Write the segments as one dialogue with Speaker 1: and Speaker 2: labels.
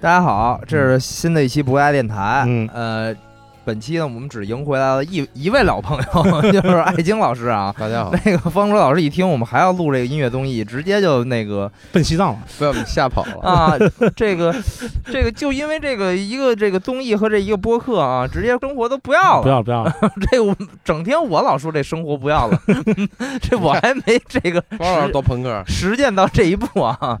Speaker 1: 大家好，这是新的一期不爱电台。
Speaker 2: 嗯
Speaker 1: 呃，本期呢，我们只迎回来了一一位老朋 友，就是艾晶老师啊。
Speaker 3: 大家好，
Speaker 1: 那个方舟老师一听我们还要录这个音乐综艺，直接就那个
Speaker 2: 奔西藏了。
Speaker 3: 被我们吓跑了。
Speaker 1: 啊，这个这个就因为这个一个这个综艺和这一个播客啊，直接生活都不要
Speaker 2: 不
Speaker 1: 了。
Speaker 2: 要了不要了，
Speaker 1: 这我整天我老说这生活不要了， 这我还没这个
Speaker 3: 包老师多朋克，
Speaker 1: 实践到这一步啊。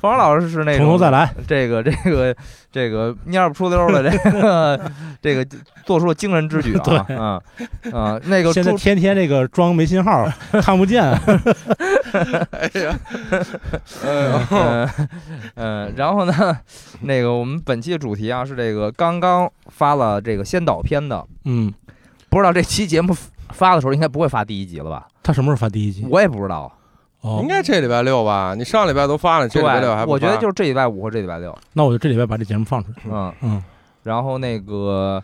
Speaker 1: 方舟老师是那
Speaker 2: 从头
Speaker 1: 种
Speaker 2: 再来。
Speaker 1: 这个这个这个蔫不出溜的这个这个做出了惊人之举啊！嗯啊、那个
Speaker 2: 现在
Speaker 1: 朱
Speaker 2: 天天这个装没信号，看不见。
Speaker 3: 哎呀，哎呦，
Speaker 1: 呃
Speaker 2: 嗯
Speaker 1: 呃，然后呢，那个我们本期的主题啊是这个刚刚发了这个先导片的，
Speaker 2: 嗯，
Speaker 1: 不知道这期节目发的时候应该不会发第一集了吧？
Speaker 2: 他什么时候发第一集？
Speaker 1: 我也不知道，
Speaker 2: 哦
Speaker 3: 应，该这礼拜六吧？你上礼拜都发了，这
Speaker 1: 对
Speaker 3: 礼拜六还，不发
Speaker 1: 我觉得就是这礼拜五和这礼拜六，
Speaker 2: 那我就这礼拜把这节目放出来。
Speaker 1: 嗯，
Speaker 2: 嗯，
Speaker 1: 然后那个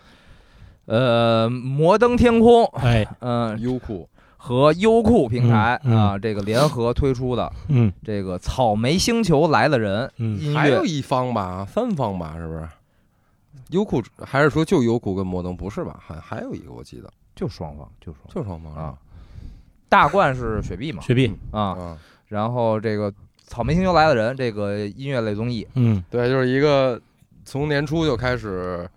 Speaker 1: 呃，摩登天空，
Speaker 2: 哎，
Speaker 1: 嗯、
Speaker 3: 优酷
Speaker 1: 和优酷平台、
Speaker 2: 嗯嗯
Speaker 1: 啊，这个联合推出的
Speaker 2: 嗯
Speaker 1: 这个《草莓星球来了人》
Speaker 2: 嗯
Speaker 1: 音
Speaker 3: 还有
Speaker 1: 乐
Speaker 3: 一方吧，三方吧，是不是？优酷还是说就优酷跟摩登不是吧？还还有一个我记得
Speaker 1: 就双方就双方，
Speaker 3: 就双方
Speaker 1: 啊大冠是雪碧嘛
Speaker 2: 雪碧，
Speaker 1: 啊，
Speaker 3: 啊，
Speaker 1: 然后这个《草莓星球来了人》这个音乐类综艺，
Speaker 2: 嗯，
Speaker 3: 对，就是一个从年初就开始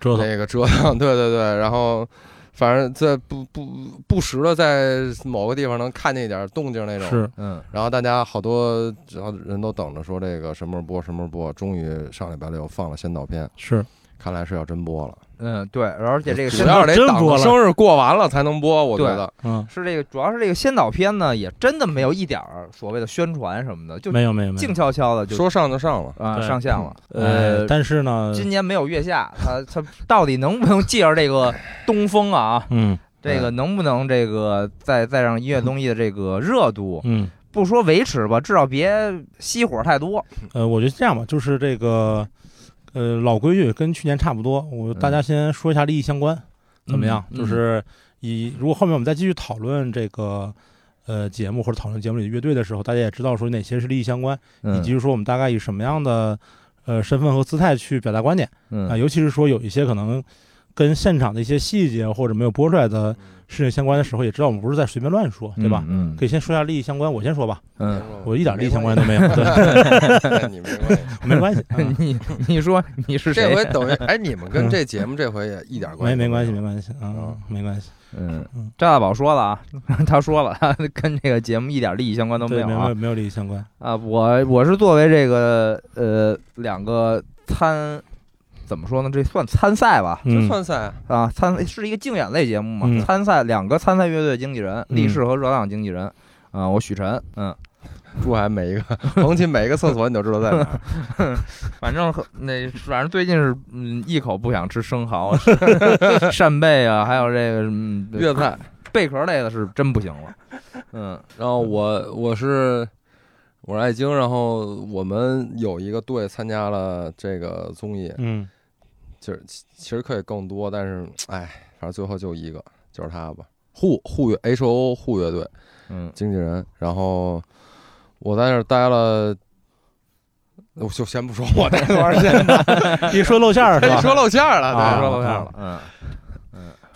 Speaker 2: 折腾。
Speaker 3: 那个折腾，对 对对，然后。反正在不不不时的在某个地方能看见一点动静那种，
Speaker 2: 是，
Speaker 1: 嗯，
Speaker 3: 然后大家好多只要人都等着说这个什么时候播什么时候播，终于上礼拜六放了先导片，
Speaker 2: 是，
Speaker 3: 看来是要真播了。
Speaker 1: 嗯，对，而且这个
Speaker 3: 主
Speaker 1: 先
Speaker 2: 导
Speaker 3: 要是得
Speaker 2: 真
Speaker 3: 等
Speaker 2: 播
Speaker 3: 到
Speaker 2: 了
Speaker 3: 生日过完了才能播，我觉
Speaker 1: 对
Speaker 3: 得
Speaker 2: 嗯，
Speaker 1: 是这个，主要是这个先导片呢，也真的没有一点儿所谓的宣传什么的，就
Speaker 2: 没有没有没有
Speaker 1: 静。悄悄的就
Speaker 3: 说上就上了。
Speaker 1: 啊
Speaker 2: 对
Speaker 1: 上线了，
Speaker 2: 哎
Speaker 1: 呃。
Speaker 2: 但是呢，
Speaker 1: 今年没有月下，他他到底能不能借着这个东风啊，
Speaker 2: 嗯
Speaker 1: 这个能不能这个再再让音乐综艺的这个热度，
Speaker 2: 嗯，
Speaker 1: 不说维持吧，至少别熄火太多。
Speaker 2: 呃，我觉得这样吧，就是这个，呃，老规矩跟去年差不多，我大家先说一下利益相关，怎么样？
Speaker 1: 嗯
Speaker 2: 就是以如果后面我们再继续讨论这个。呃，节目或者讨论节目里的乐队的时候，大家也知道说哪些是利益相关，
Speaker 1: 嗯
Speaker 2: 以及说我们大概以什么样的呃身份和姿态去表达观点啊、
Speaker 1: 嗯
Speaker 2: 尤其是说有一些可能跟现场的一些细节或者没有播出来的事情相关的时候，也知道我们不是在随便乱说，对吧？
Speaker 1: 嗯
Speaker 2: 可以先说一下利益相关，我先说吧，
Speaker 1: 嗯，
Speaker 2: 我一点利益相关
Speaker 3: 都
Speaker 2: 都没有，对，
Speaker 3: 你没关系。
Speaker 2: 没关系，嗯
Speaker 1: 你你说你是谁
Speaker 3: 这？回等于哎，你们跟这节目这回也一点
Speaker 2: 没
Speaker 3: 关系
Speaker 2: 没关系，
Speaker 3: 没
Speaker 2: 没
Speaker 3: 有。
Speaker 2: 关
Speaker 3: 啊
Speaker 2: 系，嗯，没关系，
Speaker 1: 嗯，
Speaker 2: 嗯
Speaker 1: 赵大宝说了啊， 他说了，他跟这个节目一点利益相关都没
Speaker 2: 对，
Speaker 1: 有
Speaker 2: 没
Speaker 1: 啊
Speaker 2: 有没有利益相关，
Speaker 1: 啊！我我是作为这个呃两个参。怎么说呢？这算参赛吧，
Speaker 3: 这
Speaker 2: 嗯
Speaker 3: 算赛
Speaker 1: 啊，参是一个竞演类节目嘛。
Speaker 2: 嗯
Speaker 1: 参赛两个参赛乐队经纪人，
Speaker 2: 嗯
Speaker 1: 力士和热浪经纪人，啊，我许晨，嗯，
Speaker 3: 珠海每一个，甭进每一个厕所你就知道在哪 儿。
Speaker 1: 反正和那反正最近是嗯，一口不想吃生蚝、啊 扇贝啊，还有这个嗯
Speaker 3: 粤菜，
Speaker 1: 贝壳类的是真不行了。嗯
Speaker 3: 然后我我是我是艾晶，然后我们有一个队参加了这个综艺，
Speaker 2: 嗯
Speaker 3: 其实其其实可以更多，但是哎，反正最后就一个，就是他吧。护护乐 H O 护乐队
Speaker 1: 嗯
Speaker 3: 经纪人，然后我在那儿待了，我就先不说我待多 少时间吧，
Speaker 2: 一说露馅儿是
Speaker 3: 你说
Speaker 2: 吧？
Speaker 3: 露馅儿了，
Speaker 2: 啊
Speaker 1: 啊，
Speaker 3: 对，
Speaker 1: 说
Speaker 3: 说
Speaker 1: 露
Speaker 3: 露
Speaker 1: 馅
Speaker 3: 馅
Speaker 1: 儿了
Speaker 3: 儿了。。
Speaker 1: 嗯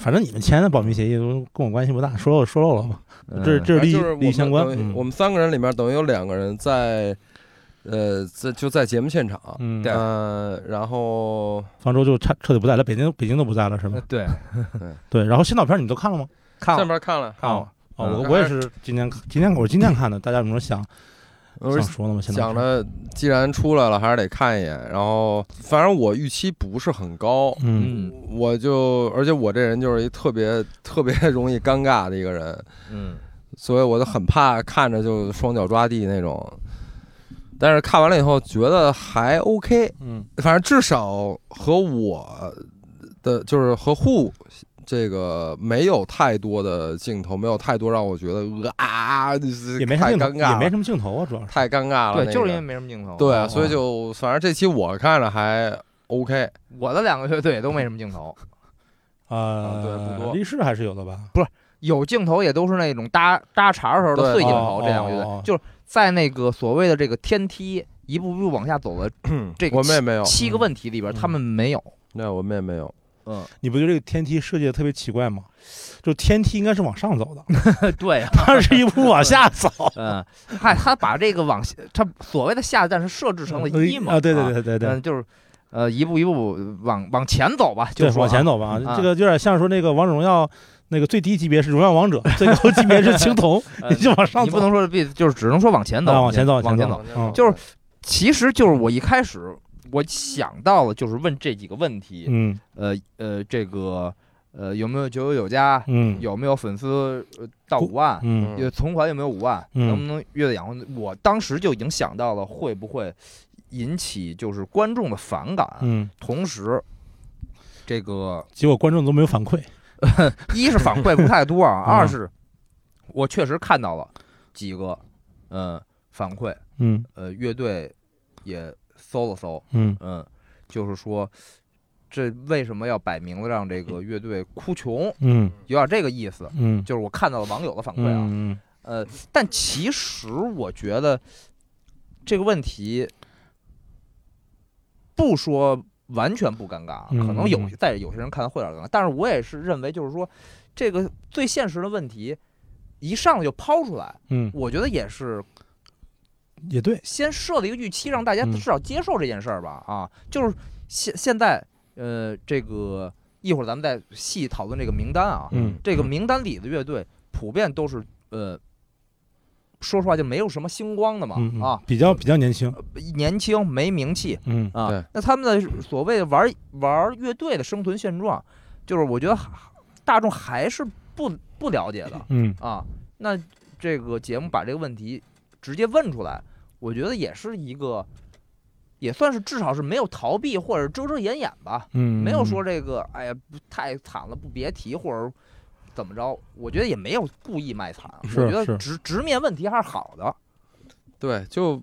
Speaker 2: 反正你们签的保密协议都跟我关系不大，说漏说漏了吧，
Speaker 1: 嗯，
Speaker 2: 这这是利益
Speaker 3: 啊就是我
Speaker 2: 利益
Speaker 3: 们
Speaker 2: 相关
Speaker 3: 等，于
Speaker 2: 嗯
Speaker 3: 我们三个人里面等于有两个人在，呃，在就在节目现场，
Speaker 2: 嗯，
Speaker 1: 对
Speaker 3: 嗯，然后
Speaker 2: 方舟就彻彻底不在了，北京北京都不在了是
Speaker 3: 嗯
Speaker 2: 吗
Speaker 1: 呃？对，
Speaker 2: 对，然后先导片你们都看了吗？
Speaker 1: 看
Speaker 3: 这
Speaker 1: 了
Speaker 3: 边看了，
Speaker 1: 看了，
Speaker 2: 哦，
Speaker 1: 嗯
Speaker 2: 我我也是今天今天我是今天看的，大家有什么想
Speaker 3: 我
Speaker 2: 想
Speaker 3: 是
Speaker 2: 说的吗？现在
Speaker 3: 想着既然出来了，还是得看一眼。然后，反正我预期不是很高，
Speaker 2: 嗯
Speaker 1: 嗯
Speaker 3: 我就而且我这人就是一特别特别容易尴尬的一个人，
Speaker 1: 嗯
Speaker 3: 所以我就很怕看着就双脚抓地那种。但是看完了以后觉得还 OK，
Speaker 2: 嗯
Speaker 3: 反正至少和我的就是和户这个没有太多的镜头，没有太多让我觉得呃啊，
Speaker 2: 也
Speaker 3: 也
Speaker 2: 没啥
Speaker 3: 太
Speaker 2: 镜头，
Speaker 3: 尴尬
Speaker 2: 也
Speaker 3: 了，
Speaker 2: 没什么镜头啊，主要是
Speaker 3: 太尴尬了。
Speaker 1: 对，
Speaker 3: 那
Speaker 1: 就是
Speaker 3: 个
Speaker 1: 因为没啊什么镜头。
Speaker 3: 嗯
Speaker 1: 嗯
Speaker 3: 对，
Speaker 2: 哦
Speaker 3: 所以就反正这期我看着还 OK，
Speaker 1: 我的两个乐队也都没什么镜头，
Speaker 2: 呃，
Speaker 3: 啊对不多
Speaker 2: 立式还是有的吧？
Speaker 1: 有镜头也都是那种搭搭茬儿时候的
Speaker 3: 对
Speaker 1: 碎镜头。
Speaker 2: 哦
Speaker 1: 这两个乐
Speaker 2: 哦哦
Speaker 1: 队就是在那个所谓的这个天梯一步步往下走的这个
Speaker 3: 我们也没有，
Speaker 1: 七个问题里边，
Speaker 2: 嗯
Speaker 1: 他们没有。
Speaker 3: 那我们也没有，
Speaker 1: 嗯，
Speaker 2: 你不觉得这个天梯设计的特别奇怪吗？就天梯应该是往上走的，
Speaker 1: 对，
Speaker 2: 它是一步往下走。
Speaker 1: 嗯，嗨，他把这个往下，他所谓的下一站是设置成了一嘛？
Speaker 2: 啊，对对
Speaker 1: 啊，
Speaker 2: 对对对，
Speaker 1: 嗯，就是呃，一步一步往往前走吧，就
Speaker 2: 对
Speaker 1: 是，说
Speaker 2: 往前
Speaker 1: 啊。
Speaker 2: 走吧
Speaker 1: 啊，
Speaker 2: 这个有点像说那个王者荣耀那个最低级别是荣耀 王者，最高级别是青铜，
Speaker 1: 呃
Speaker 2: 你 就往上
Speaker 1: 你
Speaker 2: 走，
Speaker 1: 不能说必，就是只能说往前走，
Speaker 2: 啊往前走往
Speaker 1: 往
Speaker 2: 前
Speaker 1: 前
Speaker 2: 走
Speaker 1: 走。
Speaker 2: 嗯
Speaker 1: 就是其实就是我一开始我想到了，就是问这几个问题，
Speaker 2: 嗯
Speaker 1: 呃呃，这个呃有没有九九九加，
Speaker 2: 嗯
Speaker 1: 有没有粉丝呃到五万，
Speaker 2: 嗯
Speaker 1: 有存款有没有五万，
Speaker 2: 嗯
Speaker 1: 能不能月的养活？我当时就已经想到了会不会引起就是观众的反感，
Speaker 2: 嗯，
Speaker 1: 同时。这个
Speaker 2: 结果观众都没有反馈，
Speaker 1: 一是反馈不太多啊，
Speaker 2: 嗯
Speaker 1: 二是我确实看到了几个，嗯，反馈，
Speaker 2: 嗯
Speaker 1: 呃，乐队也搜了搜，
Speaker 2: 嗯
Speaker 1: 嗯，就是说，这为什么要摆明了让这个乐队哭穷，
Speaker 2: 嗯
Speaker 1: 有点这个意思。
Speaker 2: 嗯
Speaker 1: 就是我看到了网友的反馈啊，
Speaker 2: 嗯
Speaker 1: 呃，但其实我觉得这个问题不说完全不尴尬，啊可能有
Speaker 2: 嗯
Speaker 1: 在有些人看来会有点尴尬，但是我也是认为，就是说这个最现实的问题一上来就抛出来，
Speaker 2: 嗯，
Speaker 1: 我觉得也是
Speaker 2: 也对，
Speaker 1: 先设了一个预期，让大家
Speaker 2: 嗯
Speaker 1: 至少接受这件事儿吧。啊，就是现现在，呃，这个一会儿咱们再细讨论这个名单啊。
Speaker 2: 嗯
Speaker 1: 这个名单里的乐队普遍都是呃，说实话就没有什么星光的嘛，
Speaker 2: 嗯
Speaker 1: 啊，，
Speaker 2: 比较比较年轻，
Speaker 1: 年轻没名气
Speaker 2: 嗯
Speaker 1: 啊。
Speaker 3: 对
Speaker 1: 那他们的所谓的玩玩乐队的生存现状，就是我觉得还大众还是不不了解的。
Speaker 2: 嗯
Speaker 1: 啊，那这个节目把这个问题直接问出来，我觉得也是一个，也算是至少是没有逃避或者遮遮掩掩吧，
Speaker 2: 嗯，
Speaker 1: 没有说这个哎呀不太惨了不别提或者怎么着，我觉得也没有故意卖惨，啊
Speaker 2: 是
Speaker 1: 我觉
Speaker 2: 是
Speaker 1: 得直直面问题还是好的，
Speaker 3: 对，就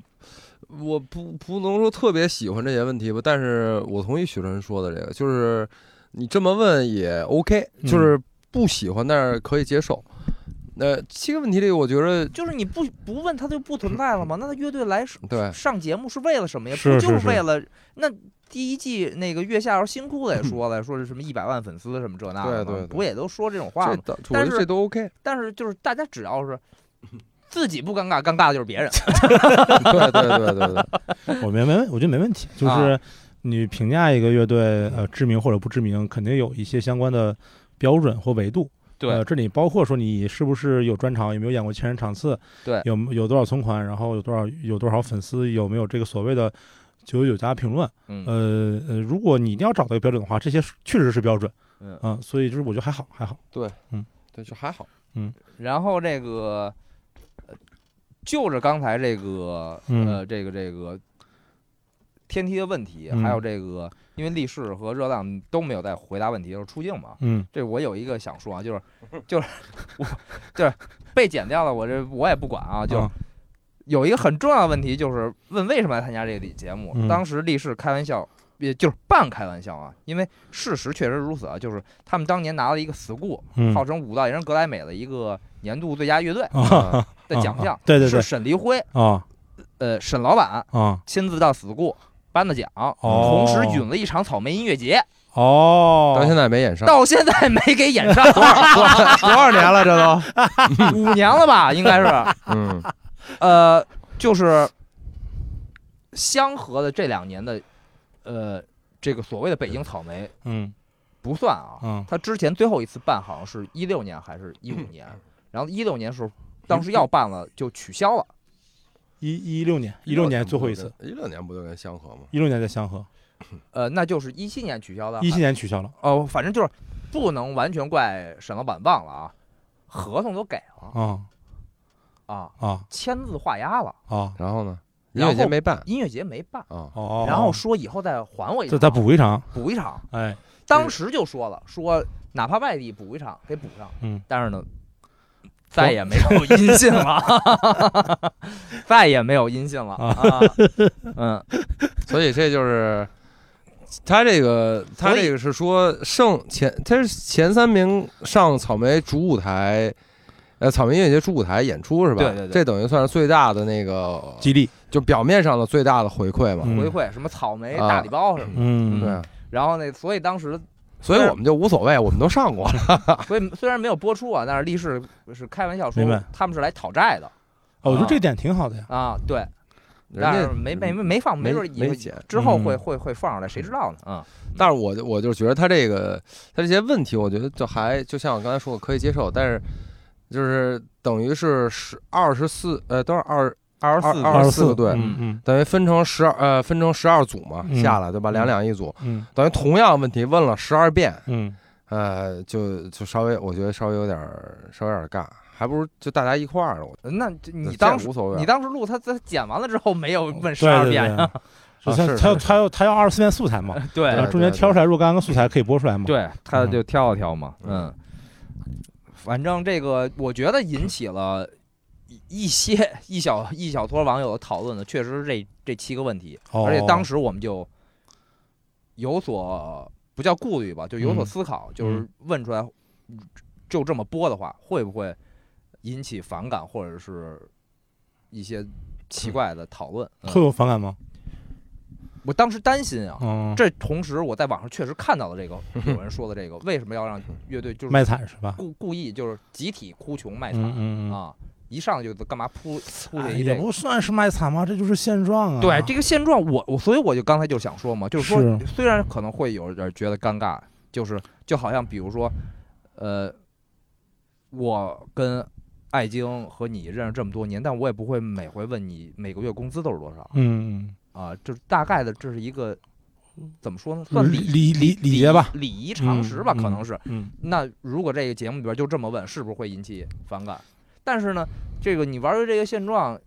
Speaker 3: 我不不能说特别喜欢这些问题吧，但是我同意许晨说的这个，就是你这么问也 OK，
Speaker 2: 嗯
Speaker 3: 就是不喜欢但是可以接受。那、七个问题里，我觉得
Speaker 1: 就是你不不问他就不存在了吗？那他乐队来是
Speaker 3: 对
Speaker 1: 上节目是为了什么呀？
Speaker 2: 是
Speaker 1: 不就是是
Speaker 2: 是
Speaker 1: 为了那第一季那个月下要新裤子也说了，说是什么一百万粉丝什么这那的
Speaker 3: 对
Speaker 1: 吗，
Speaker 3: 对对
Speaker 1: 不也都说这种话
Speaker 3: 这
Speaker 1: 吗？
Speaker 3: 倒我
Speaker 1: 但
Speaker 3: 觉得
Speaker 1: 是
Speaker 3: 这都 OK，
Speaker 1: 但是就是大家只要是自己不尴尬，尴尬的就是 别人。
Speaker 3: 对对对对对，
Speaker 2: 我没没问，我觉得没 问题，
Speaker 1: 啊
Speaker 2: 就是你评价一个乐队呃知名或者不知名，肯定有一些相关的标准或维度。呃，这里包括说你是不是有专场，有没有演过千人场次，
Speaker 1: 对
Speaker 2: 有有多少存款，然后有多少有多少粉丝，有没有这个所谓的九九九加评论。
Speaker 1: 嗯
Speaker 2: 呃呃，如果你一定要找到一个标准的话，这些是确实是标准
Speaker 1: 嗯。
Speaker 2: 啊、所以就是我觉得还好还好。
Speaker 3: 对就还好。
Speaker 1: 然后这个呃就着刚才这个
Speaker 2: 嗯
Speaker 1: 呃这个这个天梯的问题，
Speaker 2: 嗯
Speaker 1: 还有这个因为力士和热浪都没有在回答问题，就是出镜嘛。
Speaker 2: 嗯
Speaker 1: 这我有一个想说啊，就是就是 我就是被剪掉了，我这我也不管啊，就
Speaker 2: 啊
Speaker 1: 有一个很重要的问题，就是问为什么来参加这个节目。
Speaker 2: 嗯
Speaker 1: 当时力士开玩笑，也就是半开玩笑啊，因为事实确实如此啊，就是他们当年拿了一个 school，、
Speaker 2: 嗯
Speaker 1: 号称五道人格莱美的一个年度最佳乐队呃
Speaker 2: 啊
Speaker 1: 的奖项，
Speaker 2: 啊对对
Speaker 1: 是
Speaker 2: 对
Speaker 1: 沈黎辉，
Speaker 2: 啊
Speaker 1: 呃，沈老板
Speaker 2: 啊
Speaker 1: 亲自到 school 颁的奖，
Speaker 2: 哦
Speaker 1: 同时允了一场草莓音乐 节，
Speaker 2: 哦，
Speaker 3: 到现在没演上，
Speaker 1: 到现在没给演上，
Speaker 3: 多少年了，这 都。
Speaker 1: 五年了吧，应该是。
Speaker 3: 嗯，
Speaker 1: 呃，就是相合的这两年的，呃，这个所谓的北京草莓
Speaker 2: 嗯
Speaker 1: 不算啊。
Speaker 2: 嗯
Speaker 1: 他之前最后一次办好像是一六年还是一五年，然后一六年的时候，当
Speaker 2: 嗯
Speaker 1: 时要办了就取消了。
Speaker 2: 一一六年一六年最后一次，，
Speaker 3: 一六年不就跟相合吗？
Speaker 2: 一六年在香河，
Speaker 1: 呃，那就是一七年取消的。
Speaker 2: 一七年取消了。
Speaker 1: 哦，反正就是不能完全怪沈老板忘了啊，合同都给了
Speaker 2: 啊
Speaker 1: 啊，
Speaker 2: 啊
Speaker 1: 签字画押了，
Speaker 2: 啊
Speaker 3: 然后呢？音
Speaker 1: 然后
Speaker 3: 乐节没办
Speaker 1: 音乐节没办。
Speaker 3: 啊，
Speaker 2: 哦，
Speaker 1: 然后说以后再还我一
Speaker 2: 再
Speaker 1: 场，
Speaker 2: 再补一场，
Speaker 1: 补一场，
Speaker 2: 哎，
Speaker 1: 当时就说了，说哪怕外地补一场给补上，
Speaker 2: 嗯，
Speaker 1: 但是呢，再也没有音信了， 再也没有音信了啊，嗯，
Speaker 3: 所以这就是他这个，他
Speaker 1: 所以
Speaker 3: 这个是说剩前，他是前三名上草莓主舞台，呃，草莓音乐节主舞台演出是吧？
Speaker 1: 对对对
Speaker 3: 这等于算是最大的那个
Speaker 1: 哦
Speaker 2: 激励，
Speaker 3: 就表面上的最大的回馈嘛。
Speaker 2: 嗯
Speaker 1: 回馈什么草莓、
Speaker 3: 啊
Speaker 1: 大礼包什么的。
Speaker 2: 嗯，
Speaker 3: 对，啊
Speaker 1: 然后那，所以当时
Speaker 3: 所以我们就无所谓，我们都上过 了。
Speaker 1: 所以虽然没有播出啊，但是力士是开玩笑说
Speaker 2: 明白
Speaker 1: 他们是来讨债的
Speaker 2: 哦，我觉得
Speaker 1: 啊
Speaker 2: 这点挺好的呀。
Speaker 1: 啊，对，
Speaker 3: 人
Speaker 1: 但是
Speaker 3: 家嗯
Speaker 1: 没没没没放，
Speaker 3: 没
Speaker 1: 准以
Speaker 3: 没
Speaker 1: 后
Speaker 3: 剪，
Speaker 1: 之后会
Speaker 2: 嗯
Speaker 1: 会会放上来，谁知道呢？啊，
Speaker 3: 但是我就我就觉得他这个他这些问题，我觉得就还就像我刚才说的可以接受，但是就是等于是十二十四呃多少二二
Speaker 1: 24
Speaker 3: 二
Speaker 2: 十
Speaker 3: 十四个队，
Speaker 2: 嗯嗯
Speaker 3: 等于分成十二呃分成十二组嘛
Speaker 2: 嗯
Speaker 3: 下来对吧？
Speaker 2: 嗯
Speaker 3: 两两一组，
Speaker 2: 嗯
Speaker 3: 等于同样问题问了十二遍，
Speaker 2: 嗯，
Speaker 3: 呃，就就稍微我觉得稍微有点儿稍微有点尬，还不如就大家一块儿了。我
Speaker 1: 那这你
Speaker 3: 这
Speaker 1: 当
Speaker 3: 无
Speaker 1: 时
Speaker 3: 所谓，
Speaker 1: 你当时录他他剪完了之后没有问十
Speaker 2: 对
Speaker 1: 二
Speaker 2: 对
Speaker 1: 遍
Speaker 2: 对
Speaker 1: 啊，
Speaker 2: 是
Speaker 3: 啊
Speaker 2: 他
Speaker 3: 是
Speaker 2: 他要
Speaker 3: 是
Speaker 2: 他要他要二十四遍素材嘛，
Speaker 1: 对
Speaker 2: 然
Speaker 3: 对
Speaker 2: 后中间挑出来若干个素材可以播出来嘛。，
Speaker 1: 对，他
Speaker 2: 嗯
Speaker 1: 就挑了挑嘛，
Speaker 3: 嗯
Speaker 1: 嗯，反正这个我觉得引起了一一些一小一小撮网友的讨论的，确实是这这七个问题，
Speaker 2: 哦
Speaker 1: 而且当时我们就有所不叫顾虑吧，就有所
Speaker 2: 嗯
Speaker 1: 思考，就是
Speaker 2: 嗯
Speaker 1: 问出来就这么播的话，会不会引起反感或者是一些奇怪的讨论？嗯
Speaker 2: 会有反感吗？
Speaker 1: 我当时担心啊。
Speaker 2: 嗯，
Speaker 1: 这同时，我在网上确实看到了这个，有人说的这个，为什么要让乐队就是
Speaker 2: 嗯卖惨是吧？
Speaker 1: 故故意就是集体哭穷卖惨、
Speaker 2: 嗯嗯嗯。
Speaker 1: 啊，一上来就干嘛扑扑
Speaker 2: 哎
Speaker 1: 这一
Speaker 2: 也
Speaker 1: 这个。
Speaker 2: 不算是卖惨嘛，这就是现状啊。
Speaker 1: 对这个现状我，我所以我就刚才就想说嘛，就是说
Speaker 2: 是
Speaker 1: 虽然可能会有点觉得尴尬，就是就好像比如说，呃，我跟艾晶和你认识这么多年，但我也不会每回问你每个月工资都是多少
Speaker 2: 嗯，
Speaker 1: 啊，就是大概的这是一个怎么说呢，算
Speaker 2: 嗯，
Speaker 1: 礼
Speaker 2: 理理理
Speaker 1: 礼
Speaker 2: 理解吧。
Speaker 1: 礼仪常识吧，
Speaker 2: 嗯
Speaker 1: 可能是。
Speaker 2: 嗯，
Speaker 1: 那如果这个节目里边就这么问，是不是会引起反感？但是呢，这个你玩的这个现状，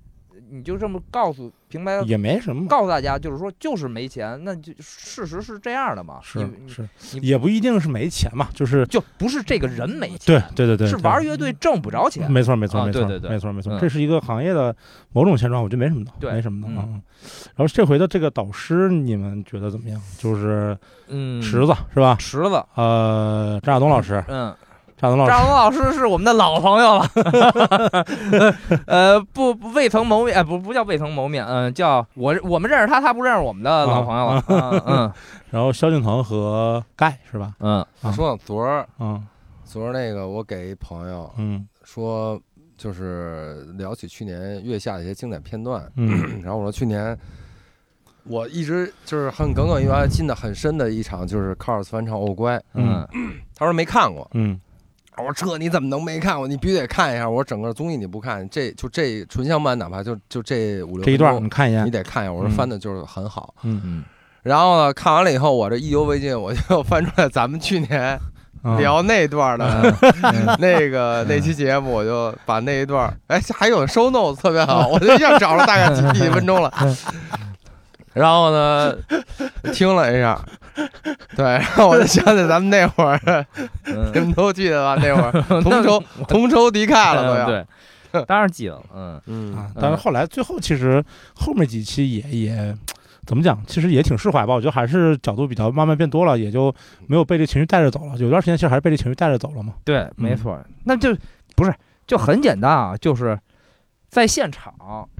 Speaker 1: 你就这么告诉平白
Speaker 2: 也没什么。
Speaker 1: 告诉大家，就是说就是没钱，那就事实是这样的嘛，
Speaker 2: 是
Speaker 1: 你
Speaker 2: 是，
Speaker 1: 你
Speaker 2: 也不一定是没钱嘛，就是
Speaker 1: 就不是这个人没钱，
Speaker 2: 对对对对，
Speaker 1: 是
Speaker 2: 对
Speaker 1: 玩乐队挣不着钱。
Speaker 2: 没错没错
Speaker 1: 啊
Speaker 2: 没错
Speaker 1: 对对对
Speaker 2: 没错没错，
Speaker 1: 嗯
Speaker 2: 这是一个行业的某种现状，我觉得没什么的，
Speaker 1: 对
Speaker 2: 没什么的
Speaker 1: 嗯
Speaker 2: 啊。嗯然后这回的这个导师，你们觉得怎么样？就是
Speaker 1: 嗯，
Speaker 2: 池子是吧？
Speaker 1: 池子，
Speaker 2: 呃，张亚东老师，
Speaker 1: 嗯，
Speaker 2: 张亚东老师
Speaker 1: 张龙老师是我们的老朋友了， 呃，不不未曾谋面，哎，不不叫未曾谋面，嗯、叫我我们认识他，他不认识我们的
Speaker 2: 哦
Speaker 1: 老朋友了，嗯嗯
Speaker 2: 然后萧敬腾和盖是吧？
Speaker 1: 嗯，
Speaker 3: 我说昨儿
Speaker 2: 嗯
Speaker 3: 昨儿那个我给一朋友
Speaker 2: 嗯
Speaker 3: 说，就是聊起去年月下的一些经典片段，
Speaker 2: 嗯
Speaker 3: 然后我说去年我一直就是很耿耿于怀、记得很深的一场就是 Cars 翻唱《哦乖》，
Speaker 1: 嗯
Speaker 2: 嗯
Speaker 3: 他说没看过，
Speaker 2: 嗯
Speaker 3: 我说这你怎么能没看过？你必须得看一下。我说整个综艺你不看，这就这纯享版，哪怕就就这五六
Speaker 2: 这一
Speaker 3: 分
Speaker 2: 段
Speaker 3: 钟
Speaker 2: 你看一
Speaker 3: 你
Speaker 2: 眼，
Speaker 3: 得看一下。我说翻的就是很好。
Speaker 2: 嗯
Speaker 1: 嗯
Speaker 3: 然后呢，看完了以后，我这意犹未尽，我就 翻出来咱们去年
Speaker 2: 啊
Speaker 3: 聊那段的
Speaker 1: 嗯
Speaker 3: 那个那期节目，我就把那一段，哎，还有 show notes 特别好，我就一下找了大概几 几分钟了。然后呢，听了一下，对，然后我就想起咱们那会儿，
Speaker 1: 嗯
Speaker 3: 你们都记 得吧？那会儿同仇同仇敌忾了，都要。
Speaker 1: 嗯 对，当然记得了，嗯
Speaker 3: 嗯
Speaker 2: 啊，但是后来最后其实后面几期也也怎么讲，其实也挺释怀吧。我觉得还是角度比较慢慢变多了，也就没有被这情绪带着走了。有段时间其实还是被这情绪带着走了嘛。
Speaker 1: 对，没错儿，那就不是就很简单啊，就是在现场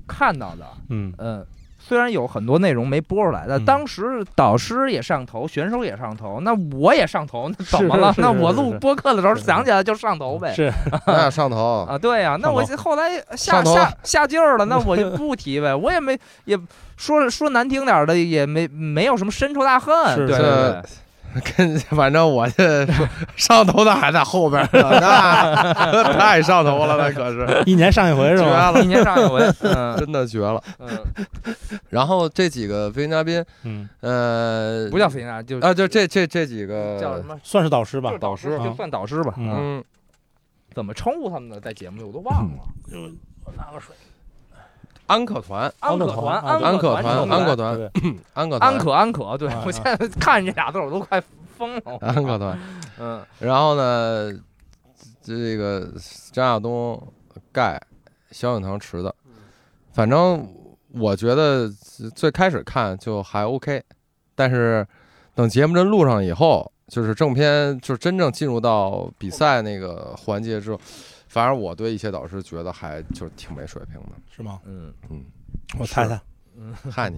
Speaker 1: 看到的，
Speaker 2: 嗯
Speaker 1: 嗯。虽然有很多内容没播出来，但
Speaker 2: 嗯
Speaker 1: 当时导师也上头，选手也上头，那我也上头，那怎
Speaker 2: 是
Speaker 1: 么了？
Speaker 2: 是
Speaker 1: 那
Speaker 2: 是
Speaker 1: 我
Speaker 2: 是
Speaker 1: 录
Speaker 2: 是
Speaker 1: 播客的时候
Speaker 2: 是
Speaker 1: 想起来就上头呗。
Speaker 2: 是
Speaker 3: 那上头，
Speaker 1: 啊，对呀、那
Speaker 2: 上
Speaker 1: 我
Speaker 2: 头
Speaker 1: 就后来下
Speaker 3: 上头
Speaker 1: 下下劲儿了，那我 就不提呗。我也没也说说难听点儿的，也没没有什么深仇大恨。
Speaker 2: 是
Speaker 1: 对
Speaker 3: 是
Speaker 1: 对对，
Speaker 3: 跟反正我这上头的还在后边 呢，那太上头了，那可是
Speaker 2: 一年上一回是
Speaker 3: 绝
Speaker 2: 吧？
Speaker 3: 了
Speaker 1: 一，年上一回，嗯
Speaker 3: 真的绝了。
Speaker 1: 嗯，
Speaker 3: 然后这几个飞行嘉宾，
Speaker 2: 嗯，
Speaker 3: 呃，
Speaker 1: 不叫肥皂，就
Speaker 3: 啊，就这这这几个
Speaker 1: 叫什么？
Speaker 2: 算是导师吧
Speaker 1: 就是。导师
Speaker 2: 导师啊
Speaker 1: 就算导师吧，
Speaker 2: 嗯
Speaker 1: 嗯，怎么称呼他们的？在节目里我都忘了。
Speaker 2: 嗯
Speaker 3: 安可团，
Speaker 1: 安可团，安
Speaker 3: 可
Speaker 1: 团，
Speaker 3: 团，
Speaker 1: 安
Speaker 3: 安
Speaker 1: 可
Speaker 3: 可团，
Speaker 2: 对，
Speaker 3: 安可团
Speaker 1: 安，可安可，对
Speaker 2: 啊
Speaker 1: 我现在看这俩字儿我都快疯了。
Speaker 3: 安可团。
Speaker 1: 嗯
Speaker 3: 然后呢，这个张亚东、盖、萧敬腾、池子，反正我觉得最开始看就还 OK，但是等节目真录上以后，就是正片，就是真正进入到比赛那个环节之后， 反而我对一些导师觉得还就是挺没水平的。
Speaker 2: 是吗？
Speaker 1: 嗯，
Speaker 3: 嗯，
Speaker 2: 我猜猜，
Speaker 3: 嗨，你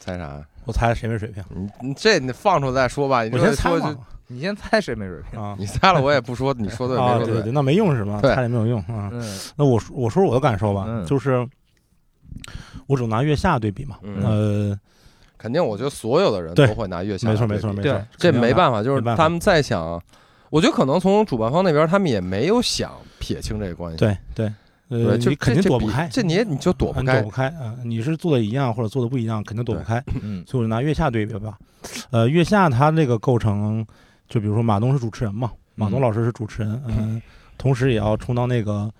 Speaker 3: 猜啥呀？
Speaker 2: 我猜谁没水平？
Speaker 3: 你你这你放出来再说吧。你
Speaker 2: 我
Speaker 3: 这
Speaker 2: 先
Speaker 3: 么
Speaker 2: 猜
Speaker 3: 说
Speaker 2: 嘛
Speaker 3: 就嗯
Speaker 1: 你先猜谁没水平？
Speaker 2: 啊
Speaker 3: 你猜了，我也不说。你说对
Speaker 2: 啊，
Speaker 3: 没
Speaker 2: 对
Speaker 3: 说
Speaker 2: 对，？那没用是吗？
Speaker 3: 对
Speaker 2: 猜也没有用啊。
Speaker 1: 嗯
Speaker 2: 那我说我说说我的感受吧，
Speaker 1: 嗯
Speaker 2: 就是我只拿月下对比嘛，
Speaker 3: 嗯，
Speaker 2: 呃，
Speaker 3: 肯定，我觉得所有的人
Speaker 2: 对
Speaker 3: 都会拿月下来
Speaker 2: 没错
Speaker 3: 对
Speaker 2: 没错
Speaker 3: 比
Speaker 2: 没
Speaker 1: 对
Speaker 2: 错，
Speaker 3: 这没
Speaker 2: 法，
Speaker 3: 办法，就是
Speaker 2: 没办法
Speaker 3: 他们在想，我觉得可能从主办方那边，他们也没有想撇清这个关系。
Speaker 2: 对对，呃，
Speaker 3: 对，就
Speaker 2: 你肯定
Speaker 3: 这这
Speaker 2: 躲不
Speaker 3: 比
Speaker 2: 开，
Speaker 3: 这你也你就躲不
Speaker 2: 嗯
Speaker 3: 开
Speaker 2: 躲不。开啊、你是做的一样或者做的不一样，肯定躲不
Speaker 3: 对
Speaker 2: 开，
Speaker 1: 嗯
Speaker 2: 所以我就拿月下对比吧，呃，月下它这个构成，就比如说马东是主持人嘛，马
Speaker 1: 嗯
Speaker 2: 东老师是主持人，嗯、同时也要充当那个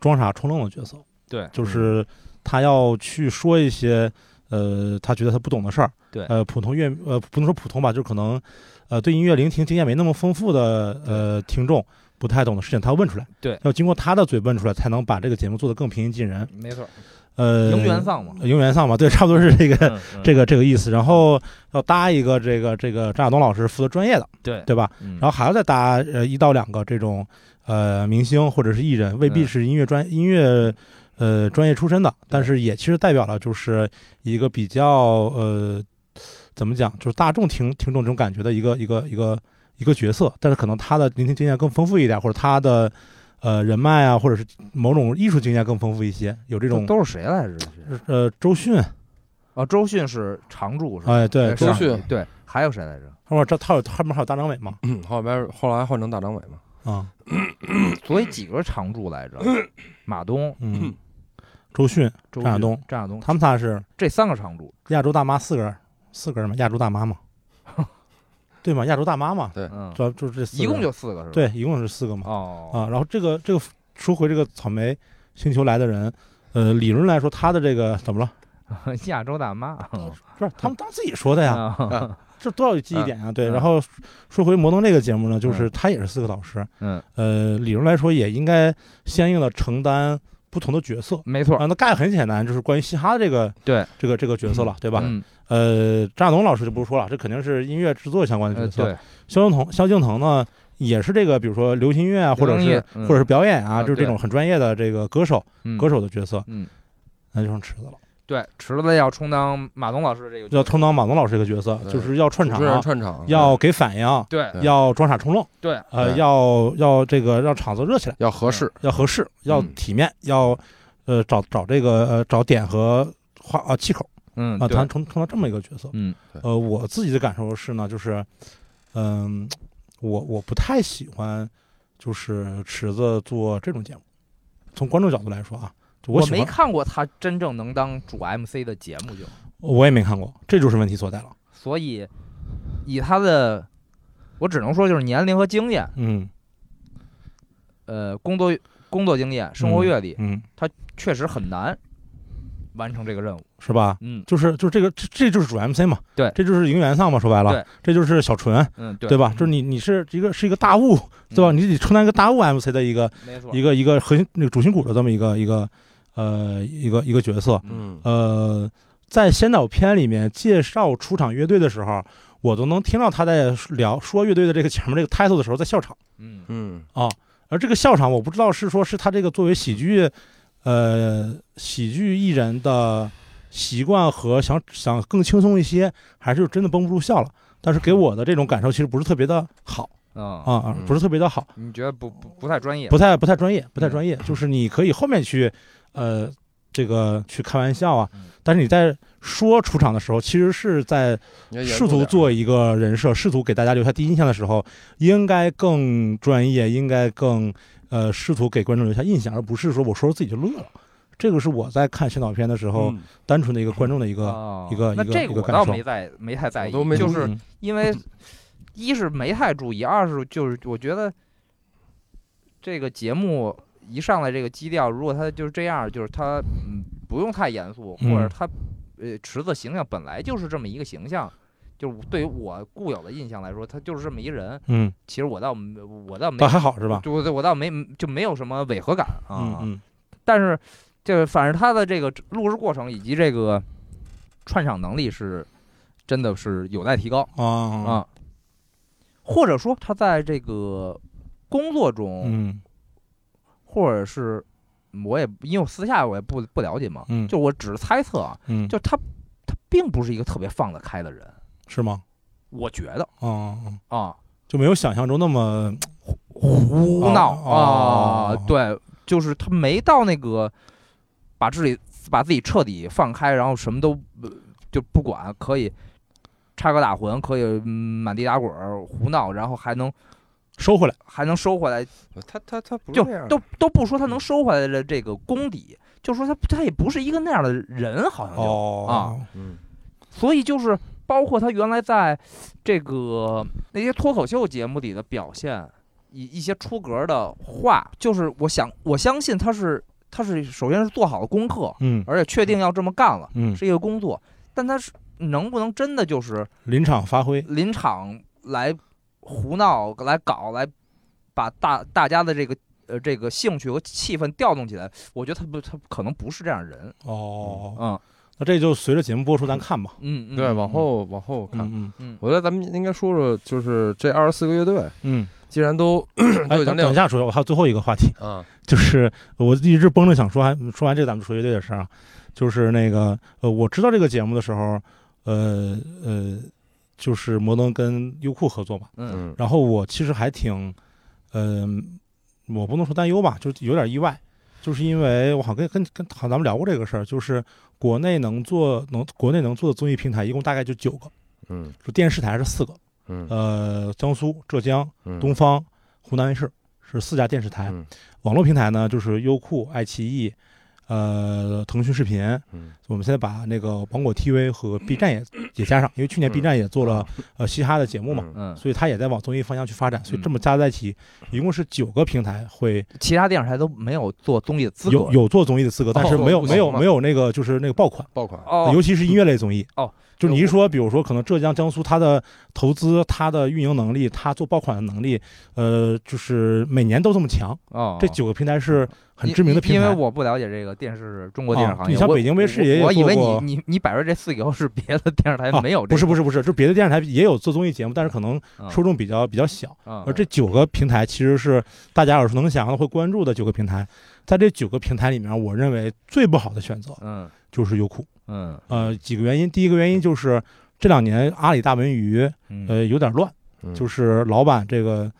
Speaker 2: 装傻充愣的角色，
Speaker 1: 对，
Speaker 2: 就是他要去说一些呃他觉得他不懂的事儿，
Speaker 1: 对
Speaker 2: 呃普通乐呃不能说普通吧，就可能呃对音乐聆听经验没那么丰富的呃听众不太懂的事情，他要问出来，
Speaker 1: 对
Speaker 2: 要经过他的嘴问出来，才能把这个节目做得更平易近人，
Speaker 1: 没错，
Speaker 2: 呃，
Speaker 1: 赢原丧嘛，嗯
Speaker 2: 呃，迎原丧嘛，对，差不多是这个。这
Speaker 1: 个
Speaker 2: 个这个意思，然后要搭一个这个这个张亚东老师负责专业的，
Speaker 1: 对，嗯
Speaker 2: 对吧？
Speaker 1: 然
Speaker 2: 然后还要再搭呃一到两个这种呃明星或者是艺人，未必
Speaker 1: 嗯
Speaker 2: 是音乐专音乐呃专业出身的，但是也其实代表了就是一个比较呃怎么讲，就是大众听听众这种感觉的一个一个一个一个角色，但是可能他的聆听经验更丰富一点，或者他的呃人脉啊，或者是某种艺术经验更丰富一些，有这种
Speaker 1: 都是谁来着？
Speaker 2: 呃周迅，
Speaker 1: 啊，周迅是常驻是吧？呃
Speaker 2: 哎对，
Speaker 3: 周
Speaker 1: 上
Speaker 3: 迅
Speaker 1: 级对，还有谁来着？
Speaker 2: 后面这他有后面还有大张伟嘛，
Speaker 3: 嗯后边后来换成大张伟嘛，
Speaker 2: 啊
Speaker 1: 所以几个常驻 来着？马东、
Speaker 2: 嗯，周迅
Speaker 1: 周
Speaker 2: 张亚
Speaker 1: 迅
Speaker 2: 东、
Speaker 1: 张亚东，
Speaker 2: 他们仨是。
Speaker 1: 这三个常驻，
Speaker 2: 亚洲大妈四个人，四个人嘛，亚洲 大妈嘛，对嘛，亚洲大妈嘛，
Speaker 1: 嗯，
Speaker 2: 主要就是这四个
Speaker 1: 一
Speaker 2: 人
Speaker 1: 共就四个是吧？
Speaker 2: 对，一共是四个嘛
Speaker 1: 哦，
Speaker 2: 啊。然后这个这个说回这个草莓星球来的人，呃，理论来说他的这个怎么了？啊
Speaker 1: 亚洲大妈，
Speaker 2: 不是他们当自己说的呀，
Speaker 1: 啊
Speaker 2: 这多少有记忆点啊？对。
Speaker 1: 嗯
Speaker 2: 然后说回摩登这个节目呢，就是他也是四个导师，
Speaker 1: 嗯，
Speaker 2: 呃，理论来说也应该相应的承担不同的角色。
Speaker 1: 没错，
Speaker 2: 啊，那盖很简单，就是关于嘻哈这个
Speaker 1: 对
Speaker 2: 这个这个角色了，对吧？
Speaker 1: 嗯，
Speaker 2: 呃，张亚东老师就不说了，这肯定是音乐制作相关的
Speaker 1: 呃
Speaker 2: 角色。
Speaker 1: 对，
Speaker 2: 萧敬腾，萧敬腾呢也是这个，比如说流行音乐啊，或者
Speaker 1: 流行
Speaker 2: 是
Speaker 1: 乐、嗯
Speaker 2: 或者是表演啊，
Speaker 1: 啊
Speaker 2: 就是这种很专业的这个歌手、
Speaker 1: 嗯
Speaker 2: 歌手的角色，
Speaker 1: 嗯，
Speaker 2: 那就成池子了，
Speaker 1: 对，池子要充当马东老师的这个角
Speaker 2: 要
Speaker 1: 色，
Speaker 2: 充当马东老师这个角色，
Speaker 3: 对
Speaker 2: 就是要串
Speaker 3: 主
Speaker 2: 场
Speaker 3: 持人
Speaker 2: 啊，
Speaker 3: 串场嗯
Speaker 2: 要给反应，
Speaker 1: 对
Speaker 3: 对
Speaker 2: 要装傻充愣，
Speaker 1: 对，
Speaker 2: 呃，
Speaker 3: 对
Speaker 2: 要要这个让场子热起来，
Speaker 3: 要合适，
Speaker 2: 要合适，要
Speaker 1: 嗯
Speaker 2: 体面，要呃找找这个呃找点和话啊气口
Speaker 1: 嗯，
Speaker 2: 啊，
Speaker 1: 对
Speaker 2: 他充充当这么一个角色。
Speaker 1: 嗯
Speaker 2: 呃，我自己的感受是呢，就是，嗯，我我不太喜欢，就是池子做这种节目。从观众角度来说啊，就
Speaker 1: 我
Speaker 2: 喜欢
Speaker 1: 没，看过他真正能当主 MC 的节目就，
Speaker 2: 我也没看过，这就是问题所在了。
Speaker 1: 所以以他的，我只能说就是年龄和经验，
Speaker 2: 嗯
Speaker 1: 呃，工作工作经验、生活阅历，
Speaker 2: 嗯，
Speaker 1: 确实很难完成这个任务。
Speaker 2: 是吧？
Speaker 1: 嗯
Speaker 2: 就是就是这个这这就是主 MC 嘛，
Speaker 1: 对
Speaker 2: 这就是银元丧嘛，说白了
Speaker 1: 对，
Speaker 2: 这就是小纯，
Speaker 1: 嗯，对
Speaker 2: 对吧？就是你你是一个是一个大物，
Speaker 1: 嗯
Speaker 2: 对吧？你得承担一个大物 MC 的一个
Speaker 1: 没错，
Speaker 2: 一个一个核心那个主心骨的这么一个一个呃一个一个角色，
Speaker 3: 嗯，
Speaker 2: 呃，在先导片里面介绍出场乐队的时候，我都能听到他在聊说乐队的这个前面这个 title 的时候在笑场
Speaker 1: 嗯
Speaker 3: 嗯，
Speaker 2: 啊。而这个笑场，我不知道是说是他这个作为喜剧，呃，喜剧艺人的习惯和想想更轻松一些，还是真的绷不住笑了。但是给我的这种感受其实不是特别的好
Speaker 1: 啊，
Speaker 2: 啊，啊不是特别的好，
Speaker 1: 你觉得不不不太专业？
Speaker 2: 不太不太专业，不太专业。就是你可以后面去，呃，这个去开玩笑啊
Speaker 1: 嗯，
Speaker 2: 但是你在说出场的时候，其实是在
Speaker 3: 你要严
Speaker 2: 试
Speaker 3: 肃
Speaker 2: 图
Speaker 3: 点
Speaker 2: 做一个人设，试图给大家留下第一印象的时候，应该更专业，应该更呃，试图给观众留下印象，而不是说我说自己就乐了。这个是我在看先导片的时候，
Speaker 3: 嗯
Speaker 2: 单纯的一个观众的一个、
Speaker 1: 哦
Speaker 2: 一个
Speaker 1: 那
Speaker 2: 一个
Speaker 1: 这个
Speaker 2: 一个
Speaker 1: 我
Speaker 2: 感
Speaker 1: 倒
Speaker 2: 受
Speaker 1: 没在没太在意，
Speaker 3: 我都没
Speaker 1: 就
Speaker 3: 注
Speaker 1: 是
Speaker 2: 嗯
Speaker 1: 因为一是没太注意，二是就是我觉得这个节目一上来这个基调，如果他就是这样，就是他嗯不用太严肃，或者
Speaker 2: 嗯
Speaker 1: 他呃池子形象本来就是这么一个形象，就是对于我固有的印象来说，他就是这么一人。
Speaker 2: 嗯，
Speaker 1: 其实我倒没我倒没
Speaker 2: 倒还好是吧？
Speaker 1: 就我我倒没就没有什么违和感啊。
Speaker 2: 嗯嗯
Speaker 1: 但是就是反正他的这个录制过程以及这个串场能力是真的是有待提高
Speaker 2: 啊啊
Speaker 1: 啊，或者嗯说他在这个工作中，
Speaker 2: 嗯
Speaker 1: 或者是我也因为我私下我也不不了解嘛，
Speaker 2: 嗯
Speaker 1: 就我只是猜测啊，
Speaker 2: 嗯，
Speaker 1: 就他他并不是一个特别放得开的人，
Speaker 2: 是吗？
Speaker 1: 我觉得
Speaker 2: 哦、嗯，
Speaker 1: 啊，
Speaker 2: 就没有想象中那么
Speaker 1: 胡闹啊
Speaker 2: 哦，
Speaker 1: 对，就是他没到那个把自己把自己彻底放开，然后什么都呃就不管，可以插科打诨，可以嗯满地打滚儿胡闹，然后还能
Speaker 2: 收回来。
Speaker 1: 还能收回来，
Speaker 3: 他他他不是
Speaker 1: 就
Speaker 3: 这样的，
Speaker 1: 都都不说他能收回来的这个功底，就说他他也不是一个那样的人，好像就
Speaker 2: 哦，
Speaker 3: 嗯
Speaker 1: 所以就是包括他原来在这个那些脱口秀节目里的表现，一一些出格的话，就是我想我相信他是他是首先是做好了功课，
Speaker 2: 嗯
Speaker 1: 而且确定要这么干了，
Speaker 2: 嗯，
Speaker 1: 是一个工作，但他是能不能真的就是
Speaker 2: 临场发挥，
Speaker 1: 临场来胡闹、来搞、来把大大家的这个。呃，这个兴趣和气氛调动起来，我觉得他不，他可能不是这样的人，
Speaker 2: 哦，
Speaker 1: 嗯
Speaker 2: 那这就随着节目播出咱看吧。
Speaker 1: 嗯，嗯
Speaker 3: 对，往，
Speaker 1: 嗯
Speaker 3: 后往后看，
Speaker 2: 嗯
Speaker 1: 嗯，
Speaker 3: 我觉得咱们应该说说，就是这二十四个乐队，
Speaker 2: 嗯
Speaker 3: 既然都
Speaker 2: 嗯，哎，
Speaker 3: 就已
Speaker 2: 等
Speaker 3: 经
Speaker 2: 等一下说，我还有最后一个话题，
Speaker 3: 啊，
Speaker 2: 就是我一直绷着想说，还说完这个咱们说乐队的事儿啊，就是那个呃，我知道这个节目的时候，呃呃，就是摩登跟优酷合作嘛，
Speaker 1: 嗯
Speaker 3: 嗯
Speaker 2: 然后我其实还挺，嗯、我不能说担忧吧，就是有点意外，就是因为我好像跟跟跟好像咱们聊过这个事儿，就是国内能做能国内能做的综艺平台一共大概就九个，
Speaker 3: 嗯
Speaker 2: 就电视台是四个，
Speaker 3: 嗯
Speaker 2: 呃，江苏、浙江、
Speaker 3: 嗯，
Speaker 2: 东方、湖南卫视是四家电视台，
Speaker 3: 嗯
Speaker 2: 网络平台呢就是优酷、爱奇艺。呃，腾讯视频，
Speaker 3: 嗯
Speaker 2: 我们现在把那个芒果 TV 和 B 站也也加上，因为去年 B 站也做了、呃嘻哈的节目嘛，
Speaker 3: 嗯
Speaker 1: 嗯，
Speaker 2: 所以它也在往综艺方向去发展，所以
Speaker 1: 嗯
Speaker 2: 这么加在一起，一共是九个平台会
Speaker 1: 其他电视台都没有做综艺的资格。
Speaker 2: 有有做综艺的资格，但是没有
Speaker 3: 哦
Speaker 2: 没有
Speaker 3: 不行吗
Speaker 2: 没有那个就是那个爆款，
Speaker 3: 爆款，
Speaker 1: 哦，
Speaker 2: 尤其是音乐类综艺
Speaker 1: 哦。
Speaker 2: 就你
Speaker 1: 有
Speaker 2: 一说，比如说可能浙江、江苏，它的投资、它的运营能力、它做爆款的能力，呃，就是每年都这么强。
Speaker 1: 哦，
Speaker 2: 这九个平台是很
Speaker 1: 因
Speaker 2: 知名的平
Speaker 1: 因
Speaker 2: 台
Speaker 1: 为。我不了解这个电视中国电视
Speaker 2: 啊
Speaker 1: 行业。
Speaker 2: 你像
Speaker 1: 我
Speaker 2: 北京卫视也
Speaker 1: 我我
Speaker 2: 也
Speaker 1: 以为
Speaker 2: 做过
Speaker 1: 你你你摆出这四个以后是别的电视台
Speaker 2: 啊
Speaker 1: 没有这个，
Speaker 2: 不是不是不是，就别的电视台也有做综艺节目，但是可能
Speaker 1: 嗯
Speaker 2: 受众比较比较小。
Speaker 1: 嗯
Speaker 2: 而这九个平台其实是大家耳熟能详的会关注的九个平台，在这九个平台里面，我认为最不好的选择
Speaker 1: 嗯
Speaker 2: 就是优酷。
Speaker 1: 嗯
Speaker 2: 呃，几个原因，第一个原因就是这两年阿里大文娱
Speaker 1: 嗯
Speaker 2: 呃有点乱，
Speaker 3: 嗯
Speaker 2: 就是老板这个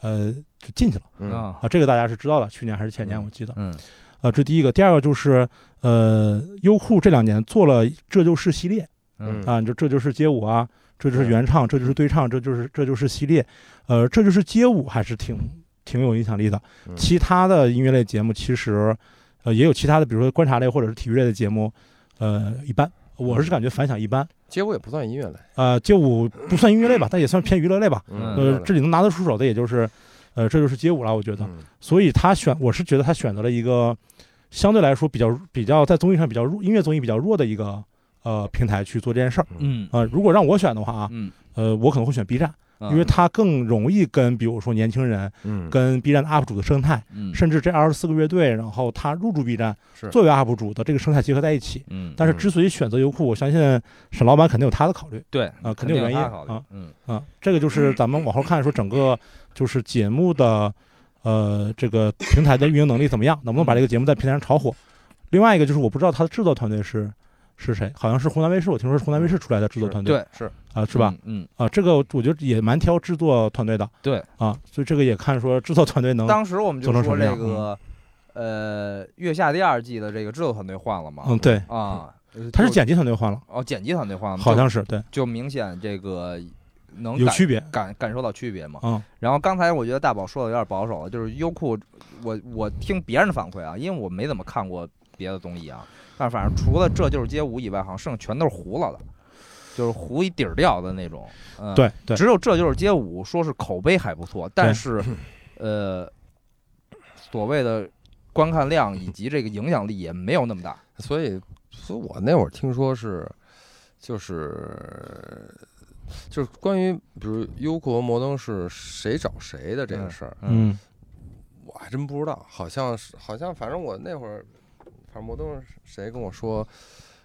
Speaker 2: 呃就进去了
Speaker 3: 嗯
Speaker 1: 啊
Speaker 2: 啊，这个大家是知道的，去年还是前年
Speaker 3: 嗯
Speaker 2: 我记得。
Speaker 1: 嗯
Speaker 2: 呃，这第一个，第二个就是呃优酷这两年做了这就是系列
Speaker 1: 嗯
Speaker 2: 啊，你就这就是街舞啊，这就是
Speaker 3: 对
Speaker 2: 原唱，这就是对唱，这就是这就是系列，呃，这就是街舞还是挺挺有影响力的。
Speaker 3: 嗯
Speaker 2: 其他的音乐类节目其实，呃，也有其他的，比如说观察类或者是体育类的节目，呃，一般，我是感觉反响一般。
Speaker 3: 街舞也不算音乐类，
Speaker 2: 呃，街舞不算音乐类吧，但也算偏娱乐类吧。
Speaker 1: 嗯
Speaker 2: 呃，这里能拿得出手的，也就是，呃，这就是街舞了，我觉得。
Speaker 3: 嗯
Speaker 2: 所以他选，我是觉得他选择了一个相对来说比较比较在综艺上比较弱，音乐综艺比较弱的一个呃平台去做这件事儿。
Speaker 1: 嗯
Speaker 2: 啊、如果让我选的话啊，
Speaker 1: 嗯，
Speaker 2: 呃，我可能会选 B 站，
Speaker 1: 嗯
Speaker 2: 因为它更容易跟比如说年轻人、
Speaker 3: 嗯
Speaker 2: 跟 B 站的 UP 主的生态，
Speaker 1: 嗯
Speaker 2: 甚至这二十四个乐队，然后他入驻 B 站
Speaker 3: 是
Speaker 2: 作为 UP 主的这个生态结合在一起。
Speaker 1: 嗯
Speaker 2: 但是之所以选择优酷，我相信沈老板肯定有他的考虑
Speaker 1: 对
Speaker 2: 啊肯
Speaker 1: 定
Speaker 2: 定有原因
Speaker 1: 他考虑
Speaker 2: 啊
Speaker 1: 嗯
Speaker 2: 啊。这个就是咱们往后看说整个就是节目的呃这个平台的运营能力怎么样，能不能把这个节目在平台上炒火。另外一个就是我不知道他的制作团队是是谁，好像是湖南卫视，我听说是湖南卫视出来的制作
Speaker 3: 是
Speaker 2: 团队
Speaker 1: 对
Speaker 3: 是
Speaker 2: 啊，是吧？？
Speaker 1: 嗯，
Speaker 2: 啊，这个我觉得也蛮挑制作团队的。
Speaker 1: 对
Speaker 2: 啊，所以这个也看说制作团队能
Speaker 1: 嗯当时我们就
Speaker 2: 做成
Speaker 1: 说
Speaker 2: 什么
Speaker 1: 这
Speaker 2: 样啊
Speaker 1: 个呃月下第二季的这个制作团队换了嘛
Speaker 2: 嗯，对，
Speaker 1: 啊，呃
Speaker 2: 他是
Speaker 1: 就
Speaker 2: 剪辑团队换了，
Speaker 1: 哦剪辑团队换了嘛，
Speaker 2: 好
Speaker 1: 就
Speaker 2: 像是对，
Speaker 1: 就明显这个能
Speaker 2: 有
Speaker 1: 感
Speaker 2: 区别。
Speaker 1: 感感受到区别嘛。
Speaker 2: 嗯
Speaker 1: 然后刚才我觉得大宝说的有点保守了，就是优酷，我我听别人的反馈啊，因为我没怎么看过别的综艺啊，但反正除了这就是街舞以外，好像剩下全都是糊了的，就是糊一底儿掉的那种。嗯，，
Speaker 2: 对对，
Speaker 1: 只有这就是街舞说是口碑还不错，但 是呃，所谓的观看量以及这个影响力也没有那么大。
Speaker 3: 所以，所以我那会儿听说是，就是，就是关于比如优酷和摩登是谁找谁的这个事儿，
Speaker 1: 嗯
Speaker 2: 嗯
Speaker 3: 我还真不知道，好像是，好像反正我那会儿，反正摩登是谁跟我说。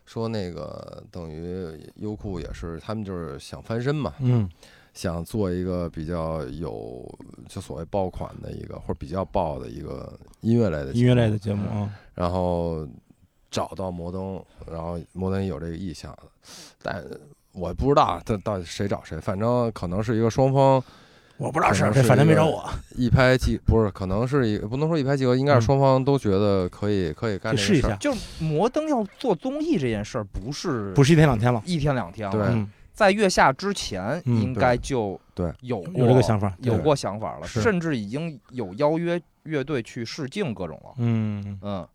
Speaker 3: 说那个等于优酷也是他们就是想翻身嘛，
Speaker 2: 嗯
Speaker 3: 想做一个比较有就所谓爆款的一个或者比较爆的一个音乐类的节
Speaker 2: 嗯音乐类
Speaker 3: 目
Speaker 2: 的节目啊，
Speaker 3: 然后找到摩登，然后摩登有这个意向，但我不知道这到底谁找谁，反正可能是一个双方
Speaker 2: 我不知道
Speaker 3: 可
Speaker 2: 是
Speaker 3: 能
Speaker 2: 谁，
Speaker 3: 是
Speaker 2: 反正
Speaker 3: 一
Speaker 2: 没
Speaker 3: 个
Speaker 2: 找我，
Speaker 3: 一拍即不是，可能是一不能说一拍即合，应该
Speaker 2: 嗯
Speaker 3: 是双方都觉得可以可以干
Speaker 2: 你
Speaker 3: 这
Speaker 2: 试
Speaker 3: 个
Speaker 2: 一
Speaker 3: 事儿
Speaker 2: 下，，
Speaker 1: 就是摩登要做综艺这件事儿，不是
Speaker 2: 不是一天两天了。
Speaker 1: 一天两天了。
Speaker 3: 对
Speaker 2: 嗯，
Speaker 1: 在月下之前，
Speaker 2: 嗯
Speaker 1: 应该就
Speaker 3: 对
Speaker 1: 有过
Speaker 2: 有这个想法，
Speaker 1: 有
Speaker 3: 对
Speaker 1: 过想法了，
Speaker 2: 是
Speaker 1: 甚至已经有邀约乐队去试镜各种了。
Speaker 2: 嗯，
Speaker 1: 嗯，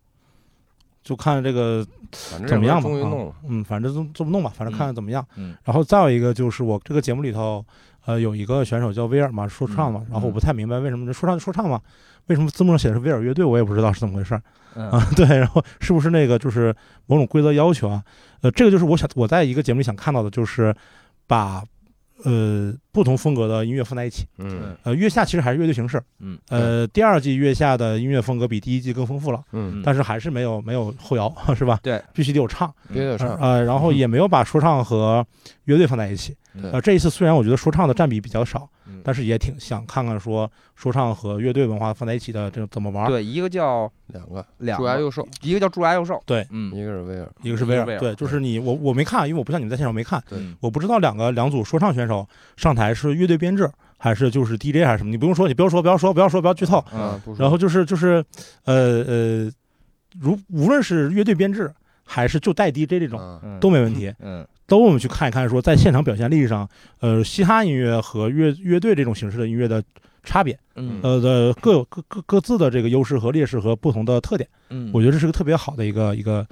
Speaker 2: 就看这个
Speaker 3: 反正
Speaker 2: 怎么
Speaker 3: 这
Speaker 2: 样
Speaker 3: 回
Speaker 2: 吧。
Speaker 3: 终于
Speaker 2: 啊
Speaker 3: 弄了，
Speaker 2: 嗯，反正这这么弄吧，反正看看怎么样。
Speaker 1: 嗯嗯
Speaker 2: 然后再有一个就是我这个节目里头，呃，有一个选手叫威尔嘛，说唱嘛，
Speaker 1: 嗯
Speaker 2: 然后我不太明白为什么这说唱就说唱嘛，为什么字幕上写的是威尔乐队，我也不知道是怎么回事儿 啊
Speaker 1: 嗯。
Speaker 2: 对，然后是不是那个就是某种规则要求啊？呃，这个就是我想我在一个节目里想看到的，就是把呃不同风格的音乐放在一起。
Speaker 3: 嗯
Speaker 2: 呃，月下其实还是乐队形式，
Speaker 1: 嗯，
Speaker 2: 呃，第二季月下的音乐风格比第一季更丰富了，
Speaker 3: 嗯，
Speaker 2: 但是还是没有没有后摇， 是吧？
Speaker 1: 对，
Speaker 2: 必须得有唱。
Speaker 3: 别的事儿
Speaker 2: 呃，然后也没有把说唱和乐队放在一起。
Speaker 1: 嗯对
Speaker 2: 呃，这一次虽然我觉得说唱的占比比较少，
Speaker 1: 嗯
Speaker 2: 但是也挺想看看说说唱和乐队文化放在一起的这怎么玩
Speaker 1: 嗯
Speaker 2: 儿。
Speaker 1: 对，一个叫
Speaker 3: 两个，
Speaker 1: 两
Speaker 3: 朱牙
Speaker 1: 个，
Speaker 3: 又瘦，
Speaker 1: 一个叫蛀牙幼兽。
Speaker 2: 对，
Speaker 1: 嗯，
Speaker 3: 一个是威尔，
Speaker 2: 一个是威
Speaker 1: 一个是威尔
Speaker 2: 尔，对，就是你我我没看，因为我不像你们在现场没看，
Speaker 3: 对
Speaker 1: 嗯
Speaker 2: 我不知道两个两组说唱选手上台是乐队编制还是就是 DJ 还是什么，你不用说，你不要说，不要说，不要说，不要
Speaker 1: 嗯
Speaker 2: 剧透。
Speaker 3: 啊，不说
Speaker 2: 嗯然后就是就是，呃呃，如无论是乐队编制还是就带 DJ 这种
Speaker 3: 啊
Speaker 1: 嗯
Speaker 2: 都没问题，
Speaker 1: 嗯
Speaker 2: 都我们去看一看，说在现场表现力上，呃，嘻哈音乐和乐乐队这种形式的音乐的差别，
Speaker 1: 嗯
Speaker 2: 呃的各有各各各自的这个优势和劣势和不同的特点，
Speaker 1: 嗯，
Speaker 2: 我觉得这是个特别好的一个一个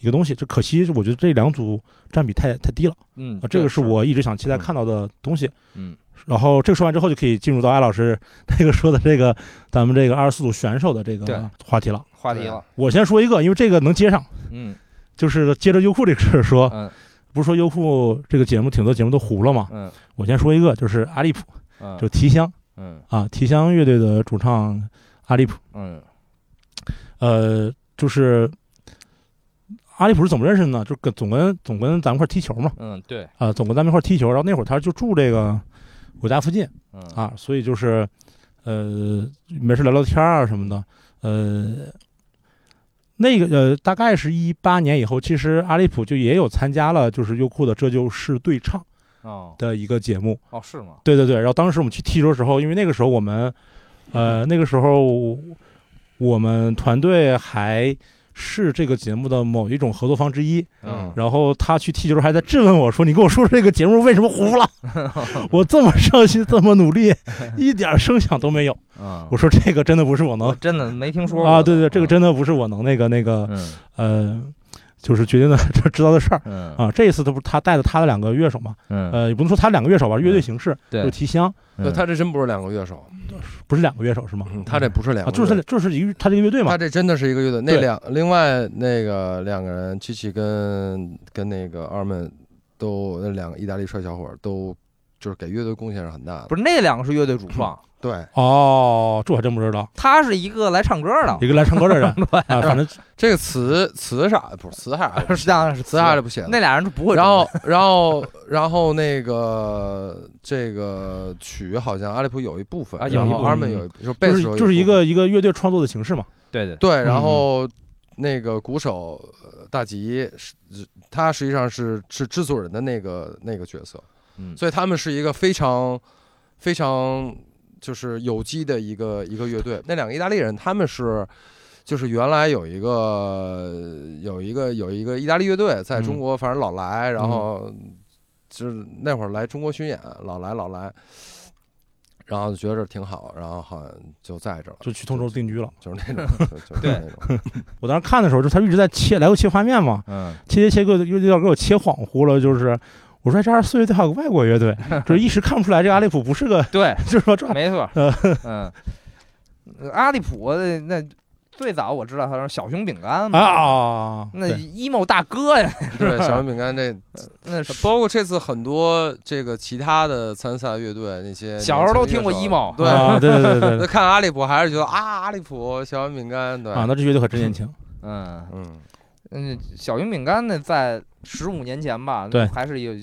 Speaker 2: 一个东西。这可惜，我觉得这两组占比太太低了、
Speaker 1: 嗯
Speaker 2: 啊，这个是
Speaker 1: 对
Speaker 2: 我一直想期待
Speaker 3: 嗯
Speaker 2: 看到的东西。
Speaker 1: 嗯
Speaker 2: 然后这个说完之后，就可以进入到艾老师 那个说的这个咱们这个二十四组选手的这
Speaker 1: 对
Speaker 2: 个话题了。
Speaker 1: 话题
Speaker 3: 对
Speaker 1: 了。
Speaker 2: 我先说一个，因为这个能接上，
Speaker 1: 嗯
Speaker 2: 就是接着优酷这个事儿说，
Speaker 1: 嗯
Speaker 2: 不是说优酷这个节目挺多节目都糊了吗？
Speaker 1: 嗯
Speaker 2: 我先说一个，就是阿利普，
Speaker 1: 嗯，
Speaker 2: 就提香
Speaker 1: 嗯
Speaker 2: 啊，提香乐队的主唱阿利普，
Speaker 1: 嗯
Speaker 2: 呃，就是阿利普是怎么认识的呢？就跟总跟总跟咱们一块儿踢球嘛，
Speaker 1: 嗯，对，
Speaker 2: 啊，总跟咱们一块儿踢球，然后那会儿他就住这个我家附近
Speaker 1: 嗯
Speaker 2: 啊，所以就是呃没事聊聊天儿啊什么的，呃。那个呃，大概是一八年以后，其实阿利普就也有参加了，就是优酷的《这就是对唱》
Speaker 1: 哦
Speaker 2: 的一个节目，
Speaker 1: 哦是吗？
Speaker 2: 对对对，然后当时我们去踢球的时候，因为那个时候我们，呃，那个时候我们团队还是这个节目的某一种合作方之一。
Speaker 1: 嗯
Speaker 2: 然后他去踢球的时候还在质问我说：“你跟我说说这个节目为什么 糊了？我这么上心，这么努力，一点声响都没有。”
Speaker 1: 嗯
Speaker 2: 我，说：“这个真的不是我能
Speaker 1: 我真的没听说过
Speaker 2: 啊，
Speaker 1: 呢
Speaker 2: 对对，这个
Speaker 1: 嗯
Speaker 2: 真的不是我能那个那个
Speaker 1: 嗯
Speaker 2: 呃，就是决定的 知道的事儿
Speaker 1: 嗯
Speaker 2: 啊。”这一次他不是他带着他的两个乐手嘛，
Speaker 1: 嗯，
Speaker 2: 呃，也不能说他两个乐手吧，乐队形式
Speaker 1: 对
Speaker 2: 就提香。
Speaker 3: 对他这真不是两个乐手，
Speaker 2: 不是两个乐手是吗？
Speaker 3: 嗯他这不是两
Speaker 2: 啊，
Speaker 3: 个，
Speaker 2: 就是他俩，就是一个他这个乐队嘛
Speaker 3: 他，这真的是一个乐队。那
Speaker 2: 对
Speaker 3: 两另外那个两个人，琪琪跟跟那个二妹都那两个意大利帅小伙儿都就是给乐队贡献是很大的。
Speaker 1: 不是那两个是乐队主创，
Speaker 3: 对，
Speaker 2: 哦，这我还真不知道，
Speaker 1: 他是一个来唱歌的
Speaker 2: 一，个来唱歌的 人啊，反正
Speaker 3: 这个词词啥不是词啥来着，
Speaker 1: 是这样是
Speaker 3: 词啥来不写的。
Speaker 1: 那俩人就不会
Speaker 3: 然
Speaker 1: 中文，
Speaker 3: 后，然后，然后那个这个曲好像阿利普有一部分，
Speaker 1: 啊有
Speaker 3: 然
Speaker 1: 一
Speaker 3: 后
Speaker 1: 部分
Speaker 3: 二妹有一，就是贝
Speaker 2: 就
Speaker 3: 斯
Speaker 2: 是
Speaker 3: 手有
Speaker 2: 就是一
Speaker 3: 部分
Speaker 2: 个一个乐队创作的形式嘛，
Speaker 1: 对对，
Speaker 3: 对，然后那个鼓手呃大吉是他实际上是是制作人的那个那个角色，
Speaker 1: 嗯
Speaker 3: 所以他们是一个非常非常就是有机的一个一个乐队。那两个意大利人他们是。就是原来有一个有一个有一个意大利乐队在中国，反正老来，然后就是那会儿来中国巡演，老来老来，然后就觉得这儿挺好，然后好像就在这儿了，
Speaker 2: 就去通州定居了。
Speaker 3: 就是那种， 就就是
Speaker 1: 对
Speaker 3: 那种，
Speaker 2: 我当时看的时候，就他一直在切，来回切画面嘛，
Speaker 1: 嗯
Speaker 2: 切切切，给我又要给我切恍惚了，就是。我说这二十四乐队还有个外国乐队， 就是一时看不出来这个阿利普不是个，
Speaker 1: 对，
Speaker 2: 就是说这
Speaker 1: 没错，嗯，呃阿利普呃那最早我知道他是小熊饼干嘛，
Speaker 2: 啊，
Speaker 1: 那
Speaker 2: 对
Speaker 1: emo 大哥呀，
Speaker 3: 对，小熊饼干这，
Speaker 1: 那是
Speaker 3: 包括这次很多这个其他的参赛乐队那些，
Speaker 1: 小时候都听过 E emo，
Speaker 3: 对，
Speaker 2: 啊，对对对对
Speaker 3: 那
Speaker 2: 对
Speaker 3: 看阿利普还是觉得啊，阿利普小熊饼干，对，
Speaker 2: 啊，那这乐队可真年轻，
Speaker 1: 嗯
Speaker 3: 嗯，
Speaker 1: 嗯，小熊饼干呢，在十五年前吧，
Speaker 2: 对
Speaker 1: 还是有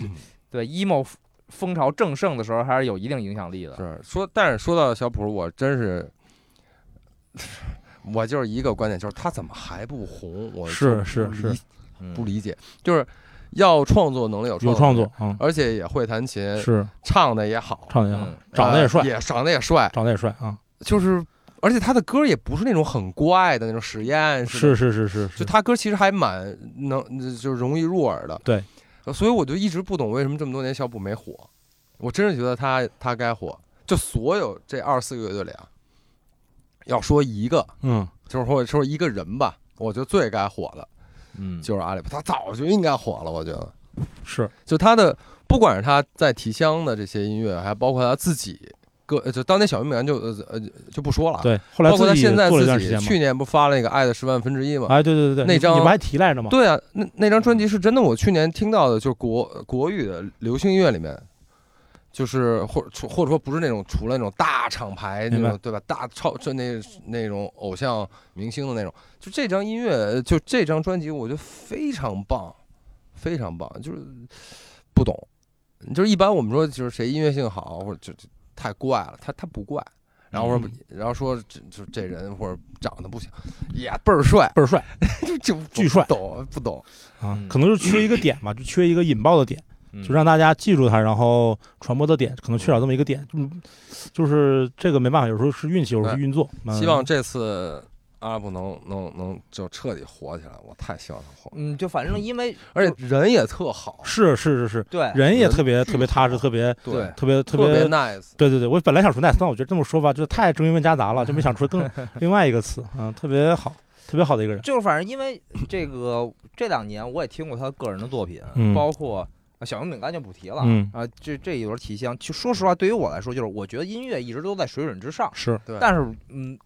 Speaker 1: 对 emo 风潮正盛的时候，还是有一定影响力的。
Speaker 3: 是说，但是说到小普，我真是，我就是一个观点，就是他怎么还不红？我
Speaker 2: 是
Speaker 3: 就是不
Speaker 2: 是
Speaker 3: 理
Speaker 1: 嗯
Speaker 3: 不理解，就是要创作能力有
Speaker 2: 有
Speaker 3: 创
Speaker 2: 创
Speaker 3: 作
Speaker 2: 作
Speaker 3: 能力，
Speaker 2: 啊，
Speaker 3: 而且也会弹琴
Speaker 2: 嗯，是
Speaker 3: 唱的也好，
Speaker 2: 唱的也好，
Speaker 1: 嗯
Speaker 2: 长得也帅
Speaker 3: 呃，也长得也帅，
Speaker 2: 长得也帅啊，
Speaker 3: 就是而且他的歌也不是那种很怪的那种实验式的
Speaker 2: 是是是是，
Speaker 3: 就是他歌其实还蛮能，就是容易入耳的。
Speaker 2: 对
Speaker 3: 呃，所以我就一直不懂为什么这么多年小普没火。我真是觉得他他该火。就所有这二十四个乐队里啊，要说一个，
Speaker 2: 嗯，
Speaker 3: 就是或者说一个人吧，我觉得最该火的
Speaker 1: 嗯，
Speaker 3: 就是阿里巴巴，他早就应该火了。我觉得，
Speaker 2: 是
Speaker 3: 就他的不管是他在提香的这些音乐，还包括他自己歌，呃就当年小圆明就呃呃就不说了啊。
Speaker 2: 对。后来
Speaker 3: 包括
Speaker 2: 自
Speaker 3: 他
Speaker 2: 己
Speaker 3: 现在
Speaker 2: 做了一段
Speaker 3: 自
Speaker 2: 时
Speaker 3: 己
Speaker 2: 间嘛
Speaker 3: 去，年不发了那个《爱的十万分之一》吗？
Speaker 2: 哎，对对对对，
Speaker 3: 那
Speaker 2: 你
Speaker 3: 张
Speaker 2: 你不还提来着吗？
Speaker 3: 对啊，那那张专辑是真的，我去年听到的，就是国国语的流行音乐里面，就是或除或者说不是那种除了那种大厂牌
Speaker 2: 明
Speaker 3: 那
Speaker 2: 白
Speaker 3: 种对吧，大超就那那种偶像明星的那种，就这张音乐就这张专辑，我觉得非常棒，非常棒，就是不懂，就是一般我们说就是谁音乐性好或者就就太怪了，他他不怪。然后
Speaker 2: 嗯
Speaker 3: 说，然后说，这就这人或者长得不行，也倍儿帅，
Speaker 2: 倍儿帅
Speaker 3: 就就
Speaker 2: 巨帅
Speaker 3: 不懂不懂？
Speaker 2: 啊
Speaker 1: 嗯，
Speaker 2: 可能就缺一个点吧，就缺一个引爆的点，
Speaker 1: 嗯
Speaker 2: 就让大家记住他，然后传播的点可能缺少这么一个点，嗯，就是这个没办法，有时候是运气，有时候是运作。嗯
Speaker 3: 希望这次阿拉布能能能就彻底火起来，我太希望他火了，
Speaker 1: 嗯，就反正因为
Speaker 3: 而且人也特好，
Speaker 2: 是是是是，
Speaker 1: 对
Speaker 2: 人也
Speaker 3: 人
Speaker 2: 特别特别踏实，特别
Speaker 1: 对
Speaker 2: 特别特
Speaker 3: 特别
Speaker 2: 别
Speaker 3: nice，
Speaker 2: 对对对，我本来想说 nice，但我觉得这么说吧，就是太中英文夹杂了，就没想出 更另外一个词啊，特别好，特别好的一个人。
Speaker 1: 就是反正因为这个这两年我也听过他个人的作品，
Speaker 2: 嗯
Speaker 1: 包括呃小熊饼干就不提了，
Speaker 2: 嗯
Speaker 1: 啊，这这有点提香。就说实话，对于我来说，就是我觉得音乐一直都在水准之上，
Speaker 2: 是
Speaker 3: 对
Speaker 1: 但是嗯，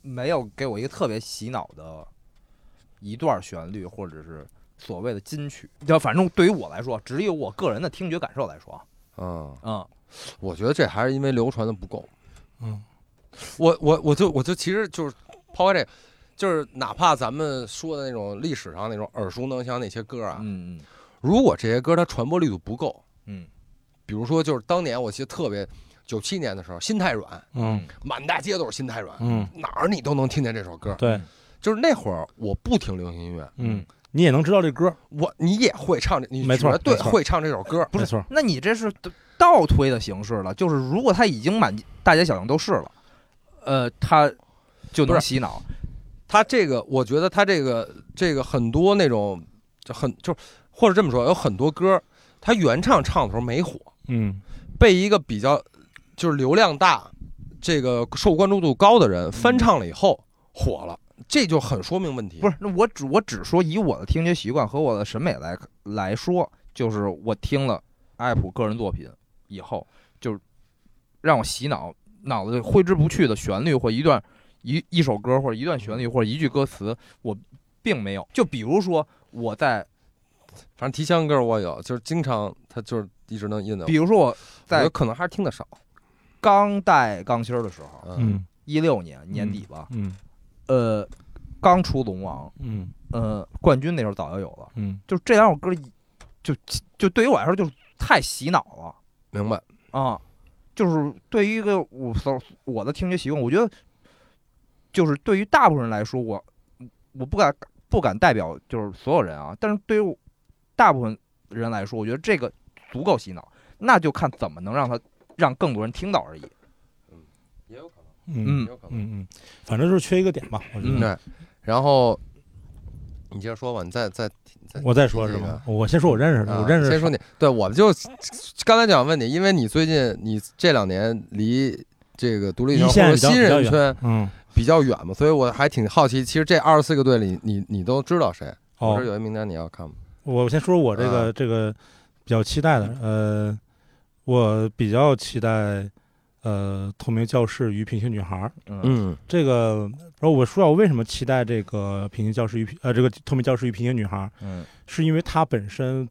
Speaker 1: 没有给我一个特别洗脑的一段旋律或者是所谓的金曲。就反正对于我来说，只有我个人的听觉感受来说，啊
Speaker 3: 嗯，
Speaker 1: 嗯
Speaker 2: 啊
Speaker 3: 我觉得这还是因为流传的不够，
Speaker 2: 嗯，
Speaker 3: 我我我就我就其实就是抛开这个，就是哪怕咱们说的那种历史上那种耳熟能详那些歌啊，
Speaker 1: 嗯嗯
Speaker 3: 如果这些歌它传播力度不够，
Speaker 1: 嗯
Speaker 3: 比如说就是当年我记得特别九七年的时候，心太软，
Speaker 2: 嗯
Speaker 3: 满大街都是心太软，
Speaker 2: 嗯，
Speaker 3: 哪儿你都能听见这首歌，
Speaker 2: 对，
Speaker 3: 就是那会儿我不听流行音乐。
Speaker 2: 嗯，你也能知道这歌，
Speaker 3: 我你也会唱这，你
Speaker 2: 没错
Speaker 3: 绝对
Speaker 2: 没错
Speaker 3: 会唱这首歌。
Speaker 2: 不是错，
Speaker 1: 那你这是倒推的形式了，就是如果他已经满大街小巷都是了，呃，他就
Speaker 3: 不
Speaker 1: 能
Speaker 3: 是
Speaker 1: 洗脑。
Speaker 3: 他这个，我觉得他这个这个很多那种就很就是或者这么说，有很多歌，他原唱唱的时候没火，
Speaker 2: 嗯
Speaker 3: 被一个比较就是流量大、这个受关注度高的
Speaker 2: 嗯
Speaker 3: 人翻唱了以后火了，这就很说明问题。
Speaker 1: 不是，那我只我只说以我的听觉习惯和我的审美来来说，就是我听了艾普个人作品以后，就是让我洗脑，脑子挥之不去的旋律或一段一一首歌或者一段旋律或者一句歌词，我并没有。就比如说我在，
Speaker 3: 反正提香歌我有，就是经常他就是一直能印的。
Speaker 1: 比如说我
Speaker 3: 我觉
Speaker 1: 在
Speaker 3: 得可能还是听得少。啊
Speaker 1: 刚带钢芯儿的时候，
Speaker 2: 嗯
Speaker 1: 一六年年底吧，
Speaker 2: 嗯
Speaker 1: 呃，刚出龙王，
Speaker 2: 嗯
Speaker 1: 呃，冠军那时候早就有了，
Speaker 2: 嗯，
Speaker 1: 就这两首歌一，就就对于我来说就是太洗脑了。
Speaker 3: 明白。
Speaker 1: 啊，就是对于一个我所我的听觉习惯，我觉得就是对于大部分人来说，我我不敢不敢代表就是所有人啊，但是对于大部分人来说，我觉得这个足够洗脑，那就看怎么能让他让更多人听到而已。
Speaker 3: 也有可能。
Speaker 2: 嗯
Speaker 3: 有可
Speaker 2: 嗯
Speaker 3: 能
Speaker 2: 嗯，反正就是缺一个点吧，我觉得。
Speaker 3: 对。然后你接着说吧，你再再再
Speaker 2: 我再说是
Speaker 3: 这个
Speaker 2: 吗？我先说我认识的，
Speaker 3: 啊
Speaker 2: 我认识
Speaker 3: 先说你，对，我们就刚才就想问你，因为你最近你这两年离这个独立圈
Speaker 2: 一
Speaker 3: 或
Speaker 2: 线
Speaker 3: 者
Speaker 2: 比较
Speaker 3: 新人圈
Speaker 2: 嗯，
Speaker 3: 比较远嘛，所以我还挺好奇，其实这二十四个队里，你你都知道谁？我
Speaker 2: 哦
Speaker 3: 这，有一名单你要看吗？
Speaker 2: 我先说我这个、
Speaker 3: 啊
Speaker 2: 这个比较期待的，呃，我比较期待呃《透明教室与平行女孩》
Speaker 1: 嗯
Speaker 3: 嗯
Speaker 2: 这个，然后我说下我为什么期待这个《平行教室与平呃这个《透明教室与平行女孩》，
Speaker 1: 嗯
Speaker 2: 是因为它本身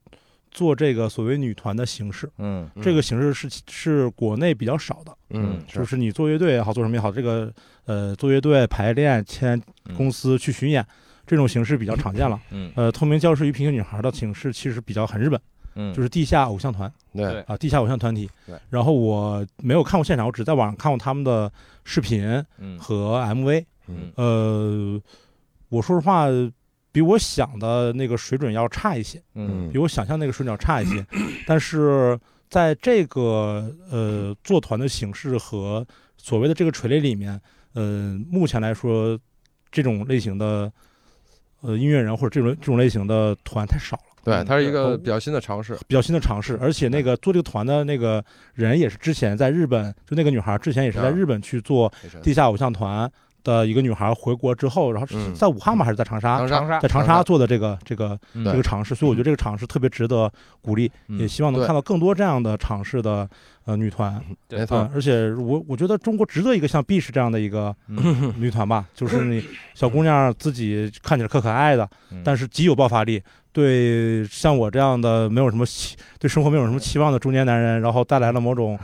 Speaker 2: 做这个所谓女团的形式，
Speaker 1: 嗯
Speaker 2: 这个形式是是国内比较少的，
Speaker 3: 嗯
Speaker 2: 就是是你做乐队也好，做什么也好，这个呃做乐队排练签
Speaker 1: 嗯
Speaker 2: 公司去巡演。这种形式比较常见了，
Speaker 1: 嗯
Speaker 2: 呃，透明教室与平行女孩的形式其实比较很日本，
Speaker 1: 嗯
Speaker 2: 就是地下偶像团，
Speaker 1: 对
Speaker 2: 啊，地下偶像团体
Speaker 3: 对。
Speaker 2: 然后我没有看过现场，我只在网上看过他们的视频
Speaker 1: 嗯
Speaker 2: 和 MV。
Speaker 1: 嗯
Speaker 2: 呃，我说实话，比我想的那个水准要差一些，
Speaker 1: 嗯
Speaker 2: 比我想象那个水准要差一 些。但是在这个呃做团的形式和所谓的这个垂类里面，呃，目前来说，这种类型的呃音乐人或者这种这种类型的团太少了。
Speaker 3: 对，
Speaker 1: 嗯
Speaker 3: 它是一
Speaker 1: 对
Speaker 2: 哦
Speaker 3: 个比较新的尝试，
Speaker 2: 比较新的尝
Speaker 3: 嗯
Speaker 2: 试，而且那个做这个团的那个人也是之前在日本，就那个女孩之前也是在
Speaker 3: 啊
Speaker 2: 日本去做
Speaker 3: 也是
Speaker 2: 地下偶像团的一个女孩，回国之后，然后是
Speaker 3: 嗯
Speaker 2: 在武汉嘛还是在长沙
Speaker 3: 长，沙
Speaker 1: 嗯长沙
Speaker 2: 在长
Speaker 3: 长
Speaker 2: 沙
Speaker 3: 沙
Speaker 2: 做的这个这个
Speaker 1: 嗯
Speaker 2: 这个尝试，所以我觉得这个尝试特别值得鼓励，
Speaker 1: 嗯
Speaker 2: 也希望能
Speaker 3: 对
Speaker 2: 看到更多这样的尝试的呃女团，
Speaker 1: 对
Speaker 3: 没错
Speaker 2: 嗯，，而且我我觉得中国值得一个像 B 是这样的一个
Speaker 1: 嗯
Speaker 2: 女团吧，就是你小姑娘自己看起来可可爱的，
Speaker 1: 嗯
Speaker 2: 但是极有爆发力，对像我这样的没有什么期，对生活没有什么期望的中年男人，然后带来了 某种，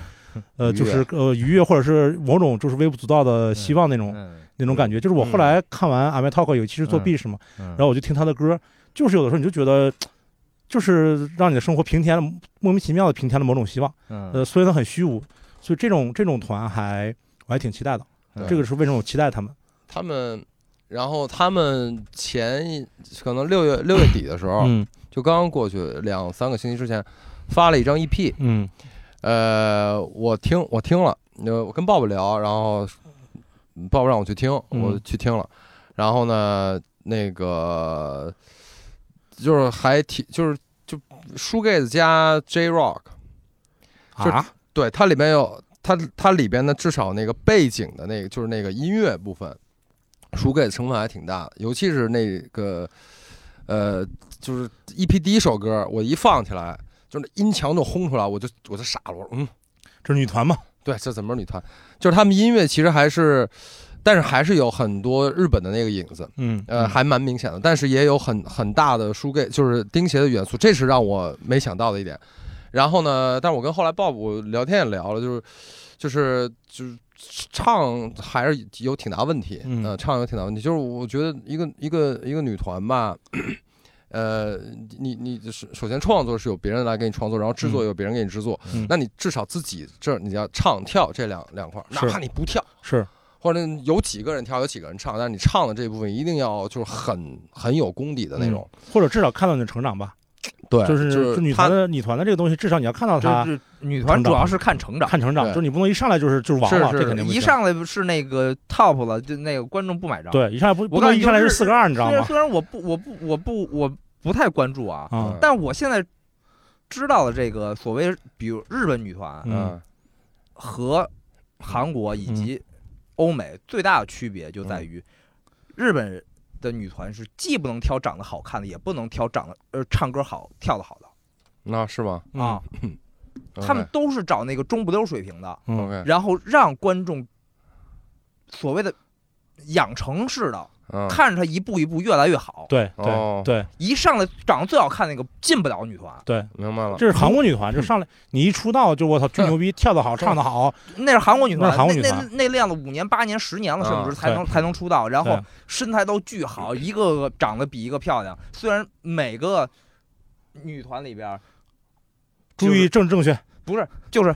Speaker 2: 呃，
Speaker 3: 愉悦
Speaker 2: 就是呃愉悦或者是某种就是微不足道的希望那种、
Speaker 1: 嗯
Speaker 2: 那种感觉。就是我后来看完 a m e Talk 有其实做
Speaker 1: 嗯
Speaker 2: B 是嘛，
Speaker 1: 嗯
Speaker 2: 然后我就听他的歌，就是有的时候你就觉得。就是让你的生活平添了莫名其妙的平添了某种希望，
Speaker 1: 嗯
Speaker 2: 呃，虽然很虚无，所以这种这种团还我还挺期待的。
Speaker 3: 对
Speaker 1: 嗯
Speaker 2: 这个是为什么我期待他们？
Speaker 3: 他们，然后他们前一可能六月六月底的时
Speaker 1: 哦
Speaker 3: 候，
Speaker 2: 嗯
Speaker 3: 就刚刚过去两三个星期之前，发了一张 EP，
Speaker 2: 嗯
Speaker 3: 呃，我听我听了，呃，我跟鲍勃聊，然后鲍勃让我去听，
Speaker 2: 嗯
Speaker 3: 我去听了，然后呢，那个就是还挺就是就书盖子加 J Rock，就
Speaker 2: 啊，
Speaker 3: 对，它里面有它它里边的至少那个背景的那个就是那个音乐部分，输给的成分还挺大的，尤其是那个呃，就是 EP 第一首歌，我一放起来，就是那音强就轰出来，我就我就傻了，我说嗯，
Speaker 2: 这是女团嘛？
Speaker 3: 对，这怎么是女团？就是他们音乐其实还是，但是还是有很多日本的那个影子。
Speaker 2: 嗯
Speaker 3: 呃，
Speaker 2: 嗯
Speaker 3: 还蛮明显的，但是也有很很大的输给就是钉鞋的元素，这是让我没想到的一点。然后呢，但是我跟后来 Bob 我聊天也聊了，就是就是就是唱还是有挺大问题，
Speaker 2: 嗯
Speaker 3: 呃，唱有挺大问题，就是我觉得一个一个一个女团吧。 呃，你你你首首先创作是有别人来给你创作，然后制作
Speaker 2: 嗯
Speaker 3: 有别人给你制作，
Speaker 2: 嗯
Speaker 3: 那你至少自己这儿你要唱跳这两两块儿，哪
Speaker 2: 是
Speaker 3: 怕你不跳，
Speaker 2: 是
Speaker 3: 或者有几个人跳，有几个人唱，但是你唱的这部分一定要就是很很有功底的那种，
Speaker 2: 或者至少看到你的成长吧。
Speaker 3: 对，就
Speaker 2: 嗯就是就女团
Speaker 3: 他
Speaker 2: 的女团的这个东西，至少你要看到
Speaker 1: 就
Speaker 2: 她
Speaker 1: 是女团主要是看啊成长，
Speaker 2: 看成长，
Speaker 3: 对
Speaker 2: 就是你不能一上来就是就是王了，
Speaker 3: 是是
Speaker 2: 这肯定不
Speaker 1: 一
Speaker 2: 行。
Speaker 1: 上来是那个 top 了，就那个观众不买账。，
Speaker 2: 对一上来不
Speaker 1: 我
Speaker 2: 不
Speaker 1: 感
Speaker 2: 能
Speaker 1: 觉
Speaker 2: 一上来
Speaker 1: 就是
Speaker 2: 四个二，你知道
Speaker 1: 虽然
Speaker 2: 吗？
Speaker 1: 虽然我不我不我不我不太关注啊，
Speaker 2: 啊，
Speaker 1: 但我现在知道了这个所谓比如日本女团
Speaker 2: 嗯
Speaker 3: 嗯
Speaker 1: 和韩国以及欧美最大的区别就
Speaker 2: 嗯
Speaker 1: 在于，日本的女团是既不能挑长得好看的，也不能挑长得呃唱歌好跳得好的
Speaker 3: 那是吗？
Speaker 2: 嗯
Speaker 1: 啊，他们都是找那个中不溜水平的。
Speaker 2: 嗯
Speaker 3: OK，
Speaker 1: 然后让观众所谓的养成式的
Speaker 3: 嗯，
Speaker 1: 看着他一步一步越来越好，
Speaker 2: 对
Speaker 3: 哦
Speaker 2: 对对
Speaker 1: 一上来长得最好看那个进不了女团，
Speaker 2: 对，
Speaker 3: 明白了，
Speaker 2: 这是韩国女团，就上来你一出道就我操巨牛逼，跳得好，唱得好，
Speaker 1: 那是韩国女团，
Speaker 2: 那是韩国女
Speaker 1: 那
Speaker 2: 团嗯
Speaker 1: 那那练了五年、八年、十年了，甚至
Speaker 3: 啊
Speaker 1: 才能才能出道，然后
Speaker 2: 对
Speaker 1: 身材都巨好，一个个长得比一个漂亮。虽然每个女团里边儿
Speaker 2: 注意正正确，
Speaker 1: 就是。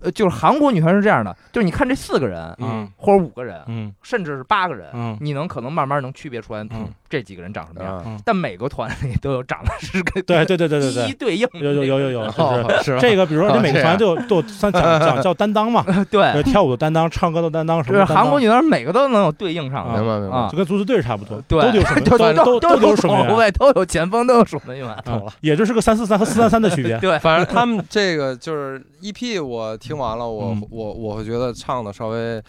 Speaker 1: 呃，就是韩国女团是这样的，就是你看这四个人，
Speaker 3: 嗯
Speaker 1: 或者五个人，
Speaker 2: 嗯
Speaker 1: 甚至是八个人，
Speaker 2: 嗯
Speaker 1: 你能可能慢慢能区别出来
Speaker 2: 嗯
Speaker 1: 这几个人长什么样。
Speaker 3: 啊，
Speaker 1: 但每个团里都有长得是跟
Speaker 2: 对对对对对
Speaker 1: 一一
Speaker 2: 对，
Speaker 1: 对应的
Speaker 2: 有有有有有，就是
Speaker 3: 哦是吧
Speaker 2: 这个，比如说
Speaker 3: 啊
Speaker 2: 这每个
Speaker 3: 这
Speaker 2: 团
Speaker 3: 样
Speaker 2: 都有都有算讲讲叫担当嘛，
Speaker 1: 那个 对
Speaker 2: 就，跳舞的担当，唱歌的担当，什
Speaker 1: 就是
Speaker 2: 么的担当
Speaker 1: 韩国女团每个都能有对应上
Speaker 2: 啊
Speaker 1: 的
Speaker 3: 明白明白，
Speaker 1: 啊
Speaker 2: 就，跟足球队差不多，
Speaker 1: 对，
Speaker 2: 都有守门
Speaker 1: 都都
Speaker 2: 都都
Speaker 1: 有
Speaker 2: 有守门员
Speaker 1: 后卫，都有前锋，都有守门员。。
Speaker 2: 啊，也就是个三四三和四三三的区别 啊
Speaker 1: 对，
Speaker 3: 反正他们这个就是 EP，我听完了，我
Speaker 2: 嗯
Speaker 3: 我我会觉得唱的稍微，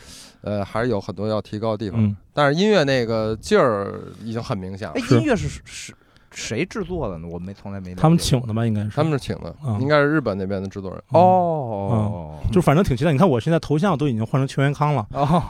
Speaker 3: 呃，还是有很多要提高的地方，
Speaker 2: 嗯，
Speaker 3: 但是音乐那个劲儿已经很明显了
Speaker 1: 哎，，
Speaker 2: 是
Speaker 1: 音乐是是是谁制作的呢？我没从来没了解
Speaker 2: 他们
Speaker 1: 过
Speaker 2: 请的吧，应该是
Speaker 3: 他们是请的
Speaker 2: 啊，
Speaker 3: 应该是日本那边的制作人，
Speaker 1: 哦
Speaker 2: 就反正挺期待。你看我现在头像都已经换成邱元康了，
Speaker 1: 哦，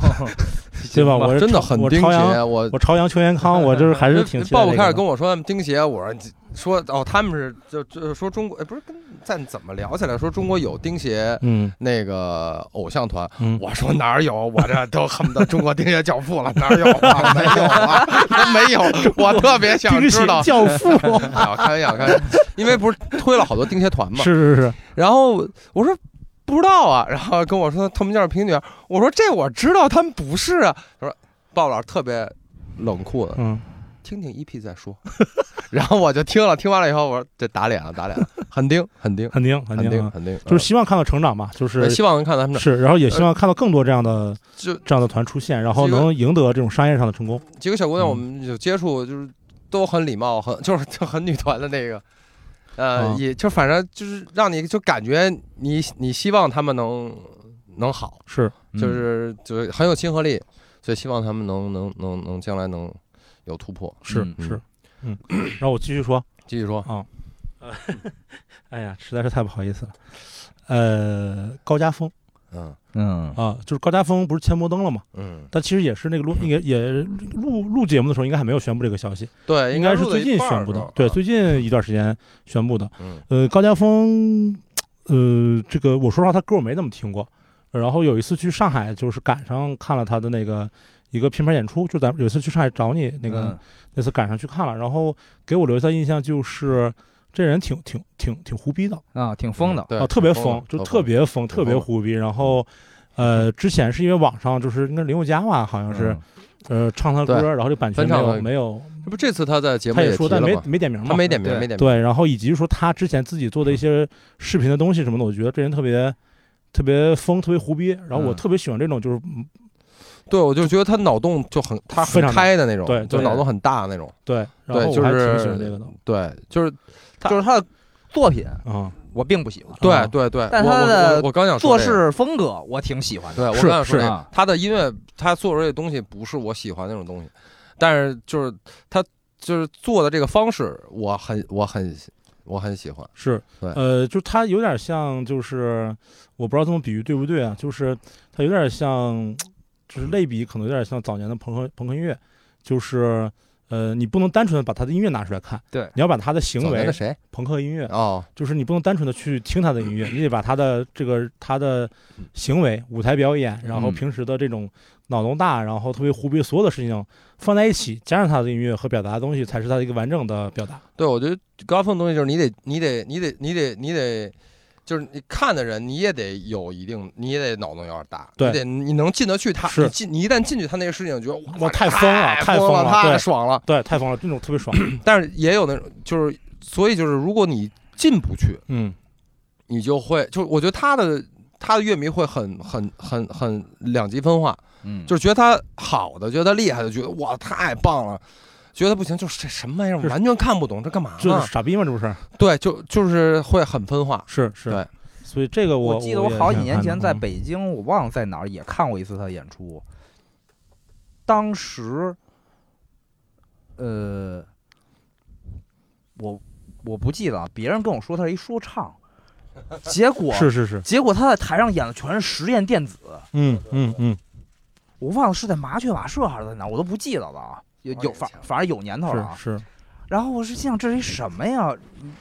Speaker 2: 对嗯吧？
Speaker 1: 行
Speaker 2: 我是
Speaker 3: 真的
Speaker 2: 朝
Speaker 3: 很
Speaker 2: 我
Speaker 3: 钉
Speaker 2: 朝阳，
Speaker 3: 鞋，我
Speaker 2: 我朝阳邱元康，我就是还是挺期待
Speaker 3: 鲍
Speaker 2: 这
Speaker 3: 勃
Speaker 2: 个
Speaker 3: 开始
Speaker 2: 的
Speaker 3: 跟我说钉鞋，我说说哦，他们是就就说中国，哎，不是跟咱怎么聊起来？说中国有钉鞋
Speaker 2: 嗯
Speaker 3: 那个偶像团，
Speaker 2: 嗯，
Speaker 3: 我说哪儿有？我这都恨不得中国钉鞋教父了，哪儿有啊？没有啊，真没有。我特别想知道。
Speaker 2: 教父，
Speaker 3: 啊，开玩笑，开玩笑，因为不是推了好多钉鞋团嘛。
Speaker 2: 是是是，
Speaker 3: 然后我说不知道啊，然后跟我说他们叫平女儿，我说这我知道，他们不是啊。他说鲍老师特别冷酷的，
Speaker 2: 嗯，
Speaker 3: 听听 EP 再说。 然后我就听了，听完了以后我说这打脸了，打脸了，很盯， 很盯，
Speaker 2: 肯定肯
Speaker 3: 很
Speaker 2: 定
Speaker 3: 盯，
Speaker 2: 啊，
Speaker 3: 很盯，嗯
Speaker 2: 就是希望看到成长吧，就是
Speaker 3: 呃希望能看到他们的
Speaker 2: 是，然后也希望看到更多这样的
Speaker 3: 就
Speaker 2: 这样的团出现，然后
Speaker 3: 这个
Speaker 2: 能赢得这种商业上的成功。
Speaker 3: 几个小姑娘，
Speaker 2: 嗯
Speaker 3: 我们有接触，就是都很礼貌，很就是就很女团的那个，呃，
Speaker 2: 啊
Speaker 3: 也就反正就是让你就感觉你你希望他们能能好，
Speaker 2: 是，
Speaker 1: 嗯
Speaker 3: 就是就是很有亲和力，所以希望他们能能能能将来能有突破。
Speaker 2: 是
Speaker 1: 嗯
Speaker 2: 是，嗯，然后我继续说，
Speaker 3: 继续
Speaker 2: 啊
Speaker 3: 说，
Speaker 2: 哎呀，实在是太不好意思了。呃，高家峰
Speaker 3: 嗯
Speaker 1: 嗯
Speaker 2: 啊，就是高家峰不是签摩登了嘛？
Speaker 3: 嗯，
Speaker 2: 但其实也是那个录，应该也录录节目的时候，应该还没有宣布这个消息，
Speaker 3: 对，
Speaker 2: 应该是
Speaker 3: 录了
Speaker 2: 最
Speaker 3: 一
Speaker 2: 近
Speaker 3: 半儿
Speaker 2: 宣布
Speaker 3: 是吧
Speaker 2: 的，对，最近一段时间宣布的。
Speaker 3: 嗯
Speaker 2: 呃，高家峰，呃，这个我说实话，他歌我没怎么听过。然后有一次去上海，就是赶上看了他的那个一个拼盘演出，就咱们有一次去上海找你那个、
Speaker 3: 嗯
Speaker 2: 那次赶上去看了，然后给我留下印象就是这人挺挺挺挺胡逼的
Speaker 1: 嗯啊，挺疯的，
Speaker 3: 对
Speaker 2: 啊，特别
Speaker 3: 嗯疯
Speaker 2: 疯
Speaker 3: 了，
Speaker 2: 就特别疯，
Speaker 3: 特
Speaker 2: 特
Speaker 3: 疯嗯
Speaker 2: 别胡逼。然后呃，之前是因为网上就是那林宥嘉吧，好像
Speaker 1: 嗯
Speaker 2: 是、呃唱他歌，
Speaker 3: 嗯对
Speaker 2: 然后这版权
Speaker 3: 翻
Speaker 2: 没
Speaker 3: 唱
Speaker 2: 有
Speaker 3: 了
Speaker 2: 没有，
Speaker 3: 这不这次他在节目
Speaker 2: 他也
Speaker 3: 提
Speaker 2: 说但
Speaker 3: 了
Speaker 2: 没
Speaker 3: 吗？
Speaker 2: 没点名嘛，
Speaker 3: 他没点名，
Speaker 1: 对
Speaker 3: 没点名，
Speaker 2: 对，然后以及说他之前自己
Speaker 3: 嗯
Speaker 2: 做的一些视频的东西什么的，我觉得这人特别特别疯，特别胡逼。然后我
Speaker 1: 嗯
Speaker 2: 特别喜欢这种，就是嗯
Speaker 3: 对，我就觉得他脑洞就很，他
Speaker 2: 非
Speaker 3: 很
Speaker 2: 常大
Speaker 3: 开的那种，
Speaker 2: 对
Speaker 3: 就
Speaker 2: 对
Speaker 3: 脑洞很大那种，
Speaker 2: 对，然后
Speaker 3: 就
Speaker 2: 我还挺
Speaker 3: 是
Speaker 2: 喜欢这个的
Speaker 3: 对，就是他
Speaker 1: 就是他的作品
Speaker 2: 啊。
Speaker 1: 我并不喜欢，
Speaker 3: 对
Speaker 2: 啊
Speaker 3: 对对，
Speaker 1: 但
Speaker 3: 我
Speaker 1: 他
Speaker 3: 我
Speaker 1: 的
Speaker 3: 我我刚想说
Speaker 1: 做
Speaker 3: 这
Speaker 1: 事
Speaker 3: 个，
Speaker 1: 风格我挺喜欢的，
Speaker 3: 对我
Speaker 2: 是
Speaker 3: 刚想说
Speaker 2: 是
Speaker 3: 这个
Speaker 1: 啊
Speaker 3: 他的音乐，他做出来的东西不是我喜欢那种东西，但是就是他就是做的这个方式，我很我很我很喜欢，
Speaker 2: 是，
Speaker 3: 对
Speaker 2: 呃，就他有点像，就是我不知道这么比喻对不对啊，就是他有点像，就是类比可能有点像早年的朋克朋克音乐，就是呃，你不能单纯的把他的音乐拿出来看，
Speaker 1: 对
Speaker 2: 你要把他的行
Speaker 3: 早年
Speaker 2: 为
Speaker 3: 的，谁
Speaker 2: 朋克音乐，
Speaker 3: 哦，
Speaker 2: 就是你不能单纯的去听他的音乐，你得把他的这个他的行为、舞台表演，然后
Speaker 1: 嗯
Speaker 2: 平时的这种脑洞大，然后特别胡逼所有的事情放在一起，加上他的音乐和表达的东西，才是他的一个完整的表达。
Speaker 3: 对，我觉得高峰的东西就是你得你得你得你得你得。就是你看的人，你也得有一定，你也得脑洞有点大，
Speaker 2: 对
Speaker 3: 你得你能进得去他，
Speaker 2: 是
Speaker 3: 你进你一旦进去他那个事情，你觉得
Speaker 2: 哇
Speaker 3: 哇
Speaker 2: 太疯
Speaker 3: 疯
Speaker 2: 了太
Speaker 3: 疯
Speaker 2: 疯了
Speaker 3: 太
Speaker 2: 对
Speaker 3: 爽了。
Speaker 2: 对，太疯了，这种特别爽。
Speaker 3: 但是也有那种，就是所以就是，如果你进不去，
Speaker 2: 嗯，
Speaker 3: 你就会，就是我觉得他的他的乐迷会很很很很两极分化，
Speaker 1: 嗯，
Speaker 3: 就是觉得他好的，觉得他厉害的，觉得哇太棒了，觉得不行，就是这什么玩意儿，
Speaker 2: 就是
Speaker 3: 完全看不懂，这干嘛
Speaker 2: 就是
Speaker 1: 嗯
Speaker 3: 呢？
Speaker 2: 傻逼嘛， 这不是？
Speaker 3: 对，就就是会很分化。
Speaker 2: 是是，
Speaker 3: 对。
Speaker 2: 所以这个我
Speaker 1: 我记得我好几年前在
Speaker 2: 北
Speaker 1: 北京，我忘了在哪儿也看过一次他的演出。当时，呃，我我不记得了，别人跟我说他是一说唱，结果
Speaker 2: 是是是，
Speaker 1: 结果他在台上演的全是实验电子，
Speaker 2: 嗯嗯嗯，
Speaker 1: 我忘了是在麻雀瓦舍还是在哪儿，我都不记得了啊。有有反反正有年头了啊。
Speaker 2: 是是，
Speaker 1: 然后我是心想这是一什么呀？嗯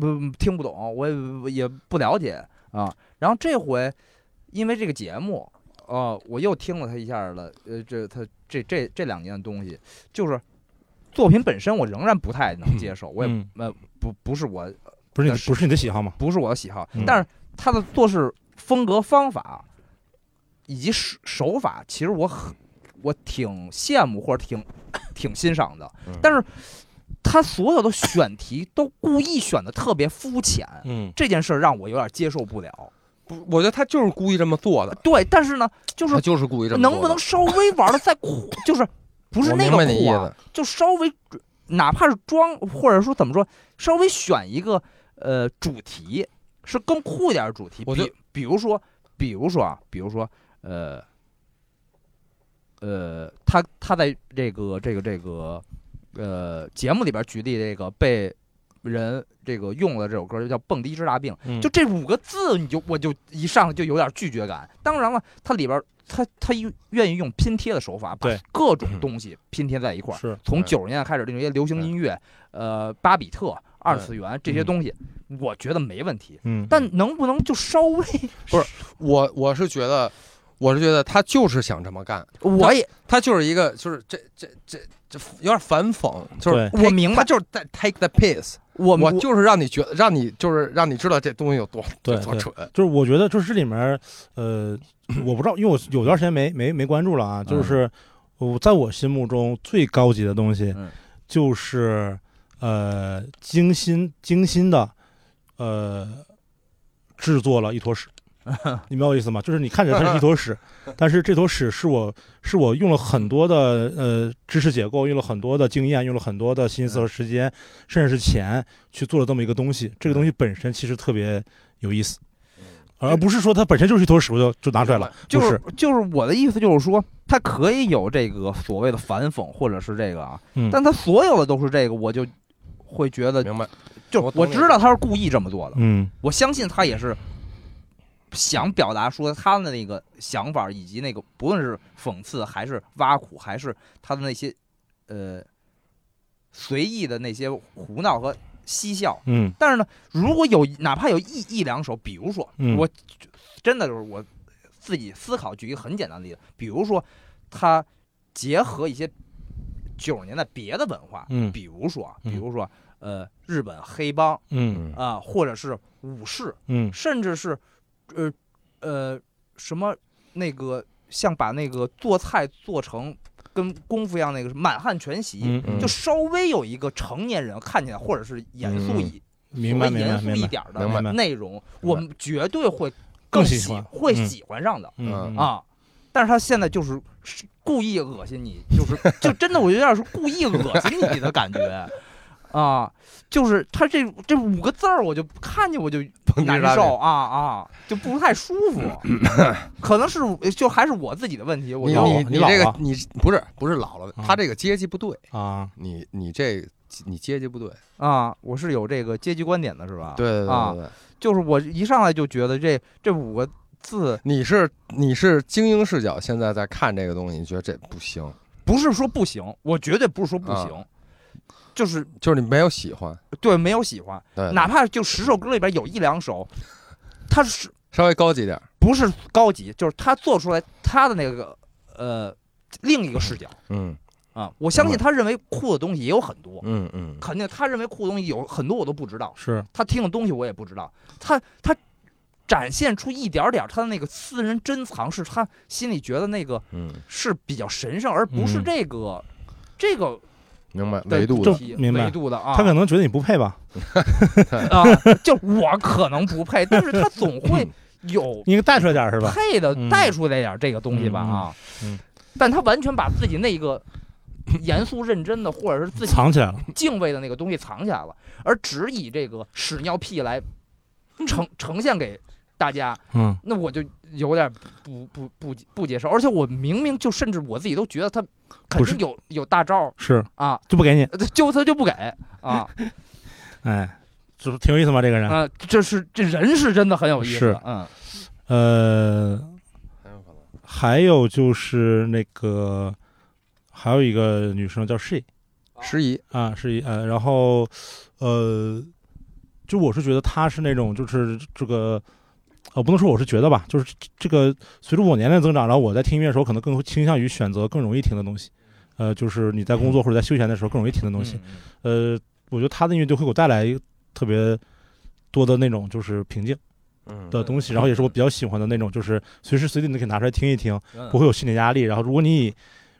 Speaker 1: 不听不懂，我也也不了解啊。然后这回因为这个节目，呃，我又听了他一下了，呃，这他这这这两年的东西，就是作品本身我仍然不太能接受，我也、
Speaker 2: 嗯
Speaker 1: 呃不不是我
Speaker 2: 不
Speaker 1: 但
Speaker 2: 是你的
Speaker 1: 是
Speaker 2: 不是你的喜好嘛？
Speaker 1: 不是我的喜好，
Speaker 2: 嗯
Speaker 1: 但是他的做事风格方法以及手手法，其实我很我挺羡慕或者挺 挺欣赏的
Speaker 3: 嗯，
Speaker 1: 但是他所有的选题都故意选的特别肤浅，
Speaker 2: 嗯，
Speaker 1: 这件事儿让我有点接受不了。
Speaker 3: 不，我觉得他就是故意这么做的，
Speaker 1: 对，但是呢，就是
Speaker 3: 他就是故意这么做的。
Speaker 1: 能不能稍微玩的再酷，就是不是
Speaker 3: 我
Speaker 1: 那
Speaker 3: 明
Speaker 1: 个
Speaker 3: 白你
Speaker 1: 酷
Speaker 3: 意
Speaker 1: 啊，
Speaker 3: 思？
Speaker 1: 就稍微哪怕是装，或者说怎么说，稍微选一个呃主题是更酷一点的主题，
Speaker 3: 我
Speaker 1: 比
Speaker 3: 就
Speaker 1: 比如说，比如说啊，比如说呃呃，他他在这个这个这个呃节目里边举例这个被。人这个用了这首歌，就叫《蹦迪之大病》。
Speaker 2: 嗯
Speaker 1: 就这五个字，你就我就一上来就有点拒绝感。当然了，它里边儿它它愿意用拼贴的手法，把
Speaker 2: 对嗯
Speaker 1: 各种东西拼贴在一块儿。
Speaker 2: 是
Speaker 1: 从
Speaker 3: 对
Speaker 1: 九十年代开始，这些流行
Speaker 3: 对
Speaker 1: 音乐，呃，巴比特、二次元这些
Speaker 2: 嗯
Speaker 1: 东西，我觉得没问题。
Speaker 2: 嗯，
Speaker 1: 但能不能就稍微，
Speaker 3: 我我是觉得，我是觉得他就是想这么干，
Speaker 1: 我也
Speaker 3: 他就是一个就是这这这这有点反讽，就是
Speaker 1: 对我明白
Speaker 3: 他就是在 take the piss，
Speaker 1: 我
Speaker 3: 我就是让你觉得让你就是让你知道这东西有多
Speaker 2: 对
Speaker 3: 多
Speaker 2: 对
Speaker 3: 蠢，
Speaker 2: 就是我觉得就是这里面儿，呃，我不知道，因为我有段时间没没没关注了啊。就是我在我心目中最高级的东西
Speaker 1: 嗯，
Speaker 2: 就是呃精心精心的呃制作了一坨屎，你明白我意思吗？就是你看着它是一 坨屎，但是这坨屎是我是我用了很多的呃知识结构，用了很多的经验，用了很多的
Speaker 1: 嗯
Speaker 2: 心思和时间，甚至是钱去做了这么一个东西。这个东西本身其实特别有意思。
Speaker 1: 嗯
Speaker 2: 而不是说它本身就是一坨屎，我就就拿出来了，
Speaker 1: 就
Speaker 2: 不
Speaker 1: 是
Speaker 2: 是，
Speaker 1: 就是我的意思就是说，他可以有这个所谓的反讽或者是这个啊，
Speaker 2: 嗯，
Speaker 1: 但他所有的都是这个，我就会觉得，
Speaker 3: 明白？
Speaker 1: 就
Speaker 3: 我
Speaker 1: 我
Speaker 3: 懂你
Speaker 1: 知道他是故意这么做的，
Speaker 2: 嗯，
Speaker 1: 我相信他也是想表达说他的那个想法以及那个不论是讽刺还是挖苦还是他的那些呃随意的那些胡闹和嬉笑，
Speaker 2: 嗯
Speaker 1: 但是呢，如果有哪怕有一一两首，比如说，
Speaker 2: 嗯
Speaker 1: 我真的就是我自己思考，举一个很简单的例子，比如说，它结合一些九十年代别的文化，
Speaker 2: 嗯
Speaker 1: 比如说啊，
Speaker 2: 嗯
Speaker 1: 比如说，呃，日本黑帮
Speaker 2: 嗯
Speaker 1: 啊、或者是武士，
Speaker 2: 嗯
Speaker 1: 甚至是呃呃什么那个像把那个做菜做成跟功夫一样那个满汉全席。
Speaker 2: 嗯，嗯
Speaker 1: 就稍微有一个成年人看起来，或者是严肃一、
Speaker 2: 嗯明白
Speaker 1: 稍微
Speaker 2: 明白
Speaker 1: 严肃
Speaker 2: 明
Speaker 1: 一
Speaker 2: 白，
Speaker 1: 点儿
Speaker 3: 明
Speaker 1: 的
Speaker 2: 白
Speaker 1: 内容，
Speaker 3: 白
Speaker 1: 我们绝对会
Speaker 2: 更喜
Speaker 1: 喜
Speaker 2: 欢
Speaker 1: 会
Speaker 2: 嗯
Speaker 1: 喜欢上的、
Speaker 2: 嗯，
Speaker 1: 啊。但是他现在就是是故意恶心你，就是就真的，我有点是故意恶心你的感觉啊。就是他这这五个字儿，我就看见我就
Speaker 3: 迪
Speaker 1: 难
Speaker 3: 拉
Speaker 1: 受啊啊，就不太舒服。 可能是就还是我自己的问题，我
Speaker 3: 你
Speaker 1: 就
Speaker 2: 老了
Speaker 3: 你
Speaker 2: 你
Speaker 3: 你这
Speaker 2: 老
Speaker 3: 个
Speaker 2: 了
Speaker 3: 你不是不是老了，
Speaker 2: 啊
Speaker 3: 他这个阶级不对，
Speaker 2: 啊，
Speaker 3: 你你这你阶级不对，
Speaker 1: 啊，我是有这个阶级观点的，是吧？，
Speaker 3: 对对
Speaker 1: 啊
Speaker 3: 对对对，
Speaker 1: 就是我一上来就觉得这这五个字
Speaker 3: 你是你是精英视角，现在在看这个东西，你觉得这不行，
Speaker 1: 不是说不行，我绝对不是说不
Speaker 3: 啊
Speaker 1: 行，就是
Speaker 3: 就是你没有喜欢，
Speaker 1: 对没有喜欢，
Speaker 3: 对，
Speaker 1: 哪怕就十首歌里边有一两首，它是
Speaker 3: 稍微高级点儿，
Speaker 1: 不是高级，就是他做出来他的那个呃另一个视角
Speaker 3: 嗯
Speaker 1: 啊，我相信他认为酷的东西也有很多。
Speaker 3: 嗯嗯，
Speaker 1: 肯定他认为酷的东西有很多我都不知道，
Speaker 2: 是
Speaker 1: 他听的东西我也不知道，他他展现出一点点他的那个私人珍藏，是他心里觉得那个
Speaker 3: 嗯，
Speaker 1: 是比较神圣，而不是
Speaker 2: 嗯
Speaker 1: 这个、这个
Speaker 3: 明白，
Speaker 1: 的
Speaker 3: 维度
Speaker 2: 这
Speaker 3: 的
Speaker 1: 题
Speaker 2: 明白
Speaker 1: 维度的啊，
Speaker 2: 他可能觉得你不配吧，
Speaker 1: 啊，就我可能不配，但是他总 会有
Speaker 2: 你应该带出来点儿是吧？
Speaker 1: 配的
Speaker 2: 嗯
Speaker 1: 带出来点这个东西吧啊
Speaker 2: 嗯嗯，
Speaker 1: 但他完全把自己那个 严肃认真的，或者是自己
Speaker 2: 藏起来了，
Speaker 1: 敬畏的那个东西藏起来了，而只以这个屎尿屁来呈 呈现给大家，
Speaker 2: 嗯
Speaker 1: 那我就有点不不不不接受，而且我明明就甚至我自己都觉得他肯
Speaker 2: 不是
Speaker 1: 定有有大招
Speaker 2: 是
Speaker 1: 啊，
Speaker 2: 就不给你，
Speaker 1: 就他就不给啊。
Speaker 2: 哎，这不挺有意思吗？这个人，
Speaker 1: 啊，这是这人是真的很有意思，
Speaker 2: 是
Speaker 1: 嗯
Speaker 2: 呃，还有就是那个，还有一个女生叫 she
Speaker 3: 失仪，
Speaker 2: 啊，是一呃，然后呃，就我是觉得她是那种就是这个。呃，不能说我是觉得吧，就是这这个随着我年龄增长，然后我在听音乐的时候，可能更会倾向于选择更容易听的东西，呃，就是你在工作或者在休闲的时候更容易听的东西。
Speaker 1: 嗯嗯
Speaker 2: 呃，我觉得他的音乐就会给我带来一个特别多的那种就是平静
Speaker 3: 嗯
Speaker 2: 的东西，然后也是我比较喜欢的那种，就是随时随地你都可以拿出来听一听，
Speaker 1: 嗯
Speaker 2: 不会有心理压力。然后如果你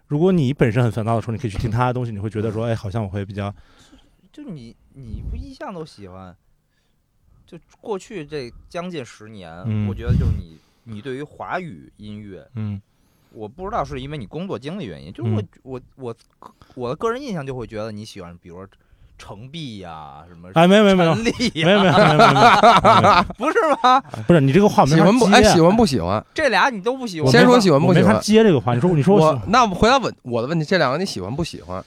Speaker 2: 如果你本身很烦躁的时候，你可以去听他的东西，你会觉得说，哎，好像我会比较
Speaker 1: 就你你不一向都喜欢，就过去这将近十年，
Speaker 2: 嗯
Speaker 1: 我觉得就是你你对于华语音乐，
Speaker 2: 嗯
Speaker 1: 我不知道是因为你工作经历原因，就是我、
Speaker 2: 嗯
Speaker 1: 我我我的个人印象就会觉得你喜欢，比如说程璧呀、什么
Speaker 2: 哎，没有没有没有
Speaker 1: 陈粒
Speaker 2: 没
Speaker 1: 呀、
Speaker 2: 有没有没有没有没有没有，
Speaker 1: 不是吗？
Speaker 2: 不是你这个话没
Speaker 3: 喜
Speaker 2: 法
Speaker 3: 欢不哎
Speaker 2: 接啊，
Speaker 3: 喜欢不喜欢？
Speaker 1: 这俩你都不喜
Speaker 2: 我
Speaker 1: 欢，
Speaker 3: 先
Speaker 2: 没
Speaker 3: 说
Speaker 2: 法
Speaker 3: 喜欢不
Speaker 2: 我没
Speaker 3: 喜
Speaker 2: 法
Speaker 3: 欢
Speaker 2: 接这个话。你说你说我
Speaker 3: 我
Speaker 2: 喜
Speaker 3: 那我回答问我的问题，这两个你喜欢不喜欢？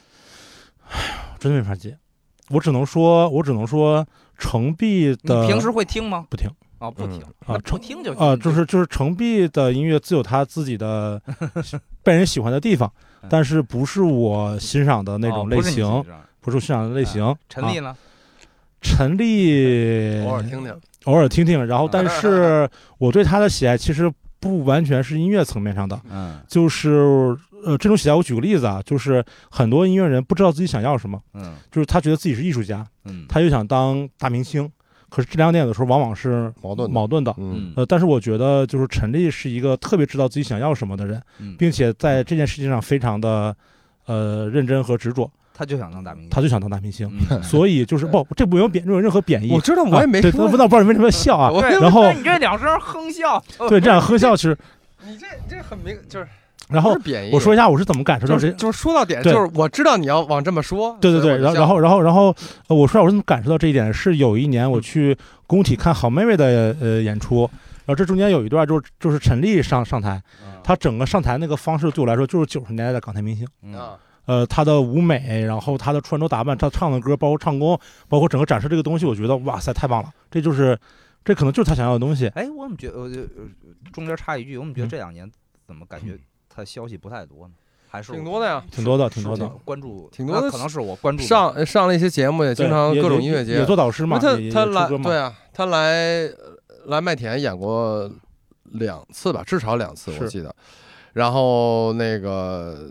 Speaker 2: 欢真没法接，我只能说，我只能说，程璧
Speaker 1: 你
Speaker 2: 的
Speaker 1: 平时会听吗？
Speaker 2: 不听
Speaker 1: 哦，不听
Speaker 3: 嗯
Speaker 1: 那
Speaker 2: 啊
Speaker 1: 不听就
Speaker 2: 啊、就是就是程璧的音乐自有他自 己的被人喜欢的地方
Speaker 1: 嗯，
Speaker 2: 但是不是我欣赏的那
Speaker 1: 哦
Speaker 2: 种
Speaker 1: 不
Speaker 2: 类
Speaker 1: 是你
Speaker 2: 型，
Speaker 1: 自己知道
Speaker 2: 不是我欣赏的类型。
Speaker 1: 陈
Speaker 2: 啊
Speaker 1: 丽呢？
Speaker 2: 陈粒
Speaker 3: 偶尔听听，
Speaker 2: 偶尔听听，然后
Speaker 1: 啊
Speaker 2: 但是我对他的喜爱其实不完全是音乐层面上的，
Speaker 1: 嗯
Speaker 2: 就是呃这种喜爱，我举个例子啊，就是很多音乐人不知道自己想要什么，
Speaker 1: 嗯
Speaker 2: 就是他觉得自己是艺术家，
Speaker 1: 嗯，
Speaker 2: 他又想当大明星，可是这两点有时候往往是
Speaker 3: 矛盾的
Speaker 2: 矛盾的。
Speaker 3: 嗯，
Speaker 2: 呃，但是我觉得就是陈立是一个特别知道自己想要什么的人，
Speaker 1: 嗯
Speaker 2: 并且在这件事情上非常的呃认真和执着，
Speaker 1: 他就想当大明星，
Speaker 2: 他就想当大明星。
Speaker 1: 嗯
Speaker 2: 所以就是不，这没有贬，没有任何贬义
Speaker 3: 我。知道，我也没
Speaker 2: 啊对那
Speaker 3: 说
Speaker 2: 不知道不知道你为什么要笑啊？
Speaker 3: 我
Speaker 1: 对
Speaker 2: 然后
Speaker 1: 但你这两声哼笑，
Speaker 2: 对，这样哼笑其 实，
Speaker 3: 你这你这很明，就是
Speaker 2: 然
Speaker 3: 不
Speaker 2: 后
Speaker 3: 是贬义。
Speaker 2: 我说一下我是怎么感受到
Speaker 3: 就
Speaker 2: 这
Speaker 3: 是，就是说到点，就
Speaker 2: 对
Speaker 3: 是我知道你要往这么说。
Speaker 2: 对对
Speaker 3: 所以
Speaker 2: 对，
Speaker 3: 我就
Speaker 2: 然后
Speaker 3: 笑
Speaker 2: 然后然后然后，呃我说一下我是怎么感受到这一点，是有一年我去
Speaker 3: 嗯
Speaker 2: 工体看好妹妹的呃演出，然后这中间有一段就是就是陈粒上上台，
Speaker 3: 啊
Speaker 2: 她整个上台那个方式对我来说就是九十年代的港台明星，
Speaker 1: 嗯
Speaker 3: 啊，
Speaker 2: 呃，她的舞美，然后她的穿着打扮，她唱的歌，包括唱功，包括整个展示这个东西，我觉得哇塞太棒了，这就是这可能就是她想要的东西。
Speaker 1: 哎，我怎么觉得，我就中间插一句，我怎么觉得
Speaker 2: 嗯
Speaker 1: 这两年怎么感觉他消息不太多呢？还是
Speaker 3: 挺多的呀。
Speaker 2: 挺多的
Speaker 1: 是
Speaker 2: 挺多的
Speaker 1: 我关注
Speaker 3: 挺多的
Speaker 1: 那可能是我关注的
Speaker 3: 上上了一些节目，也
Speaker 2: 对
Speaker 3: 经常
Speaker 2: 也
Speaker 3: 各种
Speaker 2: 也
Speaker 3: 音乐节
Speaker 2: 也，做导师
Speaker 3: 因为
Speaker 2: 嘛，
Speaker 3: 他
Speaker 2: 也也
Speaker 3: 他
Speaker 2: 出
Speaker 3: 来
Speaker 2: 歌嘛
Speaker 3: 对啊，他来来麦田演过两次吧，至少两次我
Speaker 2: 是
Speaker 3: 记得。然后那个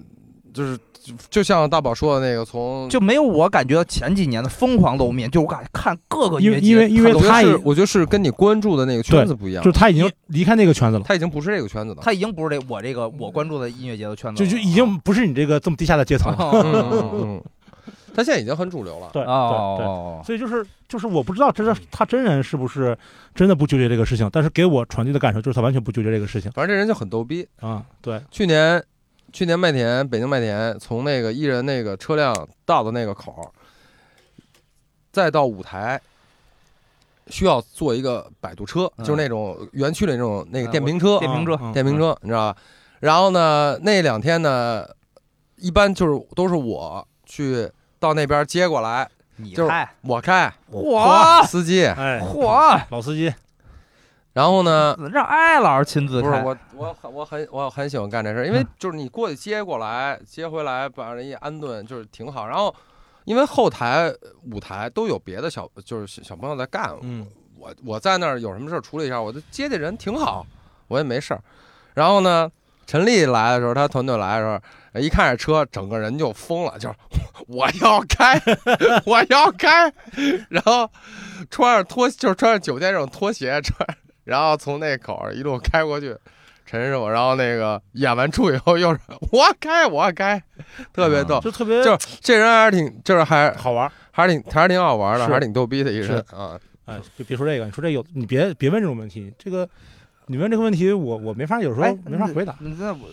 Speaker 3: 就是就就像大宝说的那个，从
Speaker 1: 就没有我感觉到前几年的疯狂露面，就我感觉看各个音
Speaker 2: 因
Speaker 1: 乐
Speaker 2: 为
Speaker 1: 节，
Speaker 2: 因为因为
Speaker 3: 我觉
Speaker 2: 他
Speaker 3: 得
Speaker 2: 已
Speaker 3: 是我觉得是跟你关注的那个圈子不一样
Speaker 2: 就，是他已经离开那个圈子了。
Speaker 3: 他已经不是这个圈子了。
Speaker 1: 他已经不是这我这个我关注的音乐节的圈子
Speaker 2: 就
Speaker 1: 了，啊
Speaker 2: 就已经不是你这个这么低下的阶层 了。
Speaker 1: 哦
Speaker 3: 嗯嗯嗯，他现在已经很主 流了。
Speaker 2: 对对
Speaker 1: 哦
Speaker 2: 对，，所以嗯就是就是我不知道，真的他真人是不是真的不纠结这个事情，但是给我传递的感受就是他完全不纠结这个事情
Speaker 3: 反正这人就很逗逼。
Speaker 2: 啊。对，
Speaker 3: 去年去年麦田北京麦田，从那个艺人那个车辆到的那个口儿，再到舞台。需要坐一个摆渡车，
Speaker 1: 嗯
Speaker 3: 就是那种园区里那种那
Speaker 1: 嗯
Speaker 3: 个电瓶车，
Speaker 1: 电瓶车
Speaker 2: 嗯
Speaker 3: 电瓶，车，你知道吧？然后呢，那两天呢，一般就是都是我去到那边接过来，
Speaker 1: 你
Speaker 3: 就是
Speaker 1: 看
Speaker 3: 我开，
Speaker 1: 嚯
Speaker 3: 司机。
Speaker 2: 哎，
Speaker 1: 嚯，
Speaker 2: 老司机，
Speaker 3: 然后呢，
Speaker 1: 让艾老师亲自
Speaker 3: 不是
Speaker 1: 看，
Speaker 3: 我，我很我很我很喜欢干这事儿，因为
Speaker 2: 嗯
Speaker 3: 就是你过去接过来，接回来，把人家安顿，就是挺好。然后，因为后台呃舞台都有别的小，就是小小朋友在干，
Speaker 2: 嗯，
Speaker 3: 我我在那儿有什么事儿处理一下，我就接的人挺好，我也没事儿。然后呢，陈丽来的时候，他团队来的时候，一看这车，整个人就疯了，就是 我要开， 我要开。然后穿着拖，就是穿着酒店这种拖鞋穿，然后从那口儿一路开过去。陈师傅，然后那个演完出以后又是我开我开，特别逗。
Speaker 2: 就特别
Speaker 3: 就是这人还是挺，就是还
Speaker 2: 好玩儿。
Speaker 3: 还是挺还是挺好玩的，
Speaker 2: 是
Speaker 3: 还是挺逗逼的一人啊。
Speaker 2: 哎，别别说这个，你说这有你别别问这种问题，这个你问这个问题，我我没法有时候
Speaker 1: 哎
Speaker 2: 没法回答。
Speaker 1: 那那我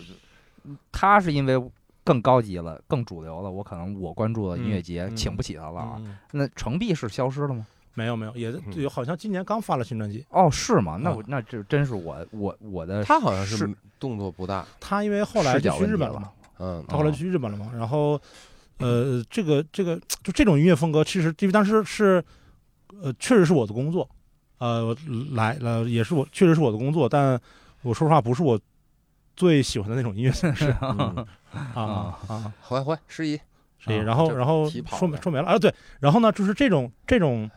Speaker 1: 他是因为更高级了，更主流了，我可能我关注的音乐节、
Speaker 2: 嗯
Speaker 1: 请不起他了啊。
Speaker 2: 嗯
Speaker 1: 那程璧是消失了吗？
Speaker 2: 没有没有，也
Speaker 1: 嗯
Speaker 2: 有好像今年刚发了新专辑，
Speaker 1: 哦，是吗？那
Speaker 2: 啊
Speaker 1: 我、那这真是我我我的
Speaker 3: 他好像是
Speaker 1: 是
Speaker 3: 动作不大，
Speaker 2: 他因为后来
Speaker 1: 视
Speaker 2: 就
Speaker 1: 角
Speaker 2: 去
Speaker 1: 问
Speaker 2: 日
Speaker 1: 题
Speaker 2: 本
Speaker 1: 了啊
Speaker 2: 了嘛，
Speaker 3: 嗯
Speaker 2: 他后来去日本了嘛，然后，呃，这个这个就这种音乐风格，其实因为当时是，呃，确实是我的工作，呃，我来了也是我确实是我的工作，但我说实话不是我最喜欢的那种音乐形式
Speaker 3: 嗯，
Speaker 2: 啊啊，
Speaker 3: 回回师姨，
Speaker 2: 所以
Speaker 1: 啊
Speaker 2: 然后
Speaker 3: 这
Speaker 2: 然后
Speaker 3: 皮跑
Speaker 2: 说没
Speaker 3: 的
Speaker 2: 说没了啊，对，然后呢就是这种这种，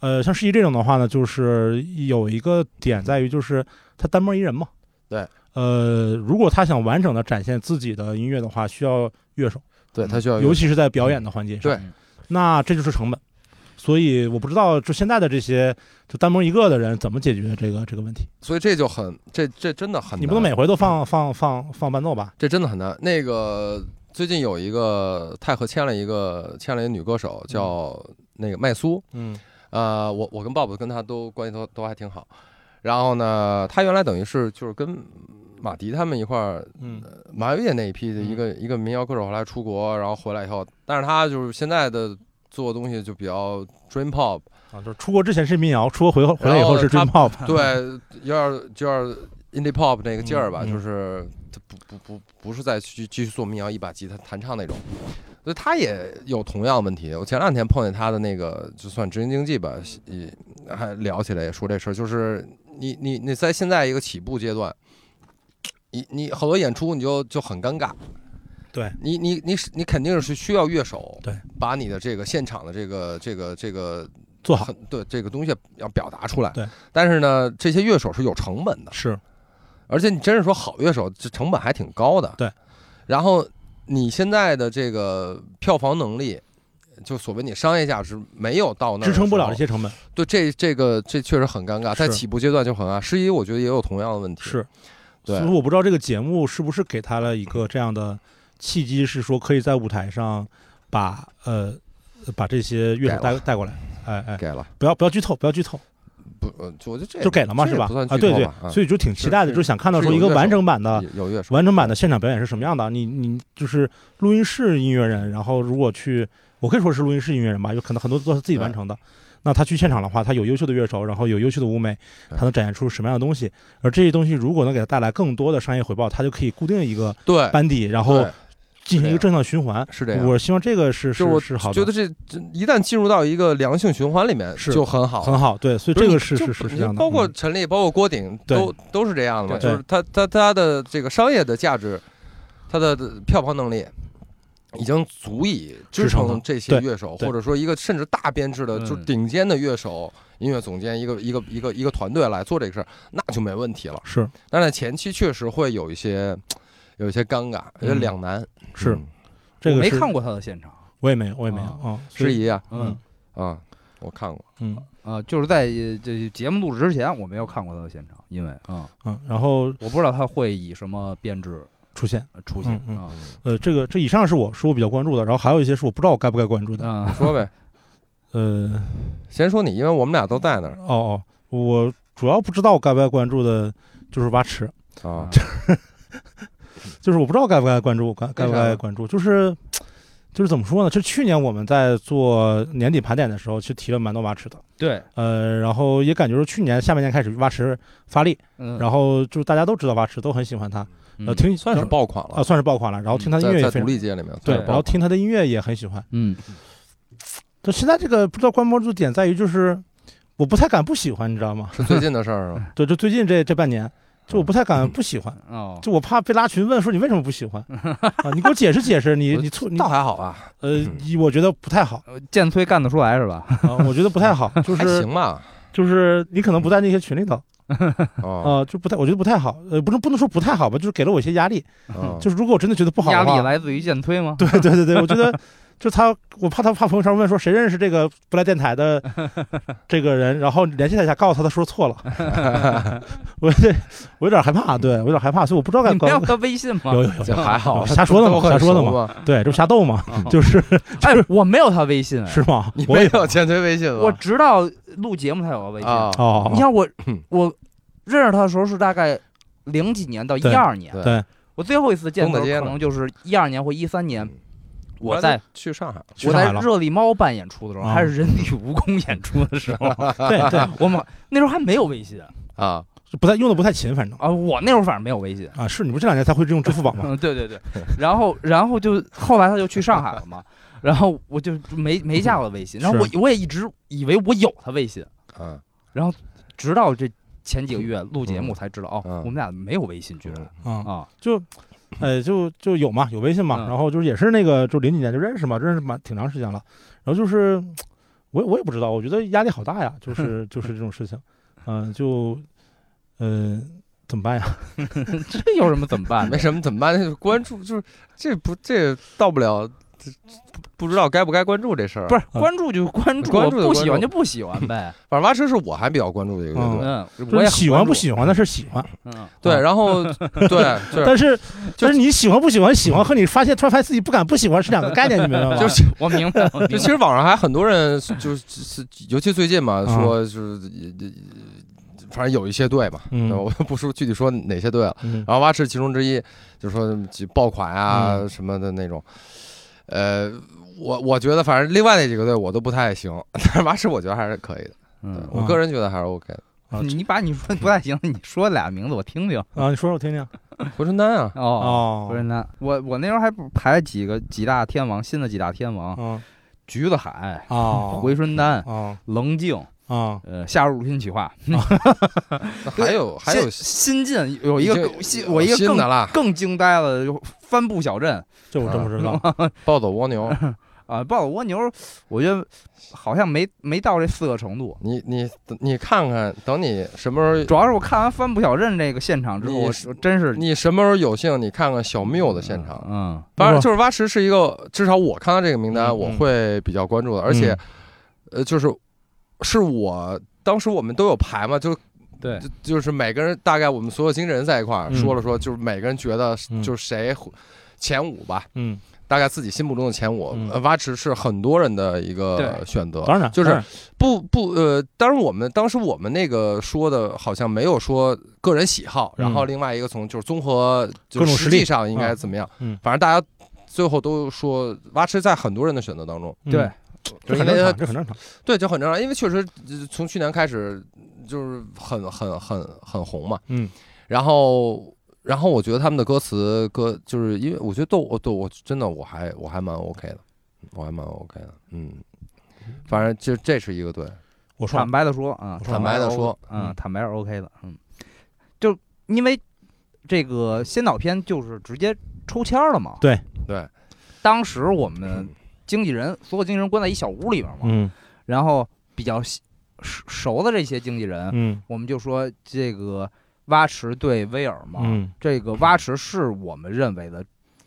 Speaker 2: 呃，像世纪这种的话呢，就是有一个点在于就是他单门一人嘛，
Speaker 3: 对，
Speaker 2: 呃，如果他想完整的展现自己的音乐的话，需要乐手。
Speaker 3: 对他需要有嗯
Speaker 2: 尤其是在表演的环节上，
Speaker 3: 对
Speaker 2: 那这就是成本。所以我不知道，就现在的这些就单蒙一个的人怎么解决这个这个问题？
Speaker 3: 所以这就很这这真的很
Speaker 2: 你不能
Speaker 3: 难嗯
Speaker 2: 每回都放放放放伴奏吧？
Speaker 3: 这真的很难。那个最近有一个太和签了一个签了一个女歌手叫那个麦苏，
Speaker 2: 嗯
Speaker 3: 呃，我我跟鲍勃跟她都关系都都还挺好。然后呢，她原来等于是就是跟马迪他们一块儿
Speaker 2: 嗯
Speaker 3: 马月那一批的一个、一个民谣歌手，后来出国，然后回来以后，但是她就是现在的做的东西就比较 dream pop，
Speaker 2: 啊，就是出国之前是民谣，出国回后回来以
Speaker 3: 然后
Speaker 2: 后
Speaker 3: 呢
Speaker 2: 是 dream pop，
Speaker 3: 对，有点就要 indie pop 那个劲儿吧，
Speaker 2: 嗯嗯
Speaker 3: 就是它不不不不是在去继续做民谣一把吉他弹唱那种，所以他也有同样问题。我前两天碰见他的那个，就算职业经济吧，也还聊起来也说这事儿，就是你你你在现在一个起步阶段，你你好多演出你就就很尴尬。
Speaker 2: 对
Speaker 3: 你你你是你肯定是需要乐手，
Speaker 2: 对，
Speaker 3: 把你的这个现场的这个这个这个
Speaker 2: 做好
Speaker 3: 很对这个东西要表达出来。
Speaker 2: 对，
Speaker 3: 但是呢，这些乐手是有成本的，
Speaker 2: 是
Speaker 3: 而且你真是说好乐手，这成本还挺高的。
Speaker 2: 对，
Speaker 3: 然后你现在的这个票房能力，就所谓你商业价值没有到那儿的
Speaker 2: 支撑不了
Speaker 3: 时
Speaker 2: 这
Speaker 3: 候。
Speaker 2: 些成本，
Speaker 3: 对，这这个这确实很尴尬，
Speaker 2: 是
Speaker 3: 在起步阶段就很尴尬。诗怡，我觉得也有同样的问题。
Speaker 2: 是。所
Speaker 3: 对
Speaker 2: 以说我不知道这个节目是不是给他了一个这样的契机，是说可以在舞台上把呃把这些乐手
Speaker 3: 改
Speaker 2: 带带过来。哎哎，
Speaker 3: 给了
Speaker 2: 不要不要剧透，不要剧透，
Speaker 3: 不？呃就我觉得这
Speaker 2: 就给了嘛
Speaker 3: 这
Speaker 2: 是
Speaker 3: 也
Speaker 2: 吧
Speaker 3: 不算？
Speaker 2: 啊，
Speaker 3: 剧
Speaker 2: 对
Speaker 3: 透
Speaker 2: 对
Speaker 3: 吧，啊
Speaker 2: 所以呃就挺期待的，
Speaker 3: 是
Speaker 2: 就是想看到
Speaker 3: 是
Speaker 2: 说一个
Speaker 3: 有乐
Speaker 2: 完
Speaker 3: 手嗯
Speaker 2: 整版的
Speaker 3: 有有乐手，
Speaker 2: 完整版的现场表演是什么样的？啊你你就是录音室音乐人，然后如果去，我可以说是录音室音乐人吧，有可能很多都是自己完成的。那他去现场的话，他有优秀的乐手，然后有优秀的舞美，
Speaker 3: 对
Speaker 2: 他能展现出什么样的东西？而这些东西如果能给他带来更多的商业回报，他就可以固定一个
Speaker 3: 对，
Speaker 2: 班底，然后
Speaker 3: 哎对
Speaker 2: 进行一个
Speaker 3: 这样
Speaker 2: 正向循环。
Speaker 3: 是这样。
Speaker 2: 我希望这个是
Speaker 3: 就是我
Speaker 2: 是是好
Speaker 3: 觉
Speaker 2: 的
Speaker 3: 得，这这一旦进入到一个良性循环里面，
Speaker 2: 是
Speaker 3: 就很好，
Speaker 2: 很好。对，所以
Speaker 3: 不
Speaker 2: 这
Speaker 3: 是
Speaker 2: 个
Speaker 3: 你
Speaker 2: 是
Speaker 3: 就是
Speaker 2: 是
Speaker 3: 不
Speaker 2: 这样的，
Speaker 3: 包括
Speaker 2: 嗯
Speaker 3: 陈立，包括郭顶，
Speaker 2: 对
Speaker 3: 都都是这样的嘛。
Speaker 2: 对
Speaker 3: 就是他他他的这个商业的价值，他的票房能力。已经足以支
Speaker 2: 支撑
Speaker 3: 撑
Speaker 2: 了
Speaker 3: 这些
Speaker 2: 对
Speaker 3: 乐手，
Speaker 2: 对
Speaker 3: 或者说一个甚至大编制的，
Speaker 1: 嗯
Speaker 3: 就是顶尖的乐手、音乐总监，一个一个一个一个团队来做这个事儿，那就没问题了。
Speaker 2: 是
Speaker 3: 但是前期确实会有一些有一些尴尬，有些
Speaker 2: 嗯
Speaker 3: 两难。
Speaker 2: 是
Speaker 3: 嗯
Speaker 2: 这
Speaker 1: 我
Speaker 2: 个
Speaker 1: 没
Speaker 2: 是
Speaker 1: 看，过他的现场，
Speaker 2: 我也没有，我也没有
Speaker 1: 啊
Speaker 2: 啊。所
Speaker 3: 质
Speaker 2: 以
Speaker 3: 疑啊
Speaker 1: 嗯
Speaker 3: 啊，我看过。
Speaker 2: 嗯
Speaker 1: 啊，就是在呃这节目录制之前，我没有看过他的现场，因为啊，
Speaker 2: 嗯，然后
Speaker 1: 我不知道他会以什么编制
Speaker 2: 出现。
Speaker 1: 呃出现
Speaker 2: 嗯嗯
Speaker 1: 啊
Speaker 2: 呃，这个这以上是我说我比较关注的，然后还有一些是我不知道我该不该关注的。
Speaker 1: 啊，
Speaker 3: 说呗，
Speaker 2: 呃，
Speaker 3: 先说你，因为我们俩都在那儿
Speaker 2: 哦哦，我主要不知道我该不该关注的就是蛙池，
Speaker 3: 啊。
Speaker 2: 就是我不知道该不该关注，该该不
Speaker 3: 为啥呢
Speaker 2: 该关注，就是就是怎么说呢？就去年我们在做年底盘点的时候，其实提了蛮多蛙池的，
Speaker 1: 对，
Speaker 2: 呃，然后也感觉是去年下半年开始蛙池发力，
Speaker 1: 嗯，
Speaker 2: 然后就是大家都知道蛙池，都很喜欢他，
Speaker 1: 嗯
Speaker 2: 呃，听
Speaker 3: 算是爆款
Speaker 2: 啊
Speaker 3: 了，
Speaker 2: 算是爆款了，然后听他的音乐
Speaker 3: 在
Speaker 2: 也
Speaker 3: 在
Speaker 2: 非
Speaker 3: 独
Speaker 2: 常
Speaker 3: 立界里面，
Speaker 2: 对，
Speaker 3: 算是
Speaker 2: 然后
Speaker 3: 爆款
Speaker 2: 听他的音乐也很喜欢。
Speaker 1: 嗯
Speaker 2: 就现在这个不知道关不关注点在于就是。我不太敢不喜欢，你知道吗？
Speaker 3: 是最近的事儿啊，
Speaker 2: 对，就最近这这半年，就我不太敢不喜欢，
Speaker 1: 哦，
Speaker 2: 就我怕被拉群问说你为什么 不喜欢啊？你给我解释解释，你你错 你
Speaker 3: 倒还好 吧，
Speaker 2: 呃，我觉得不太好
Speaker 1: 呃剑崔干得出来是吧？
Speaker 2: 啊，我觉得不太好，就
Speaker 3: 嗯还
Speaker 2: 是
Speaker 3: 行吧，
Speaker 2: 就是你可能不在那些群里头
Speaker 3: 哦，
Speaker 2: 啊，就不太我觉得不太好，呃，不能不能说不太好吧，就是给了我一些压力，
Speaker 3: 哦
Speaker 2: 呃就是如果我真的觉得不好
Speaker 1: 压
Speaker 2: 的
Speaker 1: 力
Speaker 2: 话，
Speaker 1: 来自于剑崔吗？
Speaker 2: 对 对对对，我觉得。就他，我怕他怕朋友圈问说谁认识这个不来电台的这个人，然后联系他一下，告诉他他说错了， 我这我有点害怕，对我有点害怕，所以我不知道该
Speaker 1: 你没
Speaker 2: 关
Speaker 1: 有他微信吗？
Speaker 2: 有有有
Speaker 3: 这还 好，
Speaker 2: 瞎说的嘛
Speaker 3: 都很
Speaker 2: 瞎说的
Speaker 3: 熟
Speaker 2: 嘛嗯
Speaker 3: 嘛，
Speaker 2: 对，这不瞎逗嘛，
Speaker 1: 哦
Speaker 2: 就是
Speaker 1: 哎，我没有他微信，哎
Speaker 2: 是吗
Speaker 3: 你？
Speaker 2: 我
Speaker 3: 没
Speaker 2: 也
Speaker 3: 有前推微信吗
Speaker 1: 我直到录节目才有的微信。
Speaker 3: 啊，
Speaker 2: 哦，
Speaker 1: 你像我
Speaker 3: 嗯，
Speaker 1: 我认识他的时候是大概零几年到一
Speaker 2: 对
Speaker 1: 二年，
Speaker 3: 对
Speaker 2: 对，
Speaker 1: 我最后一次见
Speaker 3: 东
Speaker 1: 他
Speaker 3: 大街
Speaker 1: 可
Speaker 3: 呢
Speaker 1: 能就是一二年或一三年
Speaker 3: 嗯，
Speaker 1: 我在
Speaker 3: 去上海了，
Speaker 2: 去
Speaker 1: 我
Speaker 2: 上
Speaker 1: 在
Speaker 2: 海了，
Speaker 1: 热力猫办演出的时候，
Speaker 2: 啊
Speaker 1: 还是人体蜈蚣演出的 时候，
Speaker 2: 对对，
Speaker 1: 我们那时候还没有微信
Speaker 3: 啊，
Speaker 2: 就不太用的不太勤，反正
Speaker 1: 啊，我那时候反正没有微信。
Speaker 2: 啊，是你不是这两年才会用支付宝 吗？
Speaker 1: 嗯，对对对，然后然后就后来他就去上海了嘛，然后我就没没加我的微信，然后我我也一直以为我有他微信，
Speaker 3: 嗯
Speaker 1: 直到这前几个月录节目才知道哦，
Speaker 3: 嗯
Speaker 1: 我们俩没有微信居然
Speaker 2: 啊，
Speaker 1: 啊，
Speaker 2: 就，呃，就就有嘛，有微信嘛，
Speaker 1: 嗯
Speaker 2: 然后就是也是那个，就零几年就认识嘛，认识蛮挺长时间了，然后就是我也我也不知道，我觉得压力好大呀，就是 就是这种事情，嗯，就，呃，怎么办 呀？
Speaker 1: 这有什么怎么办
Speaker 3: 没
Speaker 1: 呢？
Speaker 3: 什么，怎么办？那就关注，就是这不这到不了，这不不知道该不该关注这事儿。
Speaker 1: 不
Speaker 3: 是，
Speaker 1: 是关注就关注，
Speaker 3: 关注就
Speaker 1: 不喜
Speaker 3: 关
Speaker 1: 欢
Speaker 3: 注
Speaker 1: 就不喜欢呗。
Speaker 3: 反正蛙车是我还比较关注的一个乐队，
Speaker 1: 嗯，
Speaker 2: 就
Speaker 1: 我
Speaker 2: 是
Speaker 1: 也
Speaker 2: 喜
Speaker 1: 很
Speaker 2: 欢
Speaker 1: 关
Speaker 2: 不
Speaker 1: 注，
Speaker 2: 喜欢那是喜欢，
Speaker 1: 嗯，
Speaker 3: 对，
Speaker 2: 嗯
Speaker 3: 然后 对，就是
Speaker 2: 但是
Speaker 3: 就
Speaker 2: 但是你喜欢不喜欢，喜欢和你发现突然发现自己不敢不喜欢是两个概念，你明白吗？
Speaker 3: 就是
Speaker 1: 嗯我明白，我
Speaker 3: 就
Speaker 1: 明
Speaker 3: 其实网上还很多人就是就是，尤其最近嘛，
Speaker 2: 嗯
Speaker 3: 说就是也也反正有一些队嘛，
Speaker 2: 嗯
Speaker 3: 我不说具体说哪些队了，
Speaker 2: 嗯
Speaker 3: 然后蛙是其中之一，就说几爆款
Speaker 1: 嗯
Speaker 3: 啊什么的那种，呃。我我觉得反正另外那几个队我都不太行，但是蛙是我觉得还是可以的，
Speaker 1: 嗯
Speaker 3: 我个人觉得还是 OK 的。
Speaker 2: 啊
Speaker 1: 你把你说不太行，你说俩名字我听听。
Speaker 2: 啊，你说说我听听。
Speaker 3: 回春丹啊，
Speaker 1: 哦，
Speaker 2: 哦，
Speaker 1: 不是那我我那时候还不排了几个几大天王，新的几大天王，
Speaker 2: 嗯，
Speaker 4: 橘子海、
Speaker 2: 哦，
Speaker 1: 回春丹、
Speaker 2: 啊
Speaker 1: 棱镜，
Speaker 2: 啊，
Speaker 1: 呃，夏日入侵企划，
Speaker 3: 那还有还有
Speaker 4: 现
Speaker 1: 新进有一个
Speaker 3: 这哦
Speaker 1: 更新，我一个
Speaker 3: 新
Speaker 1: 更
Speaker 3: 的啦，
Speaker 1: 更惊呆了，就帆布小镇
Speaker 2: 这我真不知道。
Speaker 3: 暴走蜗牛，
Speaker 1: 啊，暴走蜗牛，我觉得好像没没到这四个程度。
Speaker 3: 你你你看看，等你什么时
Speaker 1: 主要是我看完帆布小镇这个现场之后，
Speaker 3: 你
Speaker 1: 我
Speaker 3: 是
Speaker 1: 我真是
Speaker 3: 候你什么时候有幸你看看小缪的现场，
Speaker 1: 嗯，
Speaker 3: 反正
Speaker 2: 不
Speaker 3: 就是蛙池是一个，至少我看到这个名单
Speaker 2: 嗯
Speaker 3: 我会比较关注的， 而且
Speaker 1: 嗯
Speaker 3: 呃就是是我当时我们都有排嘛，就
Speaker 1: 嗯
Speaker 4: 对
Speaker 3: 就就是每个人大概我们所有经纪人在一块儿
Speaker 2: 嗯
Speaker 3: 说了说，就是每个人觉得
Speaker 2: 嗯
Speaker 3: 就是谁前五吧，
Speaker 2: 嗯，
Speaker 3: 大概自己心目中的前五
Speaker 2: 嗯，
Speaker 3: 呃蛙池是很多人的一个
Speaker 1: 对
Speaker 3: 选择，
Speaker 2: 当然
Speaker 3: 就是
Speaker 2: 当然
Speaker 3: 不不呃，当然我们当时我们那个说的好像没有说个人喜好，然后
Speaker 2: 嗯
Speaker 3: 另外一个从就是综合就
Speaker 2: 各种
Speaker 3: 实
Speaker 2: 实力
Speaker 3: 际上应该
Speaker 2: 啊
Speaker 3: 怎么样，
Speaker 2: 嗯
Speaker 3: 反正大家最后都说蛙池在很多人的选择当中，
Speaker 2: 嗯
Speaker 1: 对
Speaker 2: 这很
Speaker 3: 因为
Speaker 2: 正
Speaker 3: 它
Speaker 2: 常，这很正常。
Speaker 3: 对就很正常，因为确实呃从去年开始就是很很很很红嘛，
Speaker 2: 嗯，
Speaker 3: 然后。然后我觉得他们的歌词歌，就是因为我觉得都我都我真的我还我还蛮 OK 的，我还蛮 OK 的，嗯，反正就这是一个对，
Speaker 2: 我说
Speaker 1: 坦白的说啊，
Speaker 3: 坦白地说，
Speaker 1: 嗯，
Speaker 2: 嗯
Speaker 1: 坦白是 OK 的，嗯，就因为这个先导片就是直接抽签儿了嘛。
Speaker 2: 对
Speaker 3: 对，
Speaker 1: 当时我们经纪人所有经纪人关在一小屋里边嘛，
Speaker 2: 嗯
Speaker 1: 然后比较喜熟熟的这些经纪人，
Speaker 2: 嗯
Speaker 1: 我们就说这个蛙池对威尔嘛，
Speaker 2: 嗯
Speaker 1: 这个蛙池是我们认为的，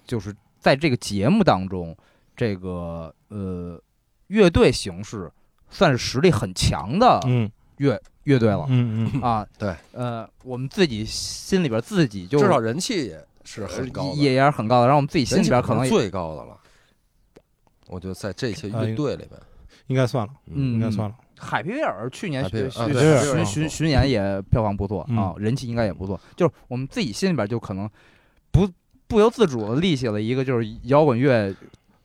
Speaker 1: 就是在这个节目当中，这个呃乐队形式算是实力很强的
Speaker 2: 嗯
Speaker 1: 乐队了、
Speaker 2: 嗯嗯，
Speaker 1: 啊。
Speaker 3: 对，
Speaker 1: 呃，我们自己心里边自己就
Speaker 3: 至少人气呃也是很高的，
Speaker 1: 也也是很高的，然后我们自己心
Speaker 3: 人
Speaker 1: 里
Speaker 3: 气
Speaker 1: 边可能也
Speaker 3: 最高的了。我觉得在这些乐队里面，
Speaker 2: 应该算了，
Speaker 1: 呃嗯
Speaker 2: 应该算了。
Speaker 1: 海皮威尔去年
Speaker 3: 海皮威
Speaker 1: 巡
Speaker 3: 尔啊
Speaker 1: 巡
Speaker 3: 对
Speaker 2: 海皮威
Speaker 1: 巡
Speaker 2: 尔
Speaker 1: 巡巡演也票房不错
Speaker 2: 嗯
Speaker 1: 啊，人气应该也不错。就是我们自己心里边就可能不不由自主的立起了一个就是摇滚乐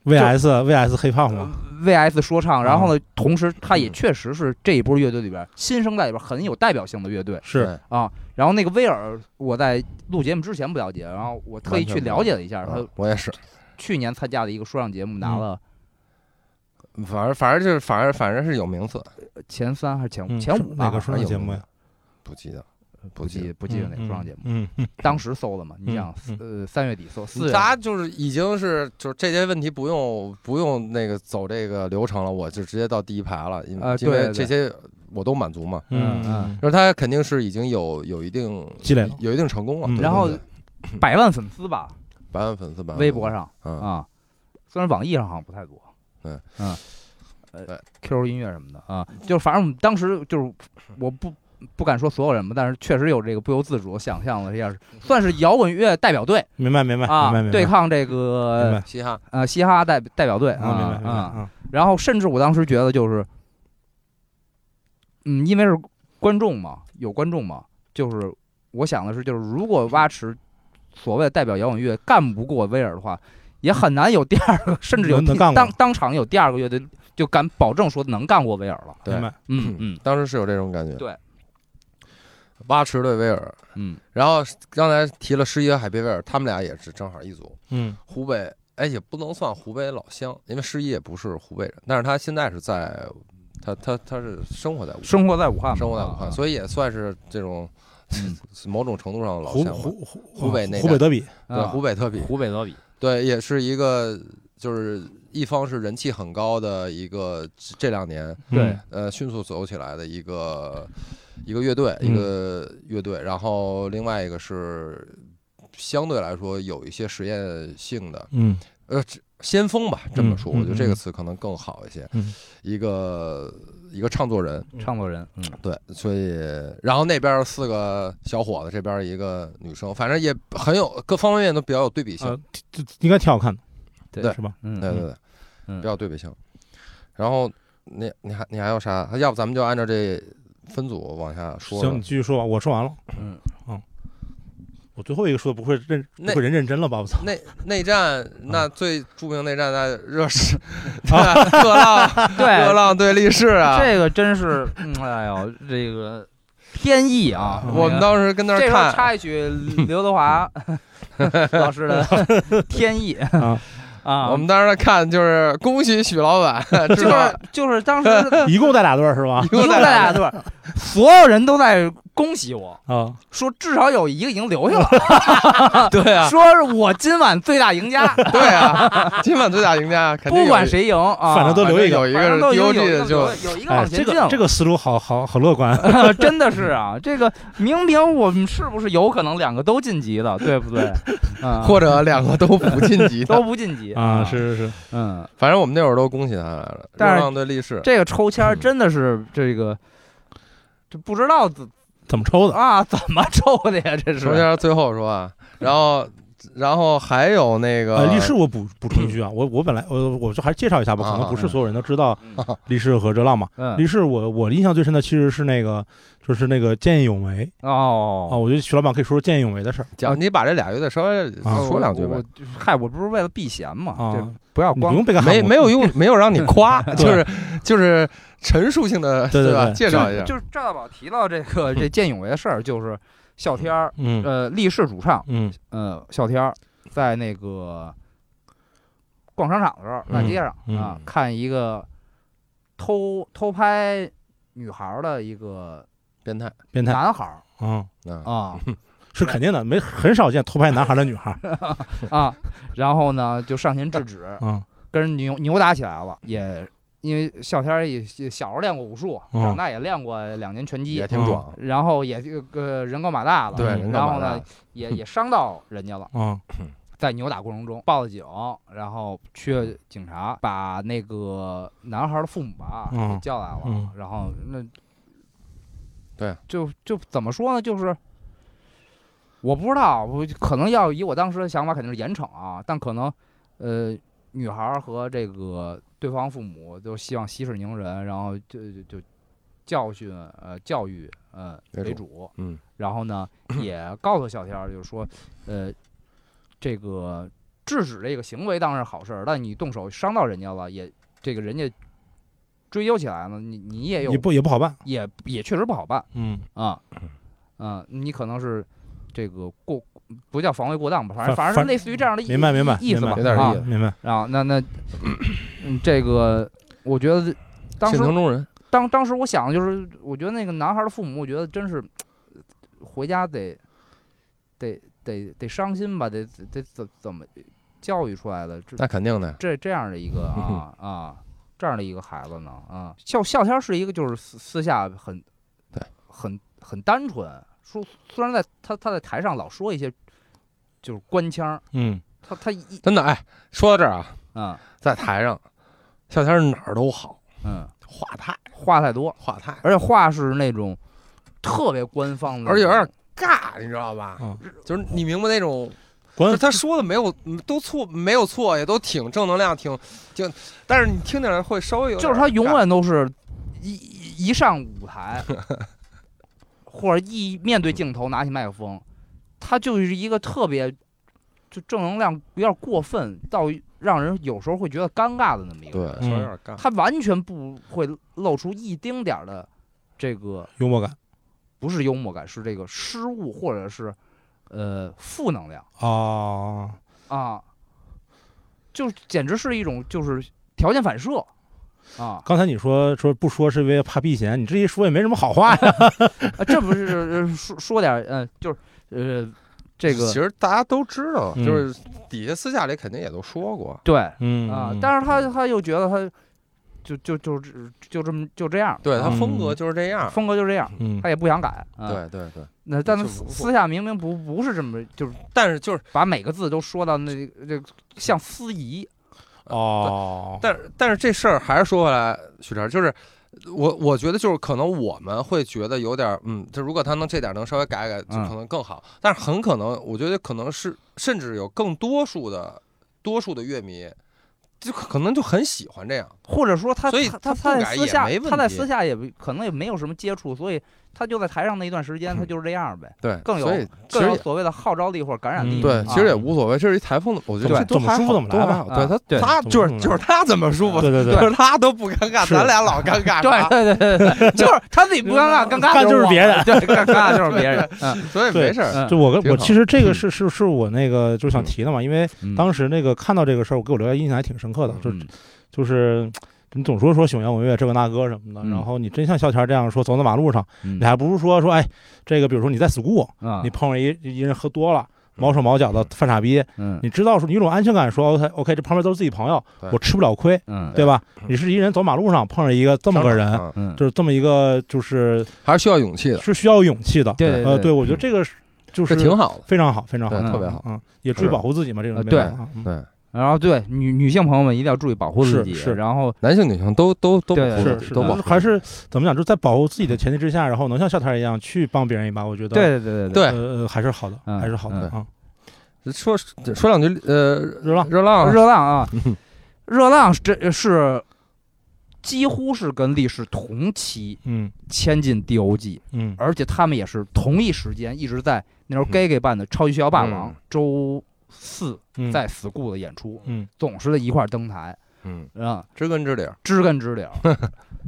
Speaker 2: VS VS hiphop 嘛，
Speaker 1: 嗯 VS 说唱，然后呢，同时它也
Speaker 3: 嗯
Speaker 1: 确实是这一波乐队里边新生代里边很有代表性的乐队
Speaker 2: 是
Speaker 3: 对
Speaker 1: 啊。然后那个威尔，我在录节目之前不了解，然后我特意
Speaker 3: 完全
Speaker 1: 去
Speaker 3: 不了
Speaker 1: 了解了一下，
Speaker 3: 啊
Speaker 1: 他
Speaker 3: 我也是，
Speaker 1: 去年参加的一个说唱节目
Speaker 2: 嗯
Speaker 1: 拿了
Speaker 3: 反正反正就是反正反正是有名次，
Speaker 1: 前三还是前五
Speaker 2: 嗯
Speaker 1: 前
Speaker 2: 是
Speaker 1: 五吧
Speaker 2: 哪个说唱节目呀？
Speaker 3: 不记得，
Speaker 1: 不记
Speaker 3: 记
Speaker 1: 不记得哪个说唱节目，
Speaker 2: 嗯嗯，
Speaker 1: 当时搜的嘛。你
Speaker 2: 嗯
Speaker 1: 想，呃，三月底搜四
Speaker 3: 得。
Speaker 1: 月，
Speaker 3: 大家就是已经是就是这些问题不用不用那个走这个流程了，我就直接到第一排了，因
Speaker 1: 啊
Speaker 3: 为
Speaker 1: 对
Speaker 3: 因为
Speaker 1: 对
Speaker 3: 这些我都满足嘛。
Speaker 2: 嗯嗯，
Speaker 3: 就是他肯定是已经有有一定
Speaker 2: 积累了
Speaker 3: 有一定成功了
Speaker 2: 嗯。
Speaker 3: 对
Speaker 1: 然后
Speaker 3: 对对
Speaker 1: 百万粉丝吧，
Speaker 3: 百万粉丝，百万
Speaker 1: 微博
Speaker 3: 上，
Speaker 1: 上
Speaker 3: 嗯，
Speaker 1: 啊，虽然网易上好像不太多。
Speaker 3: 对，
Speaker 1: 嗯，
Speaker 3: 对
Speaker 1: 呃，QQ 音乐什么的啊，就是反正我们当时就是
Speaker 2: 嗯
Speaker 1: 我不不敢说所有人吧，但是确实有这个不由自主地想象了一下，算是摇滚乐代表队
Speaker 2: 明白明白明
Speaker 1: 啊
Speaker 2: 白明白，，
Speaker 1: 对
Speaker 2: 明
Speaker 1: 抗这
Speaker 2: 白
Speaker 1: 个
Speaker 3: 嘻哈，
Speaker 1: 呃嘻哈代代表队
Speaker 2: 啊明白
Speaker 1: 啊
Speaker 2: 明白
Speaker 1: 啊。
Speaker 2: 啊，
Speaker 1: 然后甚至我当时觉得就是，嗯，因为是观众嘛，有观众嘛，就是我想的是，就是如果蛙池所谓的代表摇滚乐干不过威尔的话，也很难有第二个，甚至有
Speaker 2: 能能
Speaker 1: 第
Speaker 2: 干过
Speaker 1: 当当场有第二个乐队就敢保证说能干过威尔了。
Speaker 3: 对
Speaker 2: 明白，
Speaker 1: 嗯嗯
Speaker 3: 当时是有这种感觉。
Speaker 1: 对，
Speaker 3: 蛙池对威尔，
Speaker 1: 嗯，
Speaker 3: 然后刚才提了十一和海皮威尔，他们俩也是正好一组。
Speaker 2: 嗯
Speaker 3: 湖北，哎，也不能算湖北老乡，因为十一也不是湖北人，但是他现在是在，他他他是生活在武汉，
Speaker 1: 生活在武汉嘛，
Speaker 3: 生活在武汉，
Speaker 1: 啊
Speaker 3: 所以也算是这种
Speaker 1: 嗯
Speaker 3: 某种程度上的老
Speaker 2: 湖
Speaker 3: 乡吧。
Speaker 2: 湖湖
Speaker 3: 湖啊北那
Speaker 2: 湖
Speaker 3: 带
Speaker 2: 北德比，
Speaker 1: 啊
Speaker 3: 对，湖北特比，
Speaker 4: 湖北德比，
Speaker 3: 对，也是一个就是一方是人气很高的一个，这两年
Speaker 1: 对
Speaker 3: 呃迅速走起来的一个一个乐队，一
Speaker 2: 嗯
Speaker 3: 个乐队，然后另外一个是相对来说有一些实验性的，
Speaker 2: 嗯
Speaker 3: 呃，这先锋吧，这么说，
Speaker 2: 嗯
Speaker 3: 我觉得这个
Speaker 2: 嗯
Speaker 3: 词可能更好一些。
Speaker 2: 嗯
Speaker 3: 一个一个唱作人，
Speaker 1: 唱作人，嗯，
Speaker 3: 对，所以然后那边四个小伙子，这边一个女生，反正也很有各方面都比较有对比性，
Speaker 2: 呃，这应该挺好看的，
Speaker 3: 对
Speaker 2: 是吧？
Speaker 1: 嗯，
Speaker 3: 对对对，
Speaker 1: 嗯
Speaker 3: 比较有对比性。然后你你还你还要啥？要不咱们就按照这分组往下说
Speaker 2: 行，
Speaker 3: 了
Speaker 2: 你。继续说吧，我说完了。
Speaker 1: 嗯
Speaker 2: 我最后一个说的不会认
Speaker 3: 那
Speaker 2: 不会人认真了吧？我操！
Speaker 3: 内内战，那最著名内战在热是热浪
Speaker 1: 对
Speaker 3: 热浪对力士啊，
Speaker 1: 这个真是，嗯哎呦，这个天意啊！
Speaker 3: 我们当时跟那儿
Speaker 1: 这时候
Speaker 3: 看，
Speaker 1: 插一 曲刘德华老师的《天意》
Speaker 2: 啊，
Speaker 1: 啊，
Speaker 3: 我们当时看就是恭喜许老 板，就
Speaker 1: 就是就是当时
Speaker 2: 一共带俩队儿是吧
Speaker 3: 一？
Speaker 1: 一共
Speaker 3: 共带
Speaker 1: 带俩队儿，所有人都在恭喜我。
Speaker 2: 啊，
Speaker 1: 说至少有一个已经留下 了，
Speaker 3: 对啊，
Speaker 1: 说是我今晚最大赢家，
Speaker 3: 对啊，今晚最大赢家肯定
Speaker 1: 不
Speaker 3: 有
Speaker 1: 管
Speaker 3: 一
Speaker 1: 谁赢啊，
Speaker 2: 反正都
Speaker 3: 反正
Speaker 2: 留一个
Speaker 3: 有一
Speaker 1: 反
Speaker 3: 个
Speaker 1: 正
Speaker 3: 是
Speaker 1: 都有
Speaker 3: DOG
Speaker 1: 有
Speaker 3: 的就
Speaker 1: 有有一个
Speaker 2: 哎
Speaker 1: 往，前
Speaker 2: 这
Speaker 1: 进
Speaker 2: 个
Speaker 1: 了，
Speaker 2: 这个思路好好好乐观，
Speaker 1: 真的是啊，这个明明我们是不是有可能两个都晋级的，对不对？啊，
Speaker 3: 或者两个都不晋级
Speaker 1: 都
Speaker 3: 的，
Speaker 1: 不晋级
Speaker 2: 啊，是是是，
Speaker 1: 嗯，
Speaker 3: 反正我们那会儿都恭喜他来了。
Speaker 1: 但是
Speaker 3: 热浪对力士，
Speaker 1: 这个抽签
Speaker 2: 嗯
Speaker 1: 儿真的是这个，这不知道怎
Speaker 2: 怎么抽的？
Speaker 1: 啊怎么抽的呀？这
Speaker 3: 中
Speaker 1: 是
Speaker 3: 间最后说啊，然后然后还有那个
Speaker 2: 呃，力士我补补充一句啊，我我本来我我就还是介绍一下吧，可能不是所有人都知道
Speaker 1: 嗯
Speaker 2: 力士和热浪嘛。
Speaker 1: 嗯
Speaker 2: 力士我我印象最深的其实是那个就是那个见义勇为啊，
Speaker 1: 哦。
Speaker 2: 我觉得徐老板可以说说见义勇为的事儿
Speaker 3: 讲，你把这俩乐队稍微
Speaker 2: 啊
Speaker 3: 哦说两句呗
Speaker 1: 我。我嗨，我不是为了避嫌嘛，
Speaker 2: 啊
Speaker 1: 这，不要
Speaker 2: 你不
Speaker 1: 光
Speaker 2: 用被干
Speaker 3: 没没有用， 没有让你夸，就
Speaker 2: 对
Speaker 3: 是就是陈述性的，
Speaker 2: 对对
Speaker 3: 吧？
Speaker 2: 对
Speaker 3: 介绍一下，
Speaker 1: 就是赵大宝提到这个这见义勇为的事儿，就是笑天儿，
Speaker 2: 嗯
Speaker 1: 呃，力士主唱，
Speaker 2: 嗯
Speaker 1: 呃，笑天儿在那个逛商场的时候，大街上、
Speaker 2: 嗯
Speaker 1: 啊
Speaker 3: 嗯，
Speaker 1: 看一个偷偷拍女孩儿的一个
Speaker 3: 变态
Speaker 2: 变态
Speaker 1: 男孩儿
Speaker 2: 嗯。
Speaker 3: 啊，
Speaker 1: 啊
Speaker 2: 是肯定的，没很少见偷拍男孩的女孩
Speaker 1: 啊，然后呢就上前制止，
Speaker 2: 啊，
Speaker 1: 跟人扭扭打起来了，也。因为笑天儿也也小时候练过武术，
Speaker 2: 嗯
Speaker 1: 长大也练过两年拳击，
Speaker 3: 也挺壮，
Speaker 1: 然后也这个人高马大了，
Speaker 2: 哦
Speaker 3: 对，
Speaker 2: 嗯
Speaker 3: 人干
Speaker 1: 然
Speaker 3: 嘛
Speaker 1: 后呢
Speaker 3: 的？
Speaker 1: 也也伤到人家了，
Speaker 2: 嗯
Speaker 1: 在扭打过程中报了警，然后去警察把那个男孩的父母啊
Speaker 2: 嗯
Speaker 1: 给叫来了，
Speaker 2: 嗯
Speaker 1: 然后那
Speaker 3: 对，啊
Speaker 1: 就就怎么说呢，就是。我不知道，我可能要以我当时的想法，肯定是严惩啊，但可能，呃，女孩儿和这个对方父母都希望息事宁人，然后就就就教训呃教育呃
Speaker 3: 为
Speaker 1: 为
Speaker 3: 主
Speaker 1: 主，
Speaker 3: 嗯，
Speaker 1: 然后 呢也告诉小天儿，就是说，呃，这个制止这个行为当然是好事儿，但你动手伤到人家了，也这个人家追究起来了，你你也有
Speaker 2: 也不也不好办，
Speaker 1: 也也确实不好办
Speaker 2: 嗯，
Speaker 1: 啊，嗯、你可能是这个过不叫防卫过当吧，反
Speaker 2: 反
Speaker 1: 正反正
Speaker 2: 反
Speaker 1: 是类似于这样的意
Speaker 2: 明白明白
Speaker 1: 意
Speaker 2: 明
Speaker 1: 思
Speaker 2: 白
Speaker 1: 吧，
Speaker 3: 有点
Speaker 1: 啊
Speaker 3: 意思
Speaker 2: 明白，
Speaker 1: 啊，那那嗯这个我觉得当
Speaker 3: 性
Speaker 1: 时
Speaker 3: 情中人，
Speaker 1: 当当时我想的就是，我觉得那个男孩的父母，我觉得真是回家得得得得伤心吧，得得得怎怎么教育出来的这
Speaker 3: 那肯定的，
Speaker 1: 这这样的一个 啊啊这样的一个孩子呢啊，笑笑天是一个就是私私下很
Speaker 3: 对
Speaker 1: 很很单纯，说虽然在他他在台上老说一些就是官腔儿，
Speaker 2: 嗯
Speaker 1: 他他一
Speaker 3: 真的。哎，说到这儿啊，
Speaker 1: 啊
Speaker 3: 在台上，笑天儿哪儿都好，
Speaker 1: 嗯
Speaker 3: 话太
Speaker 1: 话太多，
Speaker 3: 话太，
Speaker 1: 而且话是那种特别官方的，
Speaker 3: 而且有点尬，你知道吧？
Speaker 2: 嗯，
Speaker 3: 就是你明白那种，就
Speaker 2: 管
Speaker 3: 是他说的没有都错，没有错，也都挺正能量，挺就，但是你听起来会稍微有点
Speaker 1: 就是他永
Speaker 3: 尬
Speaker 1: 远都是一一一上舞台，或者一面对镜头拿起麦克风，他就是一个特别就正能量有点过分到让人有时候会觉得尴尬的那么一个人。，
Speaker 3: 对稍微有点尬。
Speaker 1: 嗯他完全不会露出一丁点儿的这个
Speaker 2: 幽默感
Speaker 1: 不是幽默感，是这个失误或者是呃负能量
Speaker 2: 啊，
Speaker 1: 啊，就是简直是一种就是条件反射啊。
Speaker 2: 刚才你说说不说是因为怕避嫌，你这一说也没什么好话呀，
Speaker 1: 啊，这不是呃说说点儿，嗯，就是呃，这个
Speaker 3: 其实大家都知道，
Speaker 2: 嗯
Speaker 3: 就是底下私下里肯定也都说过，
Speaker 1: 对
Speaker 2: 嗯
Speaker 1: 啊，但是他他又觉得他就就就就就这么就这样，
Speaker 3: 对他
Speaker 1: 啊
Speaker 3: 风格就是这样。
Speaker 1: 风格就这样，
Speaker 2: 嗯
Speaker 1: 他也不想改。啊、，
Speaker 3: 对对对，
Speaker 1: 那但
Speaker 3: 就是不
Speaker 1: 私
Speaker 3: 错
Speaker 1: 私下明明不不是这么，就是
Speaker 3: 但是就是，
Speaker 1: 把每个字都说到那这个像司仪，
Speaker 2: 哦，
Speaker 3: 但是但是这事儿还是说回来，许晨，就是我我觉得就是可能我们会觉得有点儿，嗯，就如果他能这点儿能稍微改改，就
Speaker 1: 嗯
Speaker 3: 可能更好。但是很可能，我觉得可能是甚至有更多数的多数的乐迷，就可能就很喜欢这样。
Speaker 1: 或者说他
Speaker 3: 所以
Speaker 1: 他他他
Speaker 3: 他不
Speaker 1: 在
Speaker 3: 改
Speaker 1: 私
Speaker 3: 也
Speaker 1: 下
Speaker 3: 没问
Speaker 1: 他在
Speaker 3: 题
Speaker 1: 私下也不可能也没有什么接触，所以他就在台上那一段时间，他就是这样呗，
Speaker 3: 对，
Speaker 1: 更有
Speaker 3: 所以嗯其
Speaker 1: 更有
Speaker 3: 实
Speaker 1: 所谓的号召力或者感染力
Speaker 2: 嗯
Speaker 1: 嘛。
Speaker 3: 对，
Speaker 1: 啊
Speaker 3: 其实也无所谓，这是一台风的，我觉得
Speaker 1: 对
Speaker 3: 这都
Speaker 2: 怎么
Speaker 3: 还
Speaker 2: 舒服
Speaker 3: 好
Speaker 2: 怎么
Speaker 3: 都
Speaker 2: 来吧
Speaker 3: 还好。对
Speaker 1: 啊
Speaker 3: 他
Speaker 5: 对
Speaker 3: 他
Speaker 2: 怎么舒
Speaker 3: 就是
Speaker 2: 服
Speaker 3: 就是他怎么舒服，
Speaker 2: 对对
Speaker 3: 就，是他都不尴尬，
Speaker 2: 是
Speaker 3: 咱俩老尴尬。
Speaker 1: 对对对对对，就是他自己不尴尬，尴尬
Speaker 2: 干就是
Speaker 1: 我
Speaker 2: 别人，
Speaker 1: 对，尴尬就是别人。嗯
Speaker 3: 所以没事儿。
Speaker 1: 嗯
Speaker 2: 就我跟
Speaker 3: 挺
Speaker 2: 我
Speaker 3: 好
Speaker 2: 其实这个
Speaker 3: 嗯
Speaker 2: 是是是我那个就是想提的嘛，因为
Speaker 1: 嗯
Speaker 2: 当时那个看到这个事儿，我给我留下印象还挺深刻的，就
Speaker 1: 嗯
Speaker 2: 就是你总说说喜欢摇滚乐这个那个什么的，
Speaker 1: 嗯
Speaker 2: 然后你真像肖钱这样说，走到马路上，
Speaker 1: 嗯
Speaker 2: 你还不如说说哎，这个比如说你在 school，
Speaker 1: 啊
Speaker 2: 你碰上一一人喝多了。毛手毛脚的犯傻逼，
Speaker 1: 嗯
Speaker 2: 你知道说你有种安全感，说 OK OK，这旁边都是自己朋友
Speaker 3: 对，
Speaker 2: 我吃不了亏，
Speaker 1: 嗯
Speaker 2: 对吧？你是一人走马路上碰上一个这么个人，
Speaker 3: 嗯
Speaker 1: 嗯，
Speaker 2: 就是这么一个就是
Speaker 3: 还是需要勇气的，
Speaker 2: 是需要勇气的。
Speaker 1: 对对
Speaker 2: 呃，
Speaker 1: 对
Speaker 2: 对我觉得这个是就是
Speaker 3: 这挺好的，
Speaker 2: 非常好，非常好，
Speaker 3: 对，
Speaker 1: 嗯
Speaker 3: 特别好。
Speaker 2: 嗯，也注意
Speaker 3: 是
Speaker 2: 保护自己嘛，这种
Speaker 1: 呃
Speaker 2: 没
Speaker 1: 对
Speaker 2: 办法嗯
Speaker 3: 对，
Speaker 1: 然后对女女性朋友们一定要注意保护自
Speaker 2: 是
Speaker 1: 己，
Speaker 2: 是
Speaker 1: 然后
Speaker 3: 男性女性都都都
Speaker 1: 对
Speaker 3: 保护
Speaker 2: 是
Speaker 3: 自己
Speaker 2: 是，
Speaker 3: 都
Speaker 2: 咱
Speaker 3: 保
Speaker 2: 们
Speaker 3: 护
Speaker 2: 还
Speaker 3: 自己
Speaker 2: 是怎么讲，就在保护自己的前提之下，然后能像笑天一样去帮别人一把，我觉得
Speaker 1: 对对对对
Speaker 3: 对
Speaker 2: 呃还是好的，
Speaker 1: 嗯
Speaker 2: 还是好的
Speaker 3: 嗯
Speaker 2: 啊。
Speaker 3: 说说两句呃
Speaker 2: 热浪
Speaker 3: 热浪啊
Speaker 1: 热浪啊， 热浪这是几乎是跟历史同期
Speaker 2: 嗯
Speaker 1: 签进 DOG，
Speaker 2: 嗯
Speaker 1: 而且他们也是同一时间一直在那时候
Speaker 3: 嗯
Speaker 1: gay gay 办的《超级学校霸王
Speaker 3: 嗯》
Speaker 1: 周四
Speaker 2: 嗯，
Speaker 1: 在 school 的演出，
Speaker 2: 嗯
Speaker 1: 总是一块儿登台
Speaker 3: 嗯，
Speaker 1: 啊，
Speaker 3: 知根知底儿，
Speaker 1: 知根知底 儿。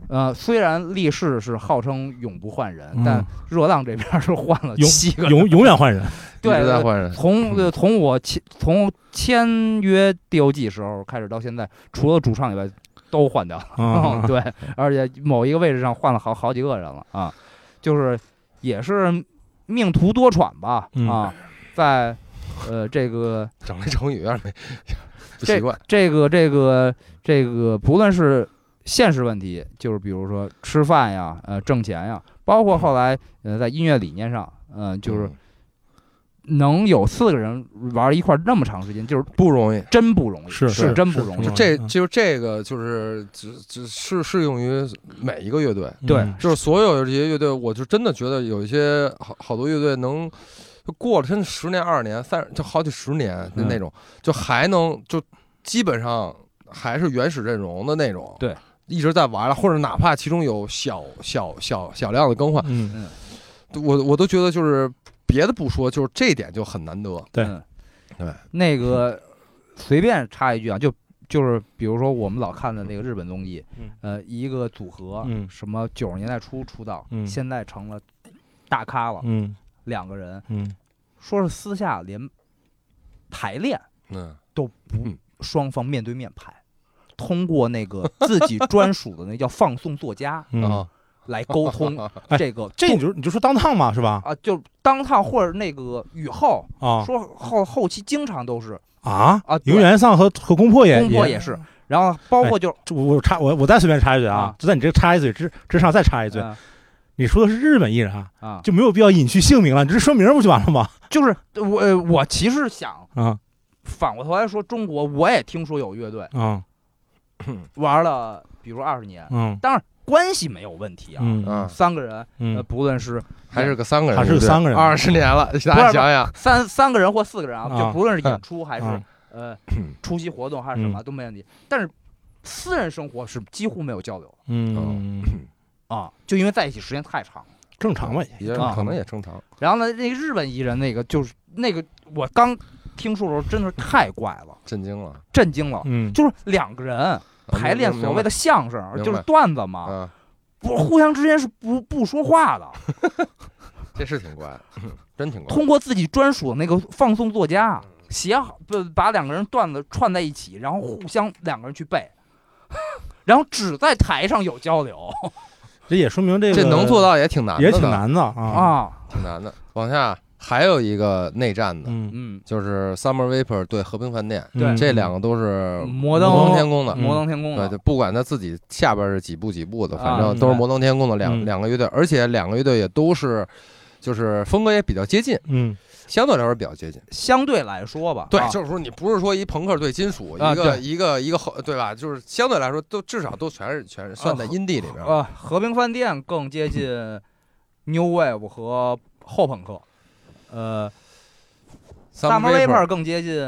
Speaker 1: 呃，虽然力士是号称永不换人，
Speaker 2: 嗯
Speaker 1: 但热浪这边儿是换了
Speaker 2: 永
Speaker 1: 七 个人，
Speaker 2: 永永 远换人，
Speaker 3: 一
Speaker 1: 对
Speaker 3: 直在
Speaker 1: 对，
Speaker 3: 换人，
Speaker 1: 从
Speaker 3: 嗯
Speaker 1: 呃从我签从签约 DOG 时候开始到现在，除了主唱以外都换掉了。
Speaker 2: 啊
Speaker 1: 嗯，对，而且某一个位置上换了好好几个人了啊，就是也是命途多舛吧
Speaker 2: 嗯
Speaker 1: 啊，在呃这个
Speaker 3: 整这成语有点没 不
Speaker 1: 这
Speaker 3: 习惯。
Speaker 1: 这个这个这个，不论是现实问题，就是比如说吃饭呀，呃挣钱呀，包括后来呃在音乐理念上，嗯、就是
Speaker 3: 嗯
Speaker 1: 能有四个人玩一块儿那么长时间，就是
Speaker 3: 不容易，
Speaker 1: 真不容易，
Speaker 2: 是
Speaker 1: 是真不容易
Speaker 2: 是
Speaker 3: 就是这
Speaker 2: 嗯
Speaker 3: 就这个就是只只适适用于每一个乐队，
Speaker 2: 嗯
Speaker 1: 对
Speaker 3: 就是所有的这些乐队，我就真的觉得有一些好好多乐队能就过了真的十年、二十年、三十就好几十年的
Speaker 1: 嗯
Speaker 3: 那种，就还能就基本上还是原始阵容的那种，
Speaker 1: 对，
Speaker 3: 一直在玩了，或者哪怕其中有小小小小量的更换，
Speaker 2: 嗯
Speaker 3: 我我都觉得就是别的不说，就是这一点就很难得，
Speaker 2: 对
Speaker 1: 嗯
Speaker 3: 对
Speaker 1: 那个随便插一句啊，就就是比如说我们老看的那个日本综艺，
Speaker 2: 嗯
Speaker 1: 呃，一个组合，
Speaker 2: 嗯
Speaker 1: 什么九十年代初出道，
Speaker 2: 嗯
Speaker 1: 现在成了大咖了，
Speaker 2: 嗯
Speaker 1: 两个人
Speaker 2: 嗯
Speaker 1: 说是私下连排练
Speaker 3: 嗯，
Speaker 1: 都不、
Speaker 3: 嗯
Speaker 1: 双方面对面排。通过那个自己专属的那叫放送作家
Speaker 2: 嗯
Speaker 3: 啊，
Speaker 1: 来沟 通
Speaker 2: 哎
Speaker 1: 这个
Speaker 2: 这你就你就说当趟嘛是吧？
Speaker 1: 啊，就当趟或者那个雨后
Speaker 2: 啊
Speaker 1: 说后后期经常都是
Speaker 2: 啊
Speaker 1: 啊对
Speaker 2: 游园上和和攻破也
Speaker 1: 攻破也是，然后包括就
Speaker 2: 这我我插我我再随便插一嘴啊
Speaker 1: 啊，
Speaker 2: 就在你这插一嘴之之上再插一嘴，
Speaker 1: 嗯
Speaker 2: 你说的是日本艺人啊，
Speaker 1: 啊，
Speaker 2: 就没有必要隐去姓名了，你直接说名儿不就完了吗？
Speaker 1: 就是我呃我其实想
Speaker 2: 啊
Speaker 1: 反过头来说，中国我也听说有乐队
Speaker 2: 啊
Speaker 1: 玩了，比如二十年，
Speaker 2: 嗯
Speaker 1: 当然关系没有问题啊，
Speaker 2: 嗯
Speaker 3: 嗯，
Speaker 1: 三个人呃
Speaker 2: 嗯
Speaker 1: 不论是
Speaker 3: 还是个三个人，
Speaker 2: 还是个三个人
Speaker 3: 二十年了，大
Speaker 1: 不
Speaker 3: 家
Speaker 1: 是
Speaker 3: 想想，
Speaker 1: 三三个人或四个人啊，
Speaker 2: 啊
Speaker 1: 就不
Speaker 3: 嗯
Speaker 1: 论是演出还是、
Speaker 2: 啊
Speaker 1: 呃出席活动还是什么都没问题，但是私人生活是几乎没有交流的
Speaker 3: 哦
Speaker 2: 嗯，
Speaker 1: 啊，就因为在一起时间太长了。
Speaker 2: 正常吧
Speaker 3: 也
Speaker 2: 也，
Speaker 3: 可能也正常，
Speaker 1: 然后呢，那个日本艺人那个就是那个我刚听说的时候真的是太怪了，
Speaker 3: 震惊了，啊
Speaker 1: 震惊了，
Speaker 2: 嗯
Speaker 1: 就是两个人。排练所谓的相声，
Speaker 3: 哦明白
Speaker 1: 就是段子
Speaker 3: 啊，
Speaker 1: 嘛，
Speaker 3: 嗯
Speaker 1: 不互相之间是不不说话的，
Speaker 3: 这是挺怪 的，真挺怪的。
Speaker 1: 通过自己专属的那个放送作家写好，不把两个人段子串在一起，然后互相两个人去背，然后只在台上有交流
Speaker 2: 这也说明这个
Speaker 3: 这能做到也挺难的呢，
Speaker 2: 也挺难的啊
Speaker 1: 啊，
Speaker 3: 挺难的。往下还有一个内战的，
Speaker 2: 嗯，
Speaker 1: 嗯，
Speaker 3: 就是 Summer Vapor 对和平饭店，
Speaker 1: 对
Speaker 3: 这两个都是
Speaker 1: 摩
Speaker 3: 嗯登
Speaker 1: 登
Speaker 3: 天宫的。
Speaker 2: 嗯
Speaker 1: 摩登天宫
Speaker 3: 对，
Speaker 1: 啊
Speaker 3: 就不管他自己下边是几步几步的，
Speaker 1: 啊
Speaker 3: 反正都是摩登天宫的两
Speaker 2: 嗯
Speaker 3: 两个乐队，而且两个乐队也都是，就是风格也比较接近，
Speaker 2: 嗯
Speaker 3: 相对来说比较接近。
Speaker 1: 相对来说吧，
Speaker 3: 对
Speaker 1: 啊，
Speaker 3: 就是说你不是说一朋克对金属，
Speaker 1: 啊
Speaker 3: 一个
Speaker 1: 对
Speaker 3: 一个一个后，对吧？就是相对来说都至少都全是全是算在阴地里边了。
Speaker 1: 呃，和平饭店更接近 New Wave 和后朋克，呃，Summer Vapor 更接近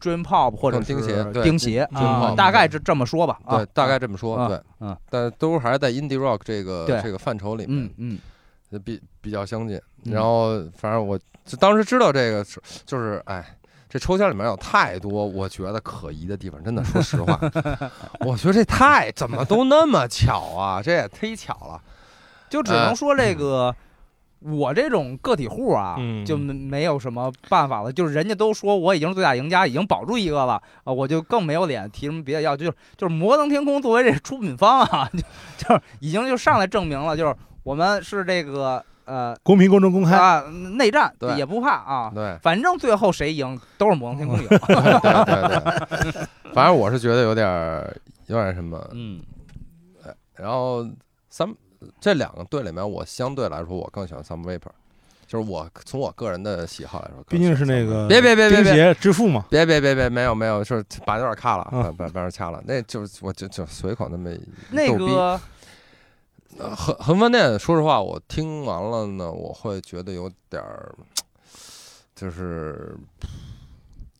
Speaker 1: Dream Pop 或者
Speaker 3: 更
Speaker 1: 是
Speaker 3: 钉鞋对
Speaker 1: 钉鞋
Speaker 2: Dream
Speaker 1: 啊
Speaker 2: Pop，，
Speaker 1: 大概这这么说吧，啊
Speaker 3: 对，大概这么说，
Speaker 1: 啊
Speaker 3: 对，
Speaker 1: 嗯，
Speaker 3: 但都还是在 indie rock 这个
Speaker 1: 对
Speaker 3: 这个范畴里面
Speaker 1: 嗯。嗯嗯
Speaker 3: 比比较相近。然后反正我就当时知道这个是就是哎。这抽签里面有太多我觉得可疑的地方，真的，说实 话，我觉得这太怎么都那么巧啊，这也忒巧了。
Speaker 1: 就
Speaker 3: 啊
Speaker 1: 只能说
Speaker 3: 嗯
Speaker 1: 这个、我这种个体户啊，
Speaker 2: 嗯
Speaker 1: 就没没有什么办法了。就是人家都说我已经是最大赢家，已经保住一个了啊，我就更没有脸提什么别的要求。就是就是摩登天空作为这出品方啊， 就就是已经就上来证明了，就是我们是这个呃
Speaker 2: 公平、公正、公开，
Speaker 1: 啊内战
Speaker 3: 对
Speaker 1: 也不怕啊，
Speaker 3: 对，
Speaker 1: 反正最后谁赢都是摩登天空赢。
Speaker 3: 对对对，反正我是觉得有点儿有点儿什么。
Speaker 1: 嗯
Speaker 3: 然后三这两个队里面，我相对来说我更喜欢 Sam Vapor，就是我从我个人的喜好来说，
Speaker 2: 毕竟是那个
Speaker 3: 别别别别
Speaker 2: 钉
Speaker 3: 别
Speaker 2: 鞋之父嘛。
Speaker 3: 别别别别，没有没有，就是把有点卡了，
Speaker 2: 嗯
Speaker 3: 把把把有点掐了，那就是我就就随口那么一
Speaker 1: 那
Speaker 3: 逗逼
Speaker 1: 个
Speaker 3: 呃横横分店，说实话，我听完了呢，我会觉得有点儿，就是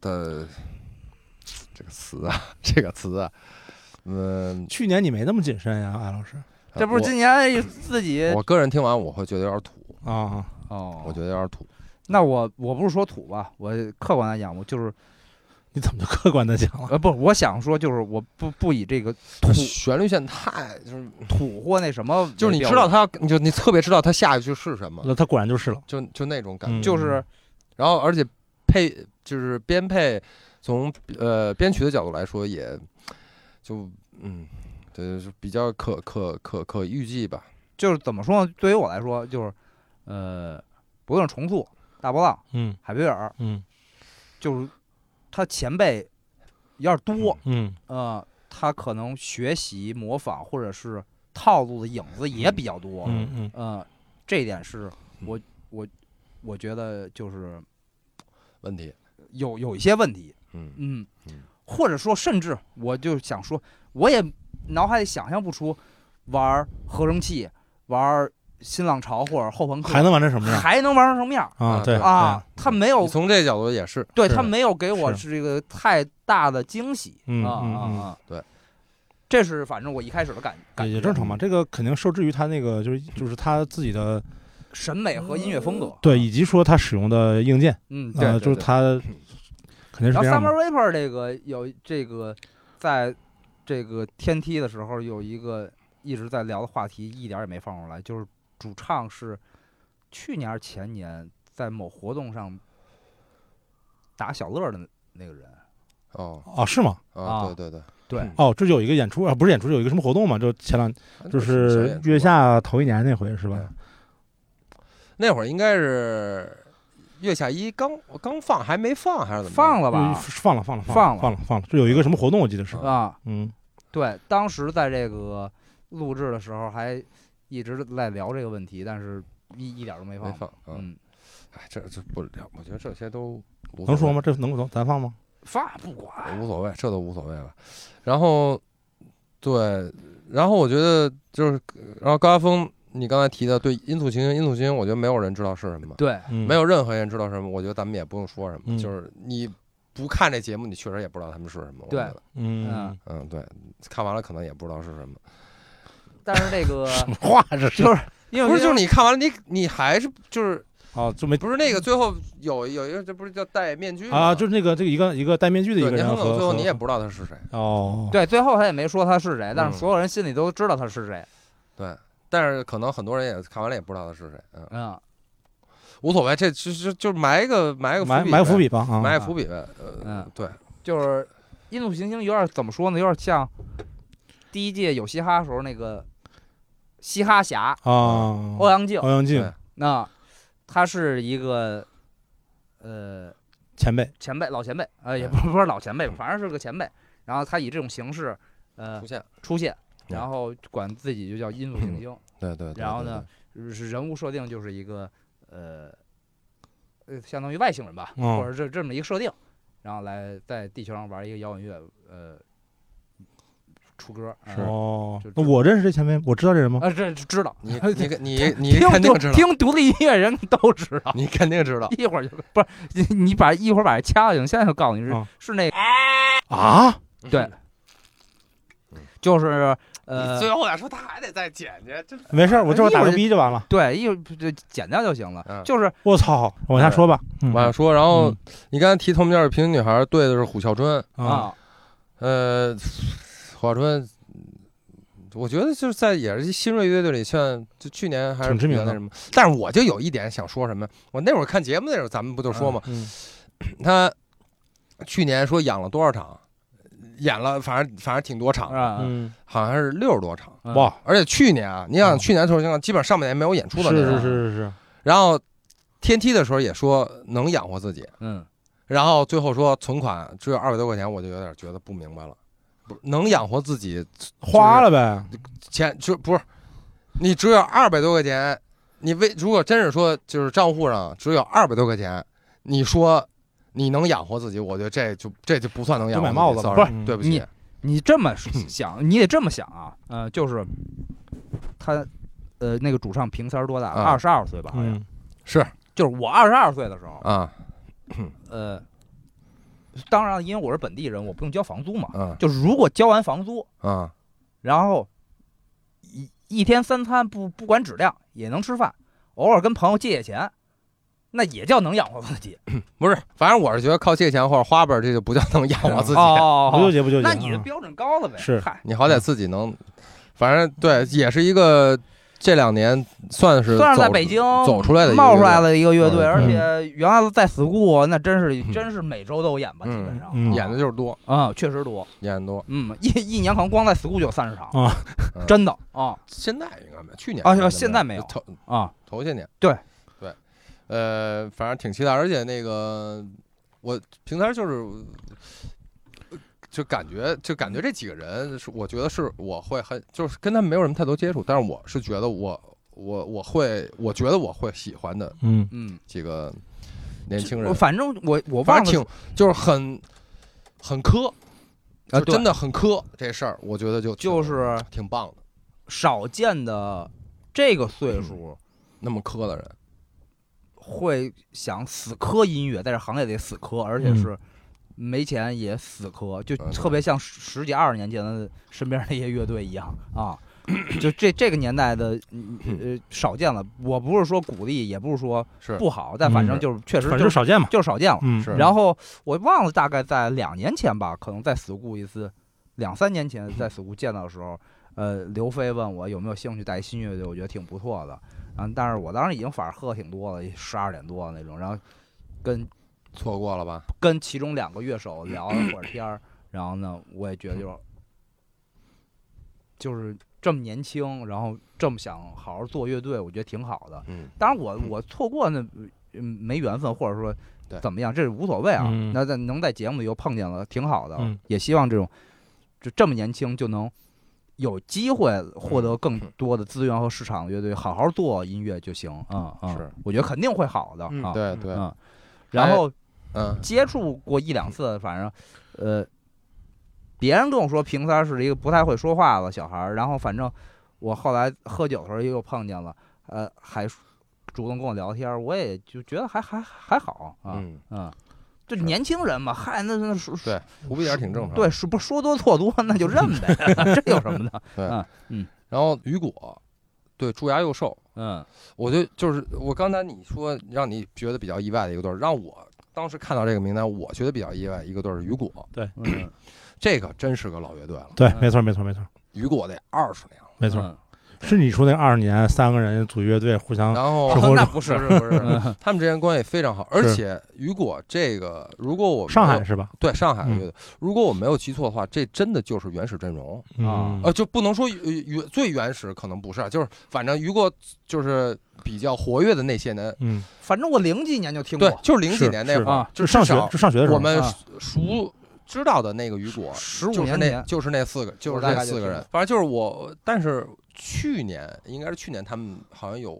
Speaker 3: 的这个词啊， 这个词啊，嗯，
Speaker 2: 去年你没那么谨慎呀，艾老师
Speaker 1: 这不是今年自己
Speaker 3: 我我个人听完我会觉得有点土，
Speaker 2: 啊，
Speaker 1: 哦
Speaker 3: 我觉得有点土，
Speaker 1: 那我我不是说土吧，我客观来讲，我就是
Speaker 2: 你怎么就客观的讲了？
Speaker 1: 呃不，我想说就是我不不以这个土
Speaker 3: 它旋律线太就是
Speaker 1: 土或那什么为标准，
Speaker 3: 就是你知道它，你就你特别知道它下一句是什么，
Speaker 2: 那他果然就是了，
Speaker 3: 就就那种感觉，
Speaker 2: 嗯
Speaker 1: 就是
Speaker 3: 然后而且配就是编配，从呃编曲的角度来说也就嗯。对，就是比较可可可可预计吧，
Speaker 1: 就是怎么说呢？对于我来说，就是呃，不论是重塑、大波浪、
Speaker 2: 嗯
Speaker 1: 海贝尔，
Speaker 2: 嗯
Speaker 1: 就是他前辈有点多，
Speaker 2: 嗯
Speaker 1: 呃，他可能学习模仿或者是套路的影子也比较多，
Speaker 2: 嗯 嗯
Speaker 1: 呃，这一点是
Speaker 3: 嗯
Speaker 1: 我我我觉得就是
Speaker 3: 问题。
Speaker 1: 有有一些问题，
Speaker 3: 嗯，
Speaker 1: 嗯
Speaker 3: 嗯，
Speaker 1: 或者说，甚至我就想说，我也脑海里想象不出玩合成器、玩新浪潮或者后朋克
Speaker 2: 还能玩成什么样
Speaker 1: 还能玩成什么样
Speaker 2: 啊？
Speaker 3: 啊
Speaker 2: 对
Speaker 3: 对
Speaker 1: 啊？他没有
Speaker 3: 你，从这角度也是，
Speaker 1: 对
Speaker 2: 是
Speaker 1: 他没有给我
Speaker 2: 是
Speaker 1: 是这个太大的惊喜
Speaker 2: 嗯
Speaker 1: 啊
Speaker 2: 嗯
Speaker 1: 啊
Speaker 2: 嗯
Speaker 1: 啊！
Speaker 3: 对，
Speaker 1: 这是反正我一开始的感感
Speaker 2: 也
Speaker 1: 觉
Speaker 2: 也正常嘛，这个肯定受制于他那个就是就是他自己的
Speaker 1: 审美和音乐风格。
Speaker 2: 对，以及说他使用的硬件，
Speaker 1: 嗯，对
Speaker 2: 呃，，
Speaker 1: 对
Speaker 2: 就是
Speaker 1: 对
Speaker 2: 他肯定
Speaker 1: 然
Speaker 2: 是这
Speaker 1: 后
Speaker 2: 样
Speaker 1: Summer
Speaker 2: 的。
Speaker 1: Reaper 这个有这个，在这个天梯的时候有一个一直在聊的话题，一点儿也没放出来，就是主唱是去年还是前年在某活动上打小乐的那那个人，
Speaker 3: 哦
Speaker 2: 哦，是吗？
Speaker 3: 啊，
Speaker 1: 啊
Speaker 3: 对对对，
Speaker 1: 对
Speaker 3: 嗯
Speaker 2: 哦，这有一个演出啊，不是演出，有一个什么活动嘛？就前两就
Speaker 3: 小啊
Speaker 2: 是
Speaker 3: 演出
Speaker 2: 月
Speaker 3: 吧
Speaker 2: 下头一年那回是吧？
Speaker 3: 那会儿应该是月下一刚刚放还没放还是怎么着？
Speaker 1: 放了
Speaker 2: 嗯
Speaker 1: 吧？
Speaker 2: 放了放
Speaker 1: 放
Speaker 2: 了了
Speaker 1: 了
Speaker 2: 放了放了，这有一个什么活动我记得是，
Speaker 1: 啊，
Speaker 2: 嗯
Speaker 1: 对，当时在这个录制的时候还一直在聊这个问题，但是呃一一点儿都没
Speaker 3: 没
Speaker 1: 放。
Speaker 3: 放啊？
Speaker 1: 嗯，
Speaker 3: 哎，这这不了，我觉得这些都无所谓
Speaker 2: 能说吗？？这能咱放吗？
Speaker 1: 放不管，
Speaker 3: 无所谓，这都无所谓了。然后对，然后我觉得就是，然后高晓峰，你刚才提的对音速行星，音速行星，我觉得没有人知道是什么，
Speaker 1: 对，
Speaker 2: 嗯，
Speaker 3: 没有任何人知道是什么。我觉得咱们也不用说什么，
Speaker 2: 嗯
Speaker 3: 就是你不看这节目，你确实也不知道他们是什么。我觉
Speaker 1: 对
Speaker 3: 得
Speaker 2: 嗯
Speaker 1: 嗯，
Speaker 3: 嗯，对，看完了可能也不知道是什么，
Speaker 1: 但是这个
Speaker 2: 什么话这是？
Speaker 1: 就是 因为
Speaker 3: 不是就是你看完了，你你还是就是
Speaker 2: 哦，就没
Speaker 3: 不是那个最后有有一个这不是叫戴面具吗
Speaker 2: 啊，就是那个这个一个一个戴面具的一
Speaker 3: 对，
Speaker 2: 个
Speaker 3: 你
Speaker 2: 人
Speaker 3: 很可
Speaker 2: 和
Speaker 3: 能最后
Speaker 2: 和
Speaker 3: 你也不知道他是谁，
Speaker 2: 哦，
Speaker 1: 对，最后他也没说他是谁，但
Speaker 3: 嗯
Speaker 1: 是所有人心里都知道他是谁。
Speaker 3: 对，但是可能很多人也看完了也不知道他是谁，嗯，
Speaker 1: 嗯，
Speaker 3: 无所谓，这就就就埋一个埋一个
Speaker 2: 埋
Speaker 3: 笔
Speaker 2: 埋伏
Speaker 3: 呗，
Speaker 2: 笔吧啊，
Speaker 3: 埋个伏笔呗，呃
Speaker 1: 嗯，
Speaker 3: 对，
Speaker 1: 就是《印度行星》有点怎么说呢？有点像第一届有嘻哈时候那个嘻哈侠
Speaker 2: 啊，
Speaker 1: 欧阳靖。
Speaker 2: 欧阳靖
Speaker 3: 对
Speaker 1: 那他是一个呃
Speaker 2: 前辈，
Speaker 1: 前辈，老前辈，呃，也不是不是老前辈吧，反正是个前辈。然后他以这种形式呃
Speaker 3: 出现，
Speaker 1: 出现，
Speaker 3: 嗯
Speaker 1: 然后管自己就叫印度行星。
Speaker 3: 对对，对
Speaker 1: 然后呢，，是人物设定就是一个呃呃，相当于外星人吧，
Speaker 2: 嗯
Speaker 1: 或者这这么一个设定，然后来在地球上玩一个摇滚乐，呃，出歌。啊
Speaker 2: 哦
Speaker 1: 就，
Speaker 2: 那我认识这前辈，我知道这人吗？
Speaker 1: 啊，这知道，
Speaker 3: 对对对 你你你你
Speaker 1: 听
Speaker 3: 肯定
Speaker 1: 独
Speaker 3: 知道，
Speaker 1: 听独立音乐人都知道。
Speaker 3: 你肯定知 道，
Speaker 1: 一会儿就不是你，你把一会儿把这
Speaker 3: 嗯哎
Speaker 1: 掐了，行，现在就告诉你是、
Speaker 2: 啊
Speaker 1: 是那个
Speaker 2: 啊，
Speaker 1: 对，就是
Speaker 3: 你
Speaker 1: 呃，
Speaker 3: 最后再说他还得再捡去，真
Speaker 2: 没事儿，我
Speaker 3: 哎
Speaker 2: 就是打个逼就完了。
Speaker 1: 对，一会儿就剪掉就行了。
Speaker 3: 嗯
Speaker 1: 就是
Speaker 2: 我操，往下说吧。嗯
Speaker 3: 往下说。然后你刚才提头面儿平行女孩对的是虎啸春，
Speaker 2: 啊，
Speaker 1: 啊，
Speaker 3: 呃，虎啸春，我觉得就是在也是新锐乐队里算就去年还是
Speaker 2: 挺知名的
Speaker 3: 那什么，但是我就有一点想说什么，我那会儿看节目那会儿咱们不就说嘛，
Speaker 2: 嗯
Speaker 3: 他去年说演了多少场，演了反正反正挺多场，
Speaker 1: 啊，
Speaker 2: 嗯，
Speaker 3: 好像是六十多场。
Speaker 1: 嗯
Speaker 2: 哇，
Speaker 3: 而且去年啊，你想
Speaker 2: 嗯
Speaker 3: 去年的时候，基本上上半年没有演
Speaker 2: 是
Speaker 3: 出的那
Speaker 2: 是
Speaker 3: 种。
Speaker 2: 是是是，
Speaker 3: 然后天梯的时候也说能养活自己，
Speaker 1: 嗯，
Speaker 3: 然后最后说存款只有二百多块钱，我就有点觉得不明白了。不能养活自己
Speaker 2: 花了呗。
Speaker 3: 钱就不是你只有二百多块钱，你为如果真是说就是账户上只有二百多块钱，你说你能养活自己，我觉得这就这就不算能养活
Speaker 2: 就买帽子吧嗯
Speaker 3: sorry，
Speaker 2: 不是
Speaker 3: 对不起
Speaker 1: 你，你这么 想，你得这么想啊，呃，就是他，呃，那个主唱平三儿多大？
Speaker 3: 啊
Speaker 1: 二十二岁吧，好像。
Speaker 2: 嗯，
Speaker 3: 是
Speaker 1: 就是我二十二岁的时候，
Speaker 3: 啊，
Speaker 1: 呃，当然因为我是本地人，我不用交房租嘛。
Speaker 3: 嗯
Speaker 1: 就是如果交完房租，
Speaker 3: 嗯
Speaker 1: 然后一一天三餐不不管质量也能吃饭，偶尔跟朋友借借钱，那也叫能养活自己。
Speaker 3: 不是，反正我是觉得靠借钱或者花呗儿，这就不叫能养活自己。
Speaker 1: 哦
Speaker 2: 不纠结不纠结。
Speaker 1: 那你的
Speaker 2: 啊
Speaker 1: 标准高了呗？
Speaker 2: 是
Speaker 1: 嗨，
Speaker 3: 你好歹自己能，反正对，也是一个这两年算是
Speaker 1: 算是在
Speaker 3: 走
Speaker 1: 北京
Speaker 3: 走出来的一个
Speaker 1: 冒出来
Speaker 3: 乐
Speaker 1: 的一个乐队，
Speaker 3: 嗯
Speaker 1: 而且原来在 school 那真是
Speaker 3: 嗯
Speaker 1: 真是每周都有演吧，基
Speaker 3: 嗯
Speaker 1: 本上
Speaker 2: 嗯
Speaker 3: 队，演的就是多，
Speaker 1: 啊，确实多，
Speaker 3: 演的多。
Speaker 1: 嗯，一一年可能光在 school 就有三十场
Speaker 2: 啊，
Speaker 3: 嗯
Speaker 1: 真的啊
Speaker 3: 现在应该没有，去年
Speaker 1: 啊
Speaker 3: 应该
Speaker 1: 现在没有
Speaker 3: 头
Speaker 1: 啊，
Speaker 3: 头些年。
Speaker 1: 对
Speaker 3: 对，呃，反正挺期待，而且那个我平台就是。就感觉，就感觉这几个人是，我觉得是我会很，就是跟他们没有什么太多接触，但是我是觉得我，我我会，我觉得我会喜欢的
Speaker 2: 嗯，
Speaker 1: 嗯，
Speaker 3: 几个年轻
Speaker 1: 我
Speaker 3: 人。
Speaker 1: 反正我我忘
Speaker 3: 反
Speaker 1: 了
Speaker 3: 正挺就是很很磕，
Speaker 1: 啊
Speaker 3: 就
Speaker 1: 对
Speaker 3: 真的很磕这事儿，我觉得就挺
Speaker 1: 就是
Speaker 3: 挺棒的，嗯
Speaker 1: 少见的这个岁数
Speaker 3: 那么磕的人，
Speaker 1: 会想死磕音乐，在这行业里死磕，而
Speaker 2: 嗯
Speaker 1: 且是没钱也死磕，就
Speaker 3: 嗯
Speaker 1: 特别像十十几二十年前的身边那些乐队一样啊。就这这个年代的，嗯呃，少见了。我不是说鼓励，也不是说
Speaker 3: 是
Speaker 1: 不好，但反正就是确实
Speaker 2: 嗯反正
Speaker 1: 就
Speaker 2: 少见嘛。
Speaker 1: 就是少见了。
Speaker 2: 嗯，
Speaker 3: 啊是
Speaker 1: 然后我忘了大概在两年前吧，可能在 school 一次，两三年前在 school 见到的时候，呃，刘飞问我有没有兴趣带一新乐队，我觉得挺不错的。然后，但是我当时已经反正喝挺多了，十二点多了那种。然后跟
Speaker 3: 错过了吧？
Speaker 1: 跟其中两个乐手聊了会儿天儿，然后呢，我也觉得就是就是这么年轻，然后这么想好好做乐队，我觉得挺好的。
Speaker 3: 嗯，
Speaker 1: 当然我，我错过那嗯没缘分，或者说
Speaker 3: 对
Speaker 1: 怎么样，这是无所谓啊。
Speaker 2: 嗯
Speaker 1: 那在能在节目里又碰见了，挺好的。
Speaker 2: 嗯
Speaker 1: 也希望这种就这么年轻就能有机会获
Speaker 3: 嗯
Speaker 1: 得更多的资源和市场，乐队好好做音乐就行。嗯嗯，
Speaker 3: 是，
Speaker 1: 我觉得肯定会好的、
Speaker 2: 嗯
Speaker 1: 啊。
Speaker 3: 对对，
Speaker 1: 嗯然后
Speaker 3: 嗯
Speaker 1: 接触过一两次，反正呃，别人跟我说平三儿是一个不太会说话的小孩儿，然后反正我后来喝酒的时候又碰见了，呃，还主动跟我聊天儿，我也就觉得还还还好啊，嗯
Speaker 3: 嗯，
Speaker 1: 就是年轻人嘛，嗨，那那说
Speaker 3: 对胡逼点儿挺正常。
Speaker 1: 对，，是不说多错多，那就认呗， 这有什么 的？
Speaker 3: 然后雨果对蛀牙又瘦，
Speaker 1: 嗯
Speaker 3: 我就就是我刚才你说让你觉得比较意外的一个队儿，让我当时看到这个名单，我觉得比较意外一个队儿是雨果，
Speaker 1: 嗯，
Speaker 3: 这个真是个老乐队了，
Speaker 2: 对，
Speaker 1: 嗯
Speaker 2: 没错没错没错
Speaker 3: 雨果得二十年了。
Speaker 2: 没错，
Speaker 1: 嗯，
Speaker 2: 是你说那二十年三个人组乐队互相
Speaker 3: 然后
Speaker 2: 是活
Speaker 1: 那
Speaker 2: 着
Speaker 1: 不
Speaker 3: 不是
Speaker 1: 是，
Speaker 3: 不是，
Speaker 1: 嗯
Speaker 3: 他们之间关系非常好，而
Speaker 2: 是
Speaker 3: 且雨果这个，如果我没有
Speaker 2: 上海是吧？
Speaker 3: 对上海
Speaker 2: 嗯
Speaker 3: 乐队，如果我没有记错的话，这真的就是原始阵容，
Speaker 2: 嗯
Speaker 3: 呃，就不能说原原最原始，可能不是啊，就是反正雨果就是比较活跃的那些人，
Speaker 2: 嗯，
Speaker 1: 反正我零几年就听过
Speaker 3: 对，就是零几
Speaker 2: 是
Speaker 3: 年那
Speaker 2: 是
Speaker 3: 会儿
Speaker 1: 啊，
Speaker 3: 就
Speaker 2: 上
Speaker 3: 至
Speaker 2: 学
Speaker 3: 少
Speaker 2: 就上学的时候，
Speaker 3: 我们
Speaker 1: 啊
Speaker 3: 熟知道的那个雨果，
Speaker 1: 十五
Speaker 3: 就是
Speaker 1: 年
Speaker 3: 那
Speaker 1: 前，
Speaker 3: 就是那四个，就是
Speaker 1: 我大
Speaker 3: 那
Speaker 1: 概就
Speaker 3: 四个
Speaker 1: 知
Speaker 3: 人
Speaker 1: 道，
Speaker 3: 反正就是我，但是去年应该是去年他们好像有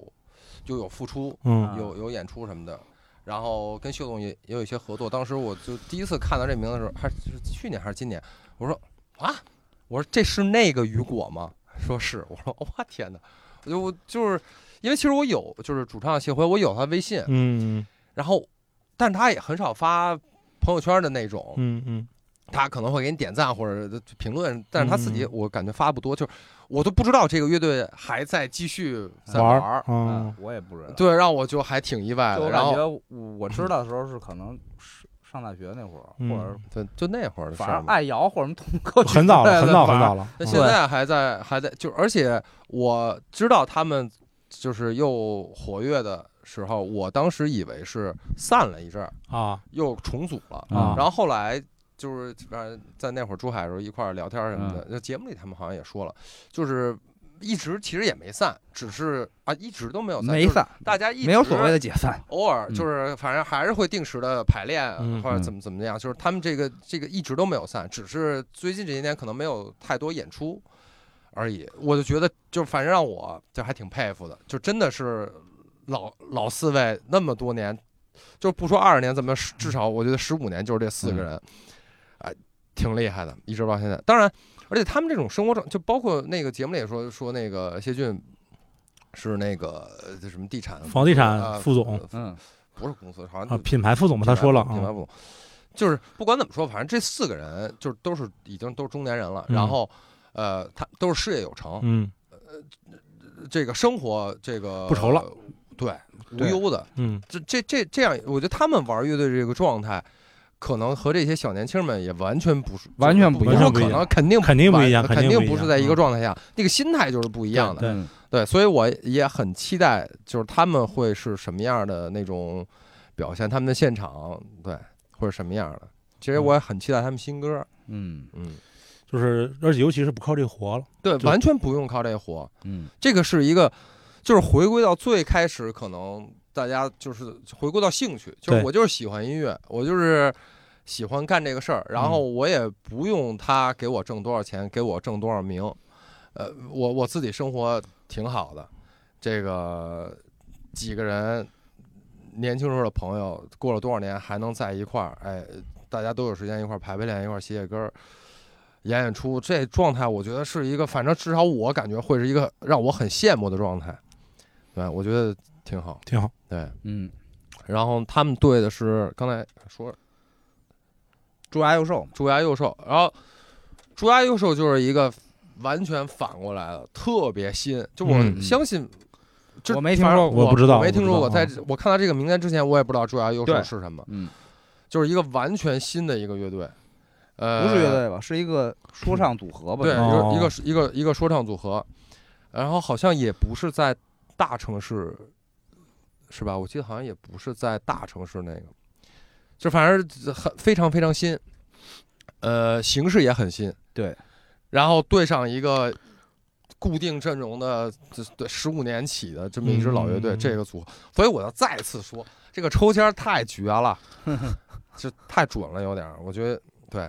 Speaker 3: 就有复出，
Speaker 2: 嗯
Speaker 3: 有有演出什么的，然后跟秀总也也有一些合作。当时我就第一次看到这名字的时候，还是去年还是今年，我说啊，我说这是那个雨果吗？说是，我说我天哪，我就我就是因为其实我有就是主唱谢辉，我有他微信，
Speaker 2: 嗯
Speaker 3: 然后但他也很少发朋友圈的那种，
Speaker 2: 嗯嗯
Speaker 3: 他可能会给你点赞或者评论，但是他自己
Speaker 2: 嗯
Speaker 3: 我感觉发不多，就是我都不知道这个乐队还在继续在
Speaker 2: 玩
Speaker 3: 儿，啊
Speaker 2: 嗯，
Speaker 6: 我也不知道。
Speaker 3: 对，让我就还挺意外
Speaker 6: 就
Speaker 3: 的。
Speaker 6: 我
Speaker 3: 然
Speaker 6: 感
Speaker 3: 后
Speaker 6: 觉我知道的时候是可能是上大学那会儿，
Speaker 2: 嗯
Speaker 6: 或者
Speaker 3: 对，就那会儿的事
Speaker 6: 反
Speaker 3: 儿
Speaker 6: 正
Speaker 3: 嘛。
Speaker 6: 爱摇或者什么通过
Speaker 2: 很早了，很早很早了。
Speaker 3: 那
Speaker 2: 嗯
Speaker 3: 现在还在还在，就而且我知道他们就是又活跃的时候，我当时以为是散了一阵儿，
Speaker 2: 啊，
Speaker 3: 又重组了。
Speaker 2: 啊
Speaker 3: 然后后来就是反正在那会儿珠海的时候一块儿聊天什么
Speaker 6: 嗯
Speaker 3: 的，就节目里他们好像也说了，就是一直其实也没散，只是啊一直都没有散，
Speaker 6: 嗯没，散，
Speaker 3: 大家一直
Speaker 6: 没有所谓的解散。
Speaker 3: 偶尔
Speaker 6: 嗯
Speaker 3: 就是反正还是会定时的排练啊
Speaker 2: 嗯
Speaker 3: 或者怎么怎么样，就是他们这个这个一直都没有散，只是最近这些年可能没有太多演出而已。我就觉得就反正让我就还挺佩服的，就真的是老老四位那么多年，就不说二十年，怎么十至少我觉得十五年就是这四个人，哎，挺厉害的，一直到现在。当然，而且他们这种生活状，就包括那个节目里也说说那个谢俊。是那个呃这什么地产
Speaker 2: 房地产
Speaker 3: 呃
Speaker 2: 副总
Speaker 6: 嗯，
Speaker 3: 不是公司，好像
Speaker 2: 啊
Speaker 3: 就，
Speaker 2: 品牌副总嘛，他说了
Speaker 3: 品牌
Speaker 2: 啊，
Speaker 3: 不，就是不管怎么说，反正这四个人就是都是已经都是中年人了，
Speaker 2: 嗯
Speaker 3: 然后呃，他都是事业有成，
Speaker 2: 嗯
Speaker 3: 这个生活这个
Speaker 2: 不愁了，
Speaker 3: 对，无
Speaker 1: 对
Speaker 3: 忧的。
Speaker 2: 嗯
Speaker 3: 这这这这样，我觉得他们玩乐队这个状态。可能和这些小年轻们也完全不是，
Speaker 6: 完全
Speaker 3: 不
Speaker 6: 不
Speaker 2: 一样
Speaker 3: 说可能肯定
Speaker 2: 肯定不一样
Speaker 3: 完
Speaker 2: 肯
Speaker 3: 肯
Speaker 2: 定不一样嗯
Speaker 3: 不是在一个状态下，那个心态就是不一样的。
Speaker 2: 对
Speaker 6: 嗯
Speaker 3: 对，所以我也很期待，就是他们会是什么样的那种表现，他们的现场对会是什么样的。其实我也很期待他们新歌，
Speaker 6: 嗯
Speaker 3: 嗯，
Speaker 2: 就是而且尤其是不靠这活了，
Speaker 3: 对，
Speaker 2: 就
Speaker 3: 完全不用靠这活，
Speaker 6: 嗯，
Speaker 3: 这个是一个，就是回归到最开始，可能大家就是回归到兴趣，就是
Speaker 2: 对
Speaker 3: 我就是喜欢音乐，我就是喜欢干这个事儿，然后我也不用他给我挣多少钱，给我挣多少名，呃，我我自己生活挺好的，这个几个人年轻时候的朋友，过了多少年还能在一块儿，哎，大家都有时间一块儿排排练，一块儿写写歌儿。演演出这状态，我觉得是一个，反正至少我感觉会是一个让我很羡慕的状态，对，我觉得挺好。
Speaker 2: 挺好。
Speaker 3: 对，
Speaker 6: 嗯，
Speaker 3: 然后他们对的是刚才说
Speaker 1: 猪牙又瘦嘛，
Speaker 3: 猪牙幼兽，然后猪牙幼兽就是一个完全反过来的，特别新。就
Speaker 2: 嗯
Speaker 3: 我
Speaker 6: 嗯
Speaker 3: 相信，这
Speaker 6: 我没听
Speaker 3: 反正
Speaker 6: 说
Speaker 2: 过
Speaker 3: 我
Speaker 2: 我不知道
Speaker 3: 我没
Speaker 2: 我不
Speaker 3: 听说过。
Speaker 2: 知道
Speaker 3: 在这我看到这个名单之前，我也不知道猪牙幼兽
Speaker 1: 对
Speaker 3: 是什么，
Speaker 6: 嗯，
Speaker 3: 就是一个完全新的一个乐队。呃，
Speaker 1: 不是乐队吧？是一个说唱组合吧？
Speaker 3: 对，
Speaker 1: 就是
Speaker 2: 哦
Speaker 3: 一个一个一个一个说唱组合，然后好像也不是在大城市，是吧？我记得好像也不是在大城市那个，就反正很非常非常新，呃，形式也很新，
Speaker 1: 对，
Speaker 3: 然后对上一个。固定阵容的，这对十五年起的这么一支老乐队，
Speaker 2: 嗯
Speaker 3: 这个组合，所以我要再次说，这个抽签儿太绝 了，就太准了，有点儿，我觉得对。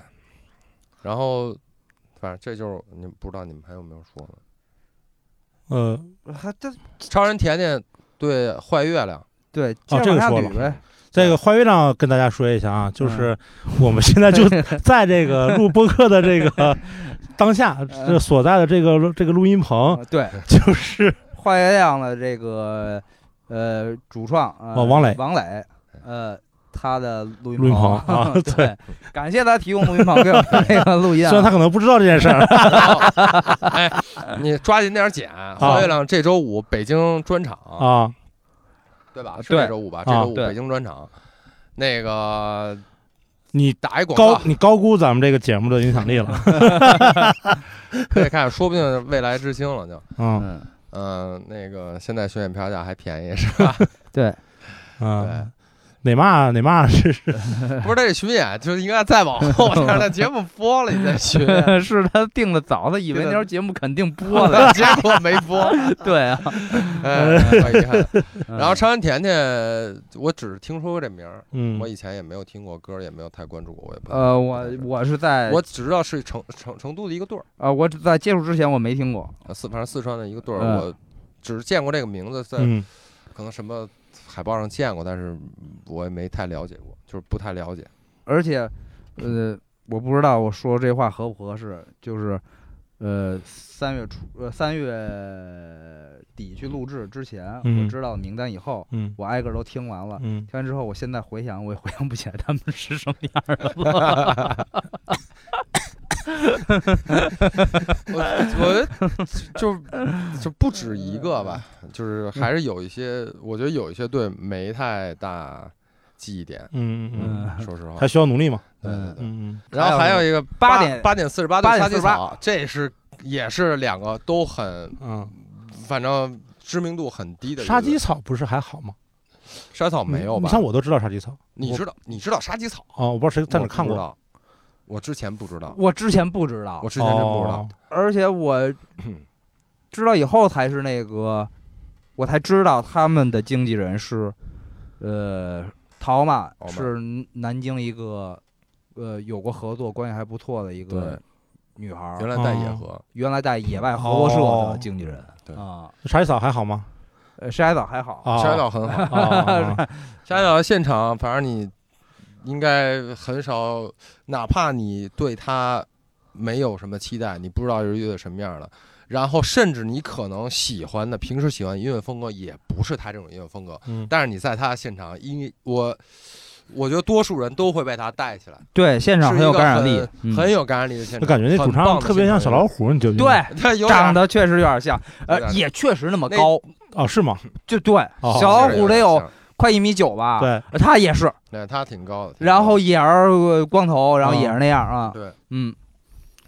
Speaker 3: 然后反正这就是你们不知道你们还有没有说的。
Speaker 2: 呃，
Speaker 1: 还这
Speaker 3: 超人甜甜对坏 月亮，
Speaker 1: 对，接着
Speaker 2: 哦这个
Speaker 1: 往下
Speaker 2: 说
Speaker 1: 捋
Speaker 2: 了
Speaker 1: 呗。
Speaker 2: 这个坏月亮跟大家说一下啊，就是我们现在 就在这个录播客的这 个当下，这所在的这个这个录音棚，
Speaker 1: 啊对，
Speaker 2: 就是
Speaker 1: 坏月亮的这个呃主创呃
Speaker 2: 哦王磊
Speaker 1: 王磊，呃，他的录音
Speaker 2: 录音棚 啊对
Speaker 1: 对，感谢他提供录音棚给我们这个录音
Speaker 2: 虽
Speaker 1: 啊。
Speaker 2: 然他可能不知道这件事 儿，
Speaker 3: 哎你抓紧点剪。坏月亮这周五北京专场，
Speaker 2: 啊，
Speaker 3: 对吧？
Speaker 6: 啊
Speaker 1: 对
Speaker 3: 是这周五吧？这周五
Speaker 1: 对
Speaker 3: 北京专场，那个
Speaker 2: 你
Speaker 3: 打一广
Speaker 2: 高
Speaker 3: 告，
Speaker 2: 你高估咱们这个节目的影响力 了，
Speaker 3: 可以看，说不定未来之星了就。
Speaker 2: 嗯
Speaker 6: 嗯，
Speaker 3: 嗯，那个现在巡演票价还便宜是吧？
Speaker 1: 对，
Speaker 3: 对
Speaker 6: 啊
Speaker 2: 嗯，哪嘛哪嘛是是
Speaker 3: 不是，这巡演就应该再往后，但是那节目播了，你再巡演，
Speaker 1: 啊
Speaker 6: 是他定的早，他以为
Speaker 3: 定
Speaker 6: 那
Speaker 3: 得
Speaker 6: 时候节目肯定 播 了。
Speaker 3: 结果没 播。
Speaker 6: 对啊，
Speaker 3: 哎，太遗憾。
Speaker 6: 嗯
Speaker 3: 然后超人甜甜，我只是听说过这名儿，
Speaker 2: 嗯
Speaker 3: 我以前也没有听过歌，也没有太关注过，我也不
Speaker 6: 呃，我我是在
Speaker 3: 我只知道是成成成都的一个队儿，
Speaker 6: 呃我只在接触之前我没听过，
Speaker 3: 呃四反正四川的一个队儿，
Speaker 6: 嗯
Speaker 3: 我只是见过这个名字，在
Speaker 2: 嗯
Speaker 3: 可能什么海报上见过，但是我也没太了解过，就是不太了解。
Speaker 1: 而且呃，我不知道我说这话合不合适，就是呃三月初呃三月底去录制之前，
Speaker 2: 嗯
Speaker 1: 我知道名单以后，
Speaker 2: 嗯
Speaker 1: 我挨个都听完了。
Speaker 2: 嗯，
Speaker 1: 听完之后，我现在回想，我也回想不起来他们是什么样儿的了。
Speaker 3: 我我就就不止一个吧，就是还是有一些，我觉得有一些对没太大记忆点，
Speaker 2: 嗯嗯，
Speaker 1: 嗯，
Speaker 3: 说实话
Speaker 2: 还。需要努力嘛，
Speaker 3: 对对对。
Speaker 2: 嗯嗯，
Speaker 3: 然后还有一个
Speaker 1: 八点
Speaker 3: 点八点四十八的
Speaker 1: 八点
Speaker 3: 杀鸡
Speaker 1: 四十八
Speaker 3: 草，这是也是两个都很，
Speaker 2: 嗯，
Speaker 3: 反正知名度很低的一个。
Speaker 2: 杀鸡草不是还好吗？
Speaker 3: 杀鸡草哦没有
Speaker 2: 你
Speaker 3: 吧
Speaker 2: 你？像我都知道杀鸡草
Speaker 3: 你
Speaker 2: 我
Speaker 3: 知道你知道杀鸡草？
Speaker 2: 啊，我不知道谁在哪
Speaker 3: 我
Speaker 2: 儿
Speaker 3: 不
Speaker 2: 看
Speaker 3: 知
Speaker 2: 过，
Speaker 3: 道？我之前不知道，
Speaker 1: 我之前不知道
Speaker 3: 我，之前真不知道
Speaker 2: 哦。。
Speaker 1: 而且 我知道以后才是那个，我才知道他们的经纪人是，呃，陶马
Speaker 3: 陶马
Speaker 1: 是南京一个，呃，有过合作关系还不错的一个女孩儿，原
Speaker 3: 原
Speaker 1: 来
Speaker 3: 来在野河，
Speaker 1: 在野外合作社
Speaker 2: 哦
Speaker 1: 的经纪人。
Speaker 3: 对
Speaker 1: 啊，
Speaker 2: 杀鸡草还好吗？
Speaker 1: 呃，筛子还好，
Speaker 2: 啊，
Speaker 3: 杀鸡草很 好，
Speaker 2: 啊啊， 啊
Speaker 3: 杀鸡草现场，反正你应该很少，哪怕你对他没有什么期待，你不知道这乐队什么样的，然后甚至你可能喜欢的，平时喜欢的音乐风格也不是他这种音乐风格，
Speaker 2: 嗯
Speaker 3: 但是你在他现场，因我我觉得多数人都会被他带起来，
Speaker 1: 对，现场
Speaker 3: 是
Speaker 1: 很
Speaker 3: 一
Speaker 1: 有
Speaker 3: 个
Speaker 1: 感染力，
Speaker 3: 很
Speaker 1: 嗯
Speaker 3: 很有感染力的现
Speaker 2: 就
Speaker 3: 场，
Speaker 2: 感觉那主唱特别像小老
Speaker 3: 虎，
Speaker 2: 虎，你觉得？
Speaker 1: 对，
Speaker 3: 他 有点
Speaker 1: 长得确实有点像，
Speaker 3: 有
Speaker 1: 呃，
Speaker 3: 点
Speaker 1: 也确实那么
Speaker 3: 那
Speaker 1: 高，
Speaker 2: 哦，是吗？
Speaker 1: 就对，
Speaker 2: 哦
Speaker 1: 小老虎得有
Speaker 3: 有点像，
Speaker 1: 快一米九吧，
Speaker 2: 对，
Speaker 1: 呃，他也是，
Speaker 3: 对他挺高的，挺高
Speaker 1: 然
Speaker 3: 的
Speaker 1: 后也是光头，然后也是那样啊，
Speaker 3: 对
Speaker 1: 嗯，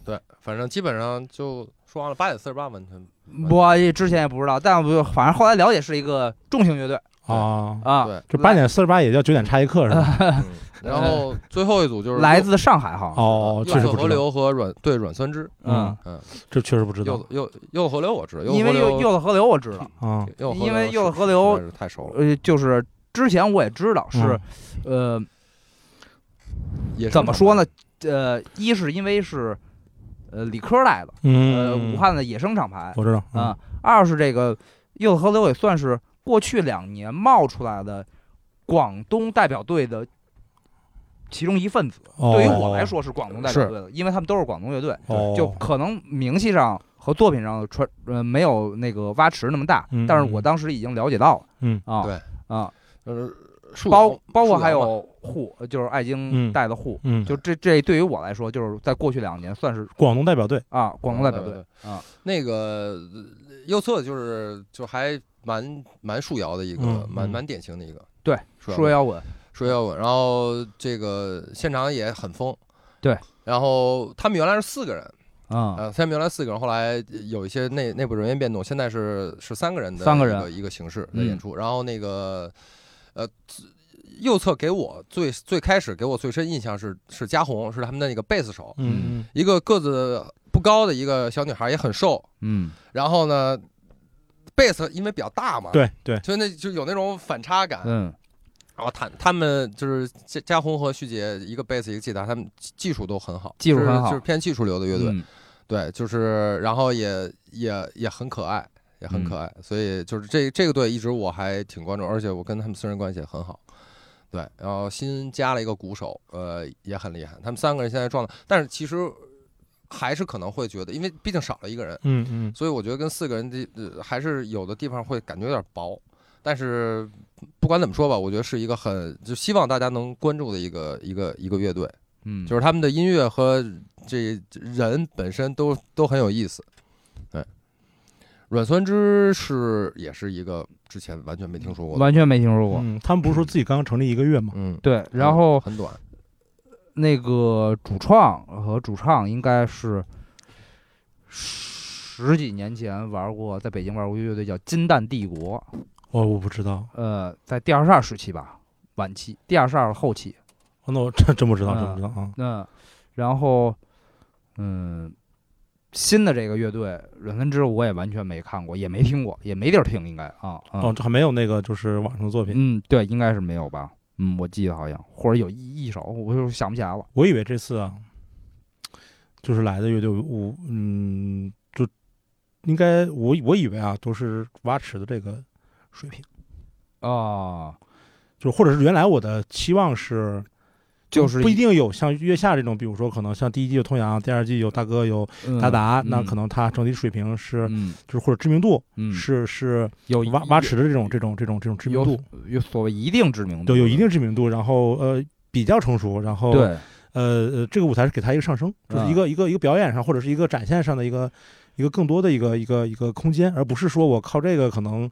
Speaker 3: 对，反正基本上就说完了，八点四十八完全
Speaker 2: 嗯
Speaker 1: 我也之前也不知道，但我就反正后来了解是一个重型乐队
Speaker 2: 啊，
Speaker 1: 啊，
Speaker 3: 对
Speaker 2: 就八点四十八也叫九点差一刻是 吧？
Speaker 3: 嗯然后最后一组就是
Speaker 1: 来
Speaker 3: 柚
Speaker 1: 自上海哈，
Speaker 2: 哦，确
Speaker 3: 柚
Speaker 2: 实
Speaker 3: 子
Speaker 2: 不
Speaker 3: 河
Speaker 2: 知道，
Speaker 3: 流和软对软酸枝，
Speaker 1: 嗯，
Speaker 3: 嗯，
Speaker 2: 这确实不知
Speaker 3: 柚
Speaker 2: 道
Speaker 3: 子柚柚子河流我知道，
Speaker 1: 因为
Speaker 3: 柚
Speaker 1: 柚柚子河流我知道，
Speaker 2: 啊。
Speaker 3: 柚子河流
Speaker 1: 因为
Speaker 3: 是
Speaker 1: 柚子河流
Speaker 3: 实在是太熟了，
Speaker 1: 呃，就是之前我也知道是
Speaker 2: 嗯，
Speaker 1: 呃，
Speaker 3: 也是
Speaker 1: 怎么说呢？呃，一是因为是，呃，理科来的，呃，
Speaker 2: 嗯，哦
Speaker 1: 武汉的野生厂牌
Speaker 2: 我知道嗯
Speaker 1: 啊，二是这个柚子河流也算是过去两年冒出来的广东代表队的其中一份子。对于我来，说是广东代表
Speaker 3: 是
Speaker 1: 队的，因为他们都是广东乐队，
Speaker 2: 哦、
Speaker 1: 就可能名气上和作品上的传呃没有那个蛙池那么大，但是我当时已经了解到了，
Speaker 2: 嗯
Speaker 1: 啊
Speaker 3: 对
Speaker 1: 啊，
Speaker 3: 呃，树
Speaker 1: 包
Speaker 3: 苗
Speaker 1: 包括还
Speaker 3: 树苗嘛
Speaker 1: 有户，呃就是爱京
Speaker 2: 嗯
Speaker 1: 带的户，
Speaker 2: 嗯，
Speaker 1: 就这这对于我来说，就是在过去两年算是
Speaker 2: 广东代表队
Speaker 1: 啊广东代表
Speaker 3: 对
Speaker 1: 队啊，
Speaker 3: 那个呃右侧就是就还蛮蛮树摇的一个，
Speaker 2: 嗯
Speaker 3: 蛮
Speaker 2: 嗯
Speaker 3: 蛮典型的一个，
Speaker 1: 对
Speaker 3: 树
Speaker 1: 说
Speaker 3: 摇
Speaker 1: 摇滚，
Speaker 3: 树摇滚，然后这个现场也很疯，
Speaker 1: 对，
Speaker 3: 然后他们原来是四个人。
Speaker 1: 啊
Speaker 3: 呃，他们原来四个人，后来有一些内内部人员变动，现在是是三个人的
Speaker 1: 三个
Speaker 3: 一
Speaker 1: 人
Speaker 3: 一个形式的
Speaker 1: 嗯
Speaker 3: 演出。然后那个呃，自右侧给我最最开始给我最深印象是是嘉红，是他们的那个贝斯手，
Speaker 2: 嗯
Speaker 3: 一个个子不高的一个小女孩，也很瘦。
Speaker 1: 嗯
Speaker 3: 然后呢，贝斯因为比较大嘛，，
Speaker 2: 对对
Speaker 3: 就那就有那种反差感。
Speaker 1: 嗯
Speaker 3: 然后他他们就是嘉嘉红和旭姐，一个贝斯一个吉他，他们技术都很好，
Speaker 1: 技术
Speaker 3: 就是
Speaker 1: 很好
Speaker 3: 就是偏技术流的乐队。
Speaker 1: 嗯
Speaker 3: 对，就是然后也也也很可爱，也很可爱，所以就是这这个队一直我还挺关注，而且我跟他们私人关系也很好。对，然后新加了一个鼓手，呃，也很厉害。他们三个人现在状态，但是其实还是可能会觉得，因为毕竟少了一个人，
Speaker 2: 嗯嗯
Speaker 3: 所以我觉得跟四个人的、呃、还是有的地方会感觉有点薄。但是不管怎么说吧，我觉得是一个很就希望大家能关注的一个一个一个乐队。
Speaker 1: 嗯，
Speaker 3: 就是他们的音乐和这人本身都都很有意思。对，阮酸枝是也是一个之前完全没听说过的，
Speaker 1: 完全没听说过，
Speaker 2: 嗯，他们不是说自己刚刚成立一个月吗？
Speaker 3: 嗯，
Speaker 1: 对，然后
Speaker 3: 很短，
Speaker 1: 那个主创和主唱应该是十几年前玩过，在北京玩过乐队叫金蛋帝国，
Speaker 2: 哦，我不知道，
Speaker 1: 呃，在第二十二时期吧，晚期，第二十二后期，
Speaker 2: 哦那我真真不知道，真不知道啊。
Speaker 1: 那、然后，嗯，新的这个乐队软三枝我也完全没看过，也没听过，也没地儿听，应该啊，啊
Speaker 2: 哦，这还没有那个就是网上的作品，
Speaker 1: 嗯，对，应该是没有吧，嗯，我记得好像或者有一一首，我就想不起来了，
Speaker 2: 我以为这次啊，就是来的乐队，我嗯，就应该我我以为啊，都是挖池的这个水平，
Speaker 1: 啊，
Speaker 2: 就或者是原来我的期望是，
Speaker 1: 就是
Speaker 2: 不一定有像月下这种，比如说可能像第一季有通阳，第二季有大哥有
Speaker 1: 嗯
Speaker 2: 达达，那
Speaker 1: 嗯
Speaker 2: 可能他整体水平是、
Speaker 1: 嗯
Speaker 2: 就是或者知名度
Speaker 1: 嗯
Speaker 2: 是是
Speaker 1: 有
Speaker 2: 挖
Speaker 1: 一
Speaker 2: 挖池的这种这种这种这种知名
Speaker 1: 有
Speaker 2: 度，
Speaker 1: 有所谓一定知名度，
Speaker 2: 对，有一定知名度，然后呃比较成熟，然后
Speaker 1: 对，
Speaker 2: 呃呃，这个舞台是给他一个上升，
Speaker 1: 啊
Speaker 2: 就是一个、一个一个表演上或者是一个展现上的一个一个更多的一个一个一个空间，而不是说我靠这个可能，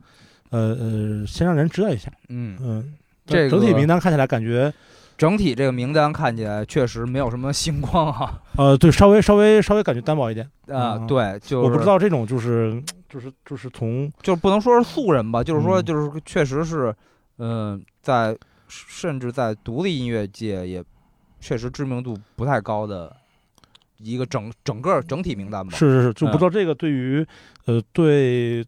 Speaker 2: 呃呃，先让人知道一下，
Speaker 1: 嗯，
Speaker 2: 嗯，
Speaker 1: 这
Speaker 2: 整体
Speaker 1: 个
Speaker 2: 名单看起来感觉，
Speaker 1: 整体这个名单看起来确实没有什么星光啊
Speaker 2: 呃，对，稍微稍微稍微感觉单薄一点。
Speaker 1: 啊、
Speaker 2: 嗯
Speaker 1: 对，就是
Speaker 2: 我不知道这种就是就是就是从
Speaker 1: 就是不能说是素人吧，就是说
Speaker 2: 嗯
Speaker 1: 就是确实是，嗯、在甚至在独立音乐界也确实知名度不太高的一个整整个整体名单吧。
Speaker 2: 是是是，就不知道
Speaker 1: 嗯
Speaker 2: 这个对于呃对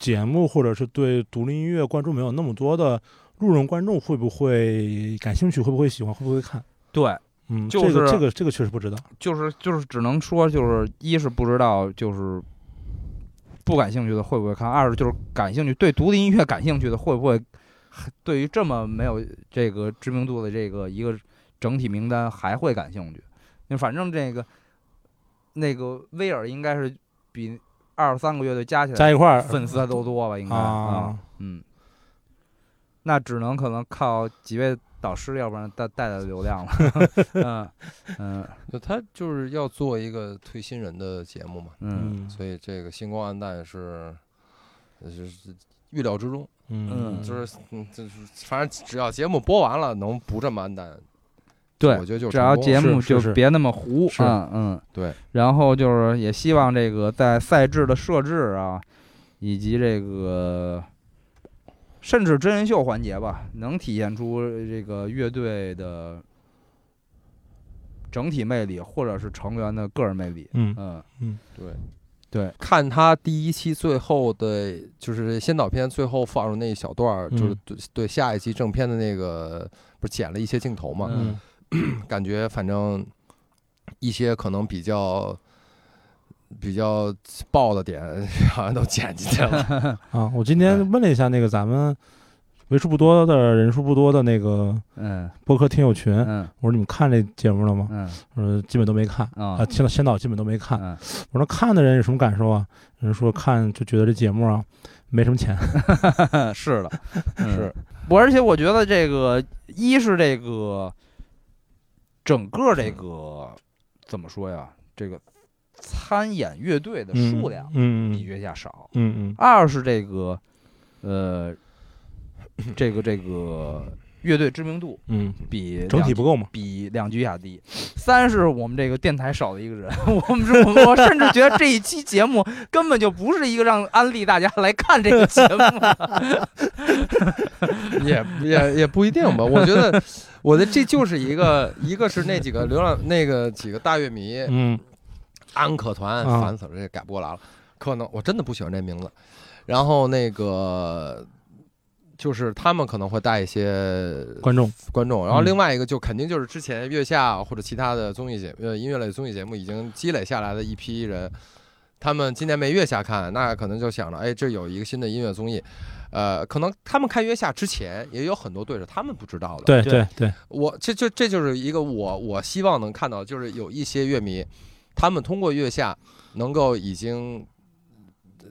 Speaker 2: 节目或者是对独立音乐观众没有那么多的路人观众会不会感兴趣，会不会喜欢，会不会看？
Speaker 1: 对，
Speaker 2: 嗯，
Speaker 1: 就
Speaker 2: 这个
Speaker 1: 是
Speaker 2: 这个这个确实不知道。
Speaker 1: 就是就是只能说就是一是不知道就是。不感兴趣的会不会看？二是就是感兴趣，对独立音乐感兴趣的会不会，对于这么没有这个知名度的这个一个整体名单还会感兴趣？那反正这个那个威尔应该是比二十三个乐队加起
Speaker 2: 加
Speaker 1: 来
Speaker 2: 一块儿
Speaker 1: 粉丝都多吧？应该
Speaker 2: 啊，
Speaker 1: 嗯，那只能可能靠几位导师，要不然带带带流量了。 嗯嗯
Speaker 3: 就他就是要做一个推新人的节目嘛，
Speaker 1: 嗯
Speaker 2: 嗯
Speaker 3: 所以这个星光暗淡是，呃就是预料之中，
Speaker 2: 嗯，
Speaker 3: 就是嗯，就是反正只要节目播完了，能不这么暗淡，
Speaker 1: 对
Speaker 3: 我觉得就是
Speaker 1: 只要
Speaker 3: 成功
Speaker 1: 节目
Speaker 2: 是是
Speaker 1: 就是别那么糊，
Speaker 2: 是
Speaker 1: 嗯嗯，
Speaker 3: 对。
Speaker 1: 然后就是也希望这个在赛制的设置啊，以及这个甚至真人秀环节吧，能体现出这个乐队的整体魅力，或者是成员的个人魅力。
Speaker 2: 嗯
Speaker 1: 嗯
Speaker 3: 对
Speaker 1: 对，
Speaker 3: 看他第一期最后的，就是先导片最后放出那一小段儿，就是
Speaker 2: 嗯
Speaker 3: 对对下一期正片的那个，不是剪了一些镜头嘛，
Speaker 2: 嗯
Speaker 3: 感觉反正一些可能比较比较爆的点， 好像都剪进 去了。
Speaker 2: 啊，我今天问了一下那个咱们为数不多的人数不多的那个
Speaker 1: 嗯
Speaker 2: 播客听友群，我
Speaker 1: 嗯
Speaker 2: 说你们看这节目了吗？
Speaker 1: 嗯
Speaker 2: 嗯，基本都没看。
Speaker 1: 啊
Speaker 2: 啊，先导先导基本都没看。
Speaker 1: 嗯
Speaker 2: 我说看的人有什么感受啊？有人说看就觉得这节目啊没什么钱。
Speaker 1: 是的，
Speaker 3: 是
Speaker 1: 我，嗯而且我觉得这个一是这个整个这个怎么说呀？这个参演乐队的数量
Speaker 2: 嗯
Speaker 1: 比
Speaker 2: 嗯
Speaker 1: 月下少，
Speaker 2: 嗯嗯
Speaker 1: 二是这个呃，这个这个乐队知名度
Speaker 2: 嗯，
Speaker 1: 比
Speaker 2: 整
Speaker 1: 两
Speaker 2: 体不够嘛。
Speaker 1: 比两局下低，三是我们这个电台少了一个人， 我们是我我甚至觉得这一期节目根本就不是一个让安利大家来看这个节目的，
Speaker 3: 也也也不一定吧。我觉得， 我的这就是一个，一个是那几个流浪那个几个大乐迷，
Speaker 2: 嗯
Speaker 3: 安可团，
Speaker 2: 啊
Speaker 3: 烦死了，这改不过来了。可能我真的不喜欢这名字。然后那个就是他们可能会带一些
Speaker 2: 观众
Speaker 3: 观众，然后
Speaker 2: 嗯
Speaker 3: 另外一个就肯定就是之前月下或者其他的综艺节呃音乐类综艺节目已经积累下来的一批人，他们今年没月下看，那可能就想着，哎，这有一个新的音乐综艺，呃，可能他们看月下之前也有很多对着他们不知道的，
Speaker 2: 对
Speaker 1: 对
Speaker 2: 对对，
Speaker 3: 我这就这就是一个我我希望能看到，就是有一些乐迷，他们通过月下能够已经呃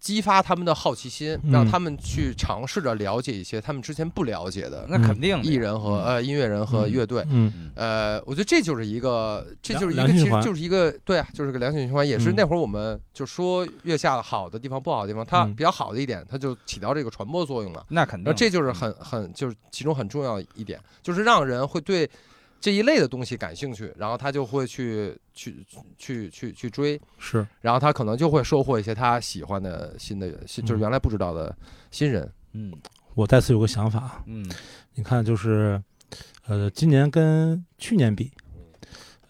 Speaker 3: 激发他们的好奇心，
Speaker 2: 嗯
Speaker 3: 让他们去尝试着了解一些他们之前不了解的
Speaker 1: 那肯定的
Speaker 3: 艺人和、呃音乐人和乐队。
Speaker 2: 嗯
Speaker 3: 呃，我觉得这就是一个，这就是一个，
Speaker 2: 良良性
Speaker 3: 其
Speaker 2: 循环
Speaker 3: 实就是一个，对啊，就是个良性循环。也是
Speaker 2: 嗯
Speaker 3: 那会儿我们就说月下好的地方、不好的地方，它
Speaker 2: 嗯
Speaker 3: 比较好的一点，它就起到这个传播作用了。
Speaker 1: 那肯定
Speaker 3: 然
Speaker 1: 的，
Speaker 3: 后这就是很很就是其中很重要一点，就是让人会对这一类的东西感兴趣，然后他就会去去去去去追，
Speaker 2: 是
Speaker 3: 然后他可能就会收获一些他喜欢的新的新，就是
Speaker 2: 嗯
Speaker 3: 原来不知道的新人。
Speaker 1: 嗯
Speaker 2: 我再次有个想法啊，
Speaker 1: 嗯
Speaker 2: 你看就是呃，今年跟去年比，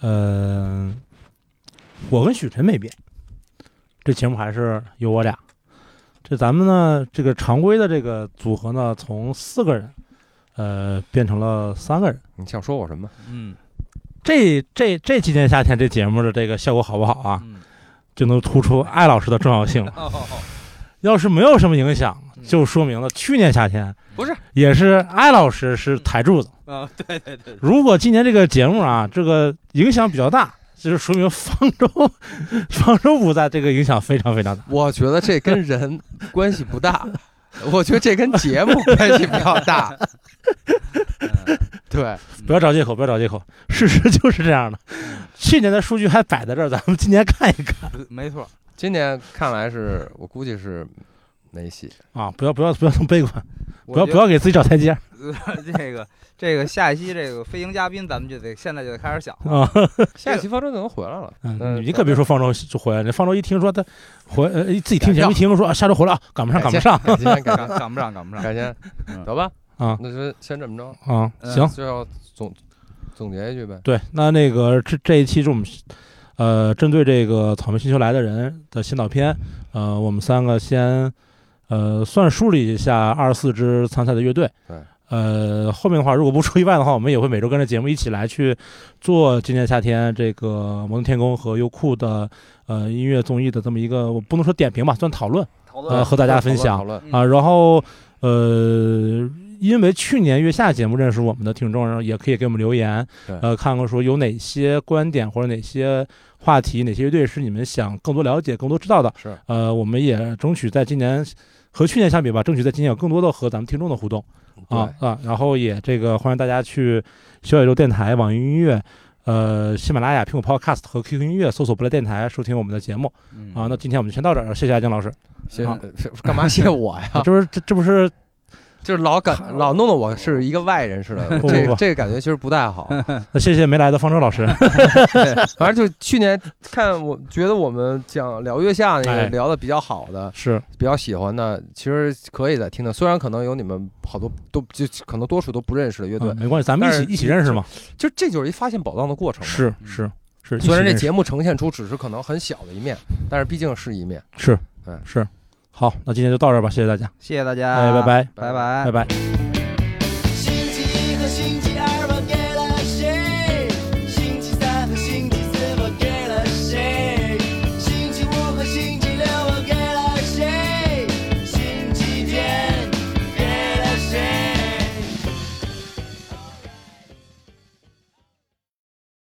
Speaker 2: 呃，我跟许晨没变，这节目还是有我俩。这咱们呢，这个常规的这个组合呢，从四个人，呃，变成了三个人。
Speaker 3: 你想说我什么？
Speaker 1: 嗯
Speaker 2: 这这这今年夏天这节目的这个效果好不好啊？
Speaker 1: 嗯，
Speaker 2: 就能突出艾老师的重要性
Speaker 6: 哦
Speaker 2: 了。要是没有什么影响，就说明了去年夏天
Speaker 3: 不是
Speaker 2: 也是艾老师是台柱子。
Speaker 1: 啊，对对对，
Speaker 2: 如果今年这个节目啊，这个影响比较大，就是说明方舟 方舟不在，这个影响非常非常大。
Speaker 3: 我觉得这跟人关系 不大，我觉得这跟节目关系比较大。对，
Speaker 2: 不要找借口，不要找借口，事实就是这样的。去年的数据还摆在这儿，咱们今年看一看
Speaker 6: 没错，
Speaker 3: 今年看来是我估计是没戏。
Speaker 2: 啊！不要不要不要那么悲观，
Speaker 6: 我
Speaker 2: 不要
Speaker 6: 觉
Speaker 2: 不要给自己找台阶儿
Speaker 6: 得 这个这个下一期这个飞行嘉宾，咱们就得现在就得开始想了。
Speaker 2: 啊！
Speaker 3: 下一期方舟就能回来了，那
Speaker 2: 嗯，你可别说方舟就回来了，方舟一听说他回，呃，自己听节目
Speaker 3: 改票
Speaker 2: 一听说啊，下周回来啊，赶不上赶不上
Speaker 3: 改天改
Speaker 6: 赶
Speaker 3: 天
Speaker 6: 赶不上，赶不 上。
Speaker 3: 改天
Speaker 6: 嗯，
Speaker 3: 走吧，
Speaker 2: 啊
Speaker 3: 那就先这么着。哎
Speaker 2: 啊！
Speaker 6: 嗯
Speaker 2: 行，
Speaker 3: 最后总总结一句呗，
Speaker 2: 对，那那个这这一期是我们呃针对这个草莓星球来的人的先导片，呃，我们三个先呃算梳理一下二十四支参赛的乐队。
Speaker 3: 对。
Speaker 2: 呃，后面的话，如果不出意外的话，我们也会每周跟着节目一起来去做今年夏天这个摩登天空和优酷的呃音乐综艺的这么一个，我不能说点评吧，算讨论
Speaker 6: 讨
Speaker 2: 呃和大家分享
Speaker 3: 讨论。讨论
Speaker 2: 啊。然后呃，因为去年月下节目认识我们的听众，然后也可以给我们留言
Speaker 3: 对，
Speaker 2: 呃，看看说有哪些观点或者哪些话题、哪些乐队是你们想更多了解、更多知道的。
Speaker 3: 是，
Speaker 2: 呃，我们也争取在今年和去年相比吧，争取在今年有更多的和咱们听众的互动啊
Speaker 3: 对，
Speaker 2: 啊。然后也这个欢迎大家去小宇宙电台、网易云音乐。呃，喜马拉雅、苹果 Podcast 和 QQ 音乐搜索“不来电台”收听我们的节目
Speaker 6: 嗯
Speaker 3: 嗯
Speaker 2: 啊。那今天我们就先到这儿，谢谢阿江老师。
Speaker 3: 谢
Speaker 2: 啊
Speaker 3: 是 干嘛谢我呀？
Speaker 2: 这不是这这不是
Speaker 3: 就是 老感老弄得我是一个外人似的，
Speaker 2: 不
Speaker 3: 这
Speaker 2: 不
Speaker 3: 这个感觉其实不太好。
Speaker 2: 那谢谢没来的方舟老 师，
Speaker 3: 反正就去年看，我觉得我们讲聊月下那
Speaker 2: 哎
Speaker 3: 个聊的比较好的、
Speaker 2: 是
Speaker 3: 比较喜欢的，其实可以再听的。虽然可能有你们好多都就可能多数都不认识的乐队
Speaker 2: 嗯，没关系，咱们一
Speaker 3: 但
Speaker 2: 起
Speaker 3: 是
Speaker 2: 一起认识嘛。
Speaker 3: 就这就是一发现宝藏的过程嘛。
Speaker 2: 是
Speaker 6: 嗯
Speaker 2: 是是，
Speaker 3: 虽
Speaker 2: 一起
Speaker 3: 然这
Speaker 2: 认识
Speaker 3: 节目呈现出只是可能很小的一面，但是毕竟是一面。
Speaker 2: 是
Speaker 3: 嗯
Speaker 2: 是好，那今天就到这儿吧，谢谢大家，
Speaker 6: 谢谢大
Speaker 2: 哎，
Speaker 6: 家，
Speaker 2: 拜拜，
Speaker 6: 拜
Speaker 3: 拜
Speaker 6: 拜
Speaker 2: 拜拜。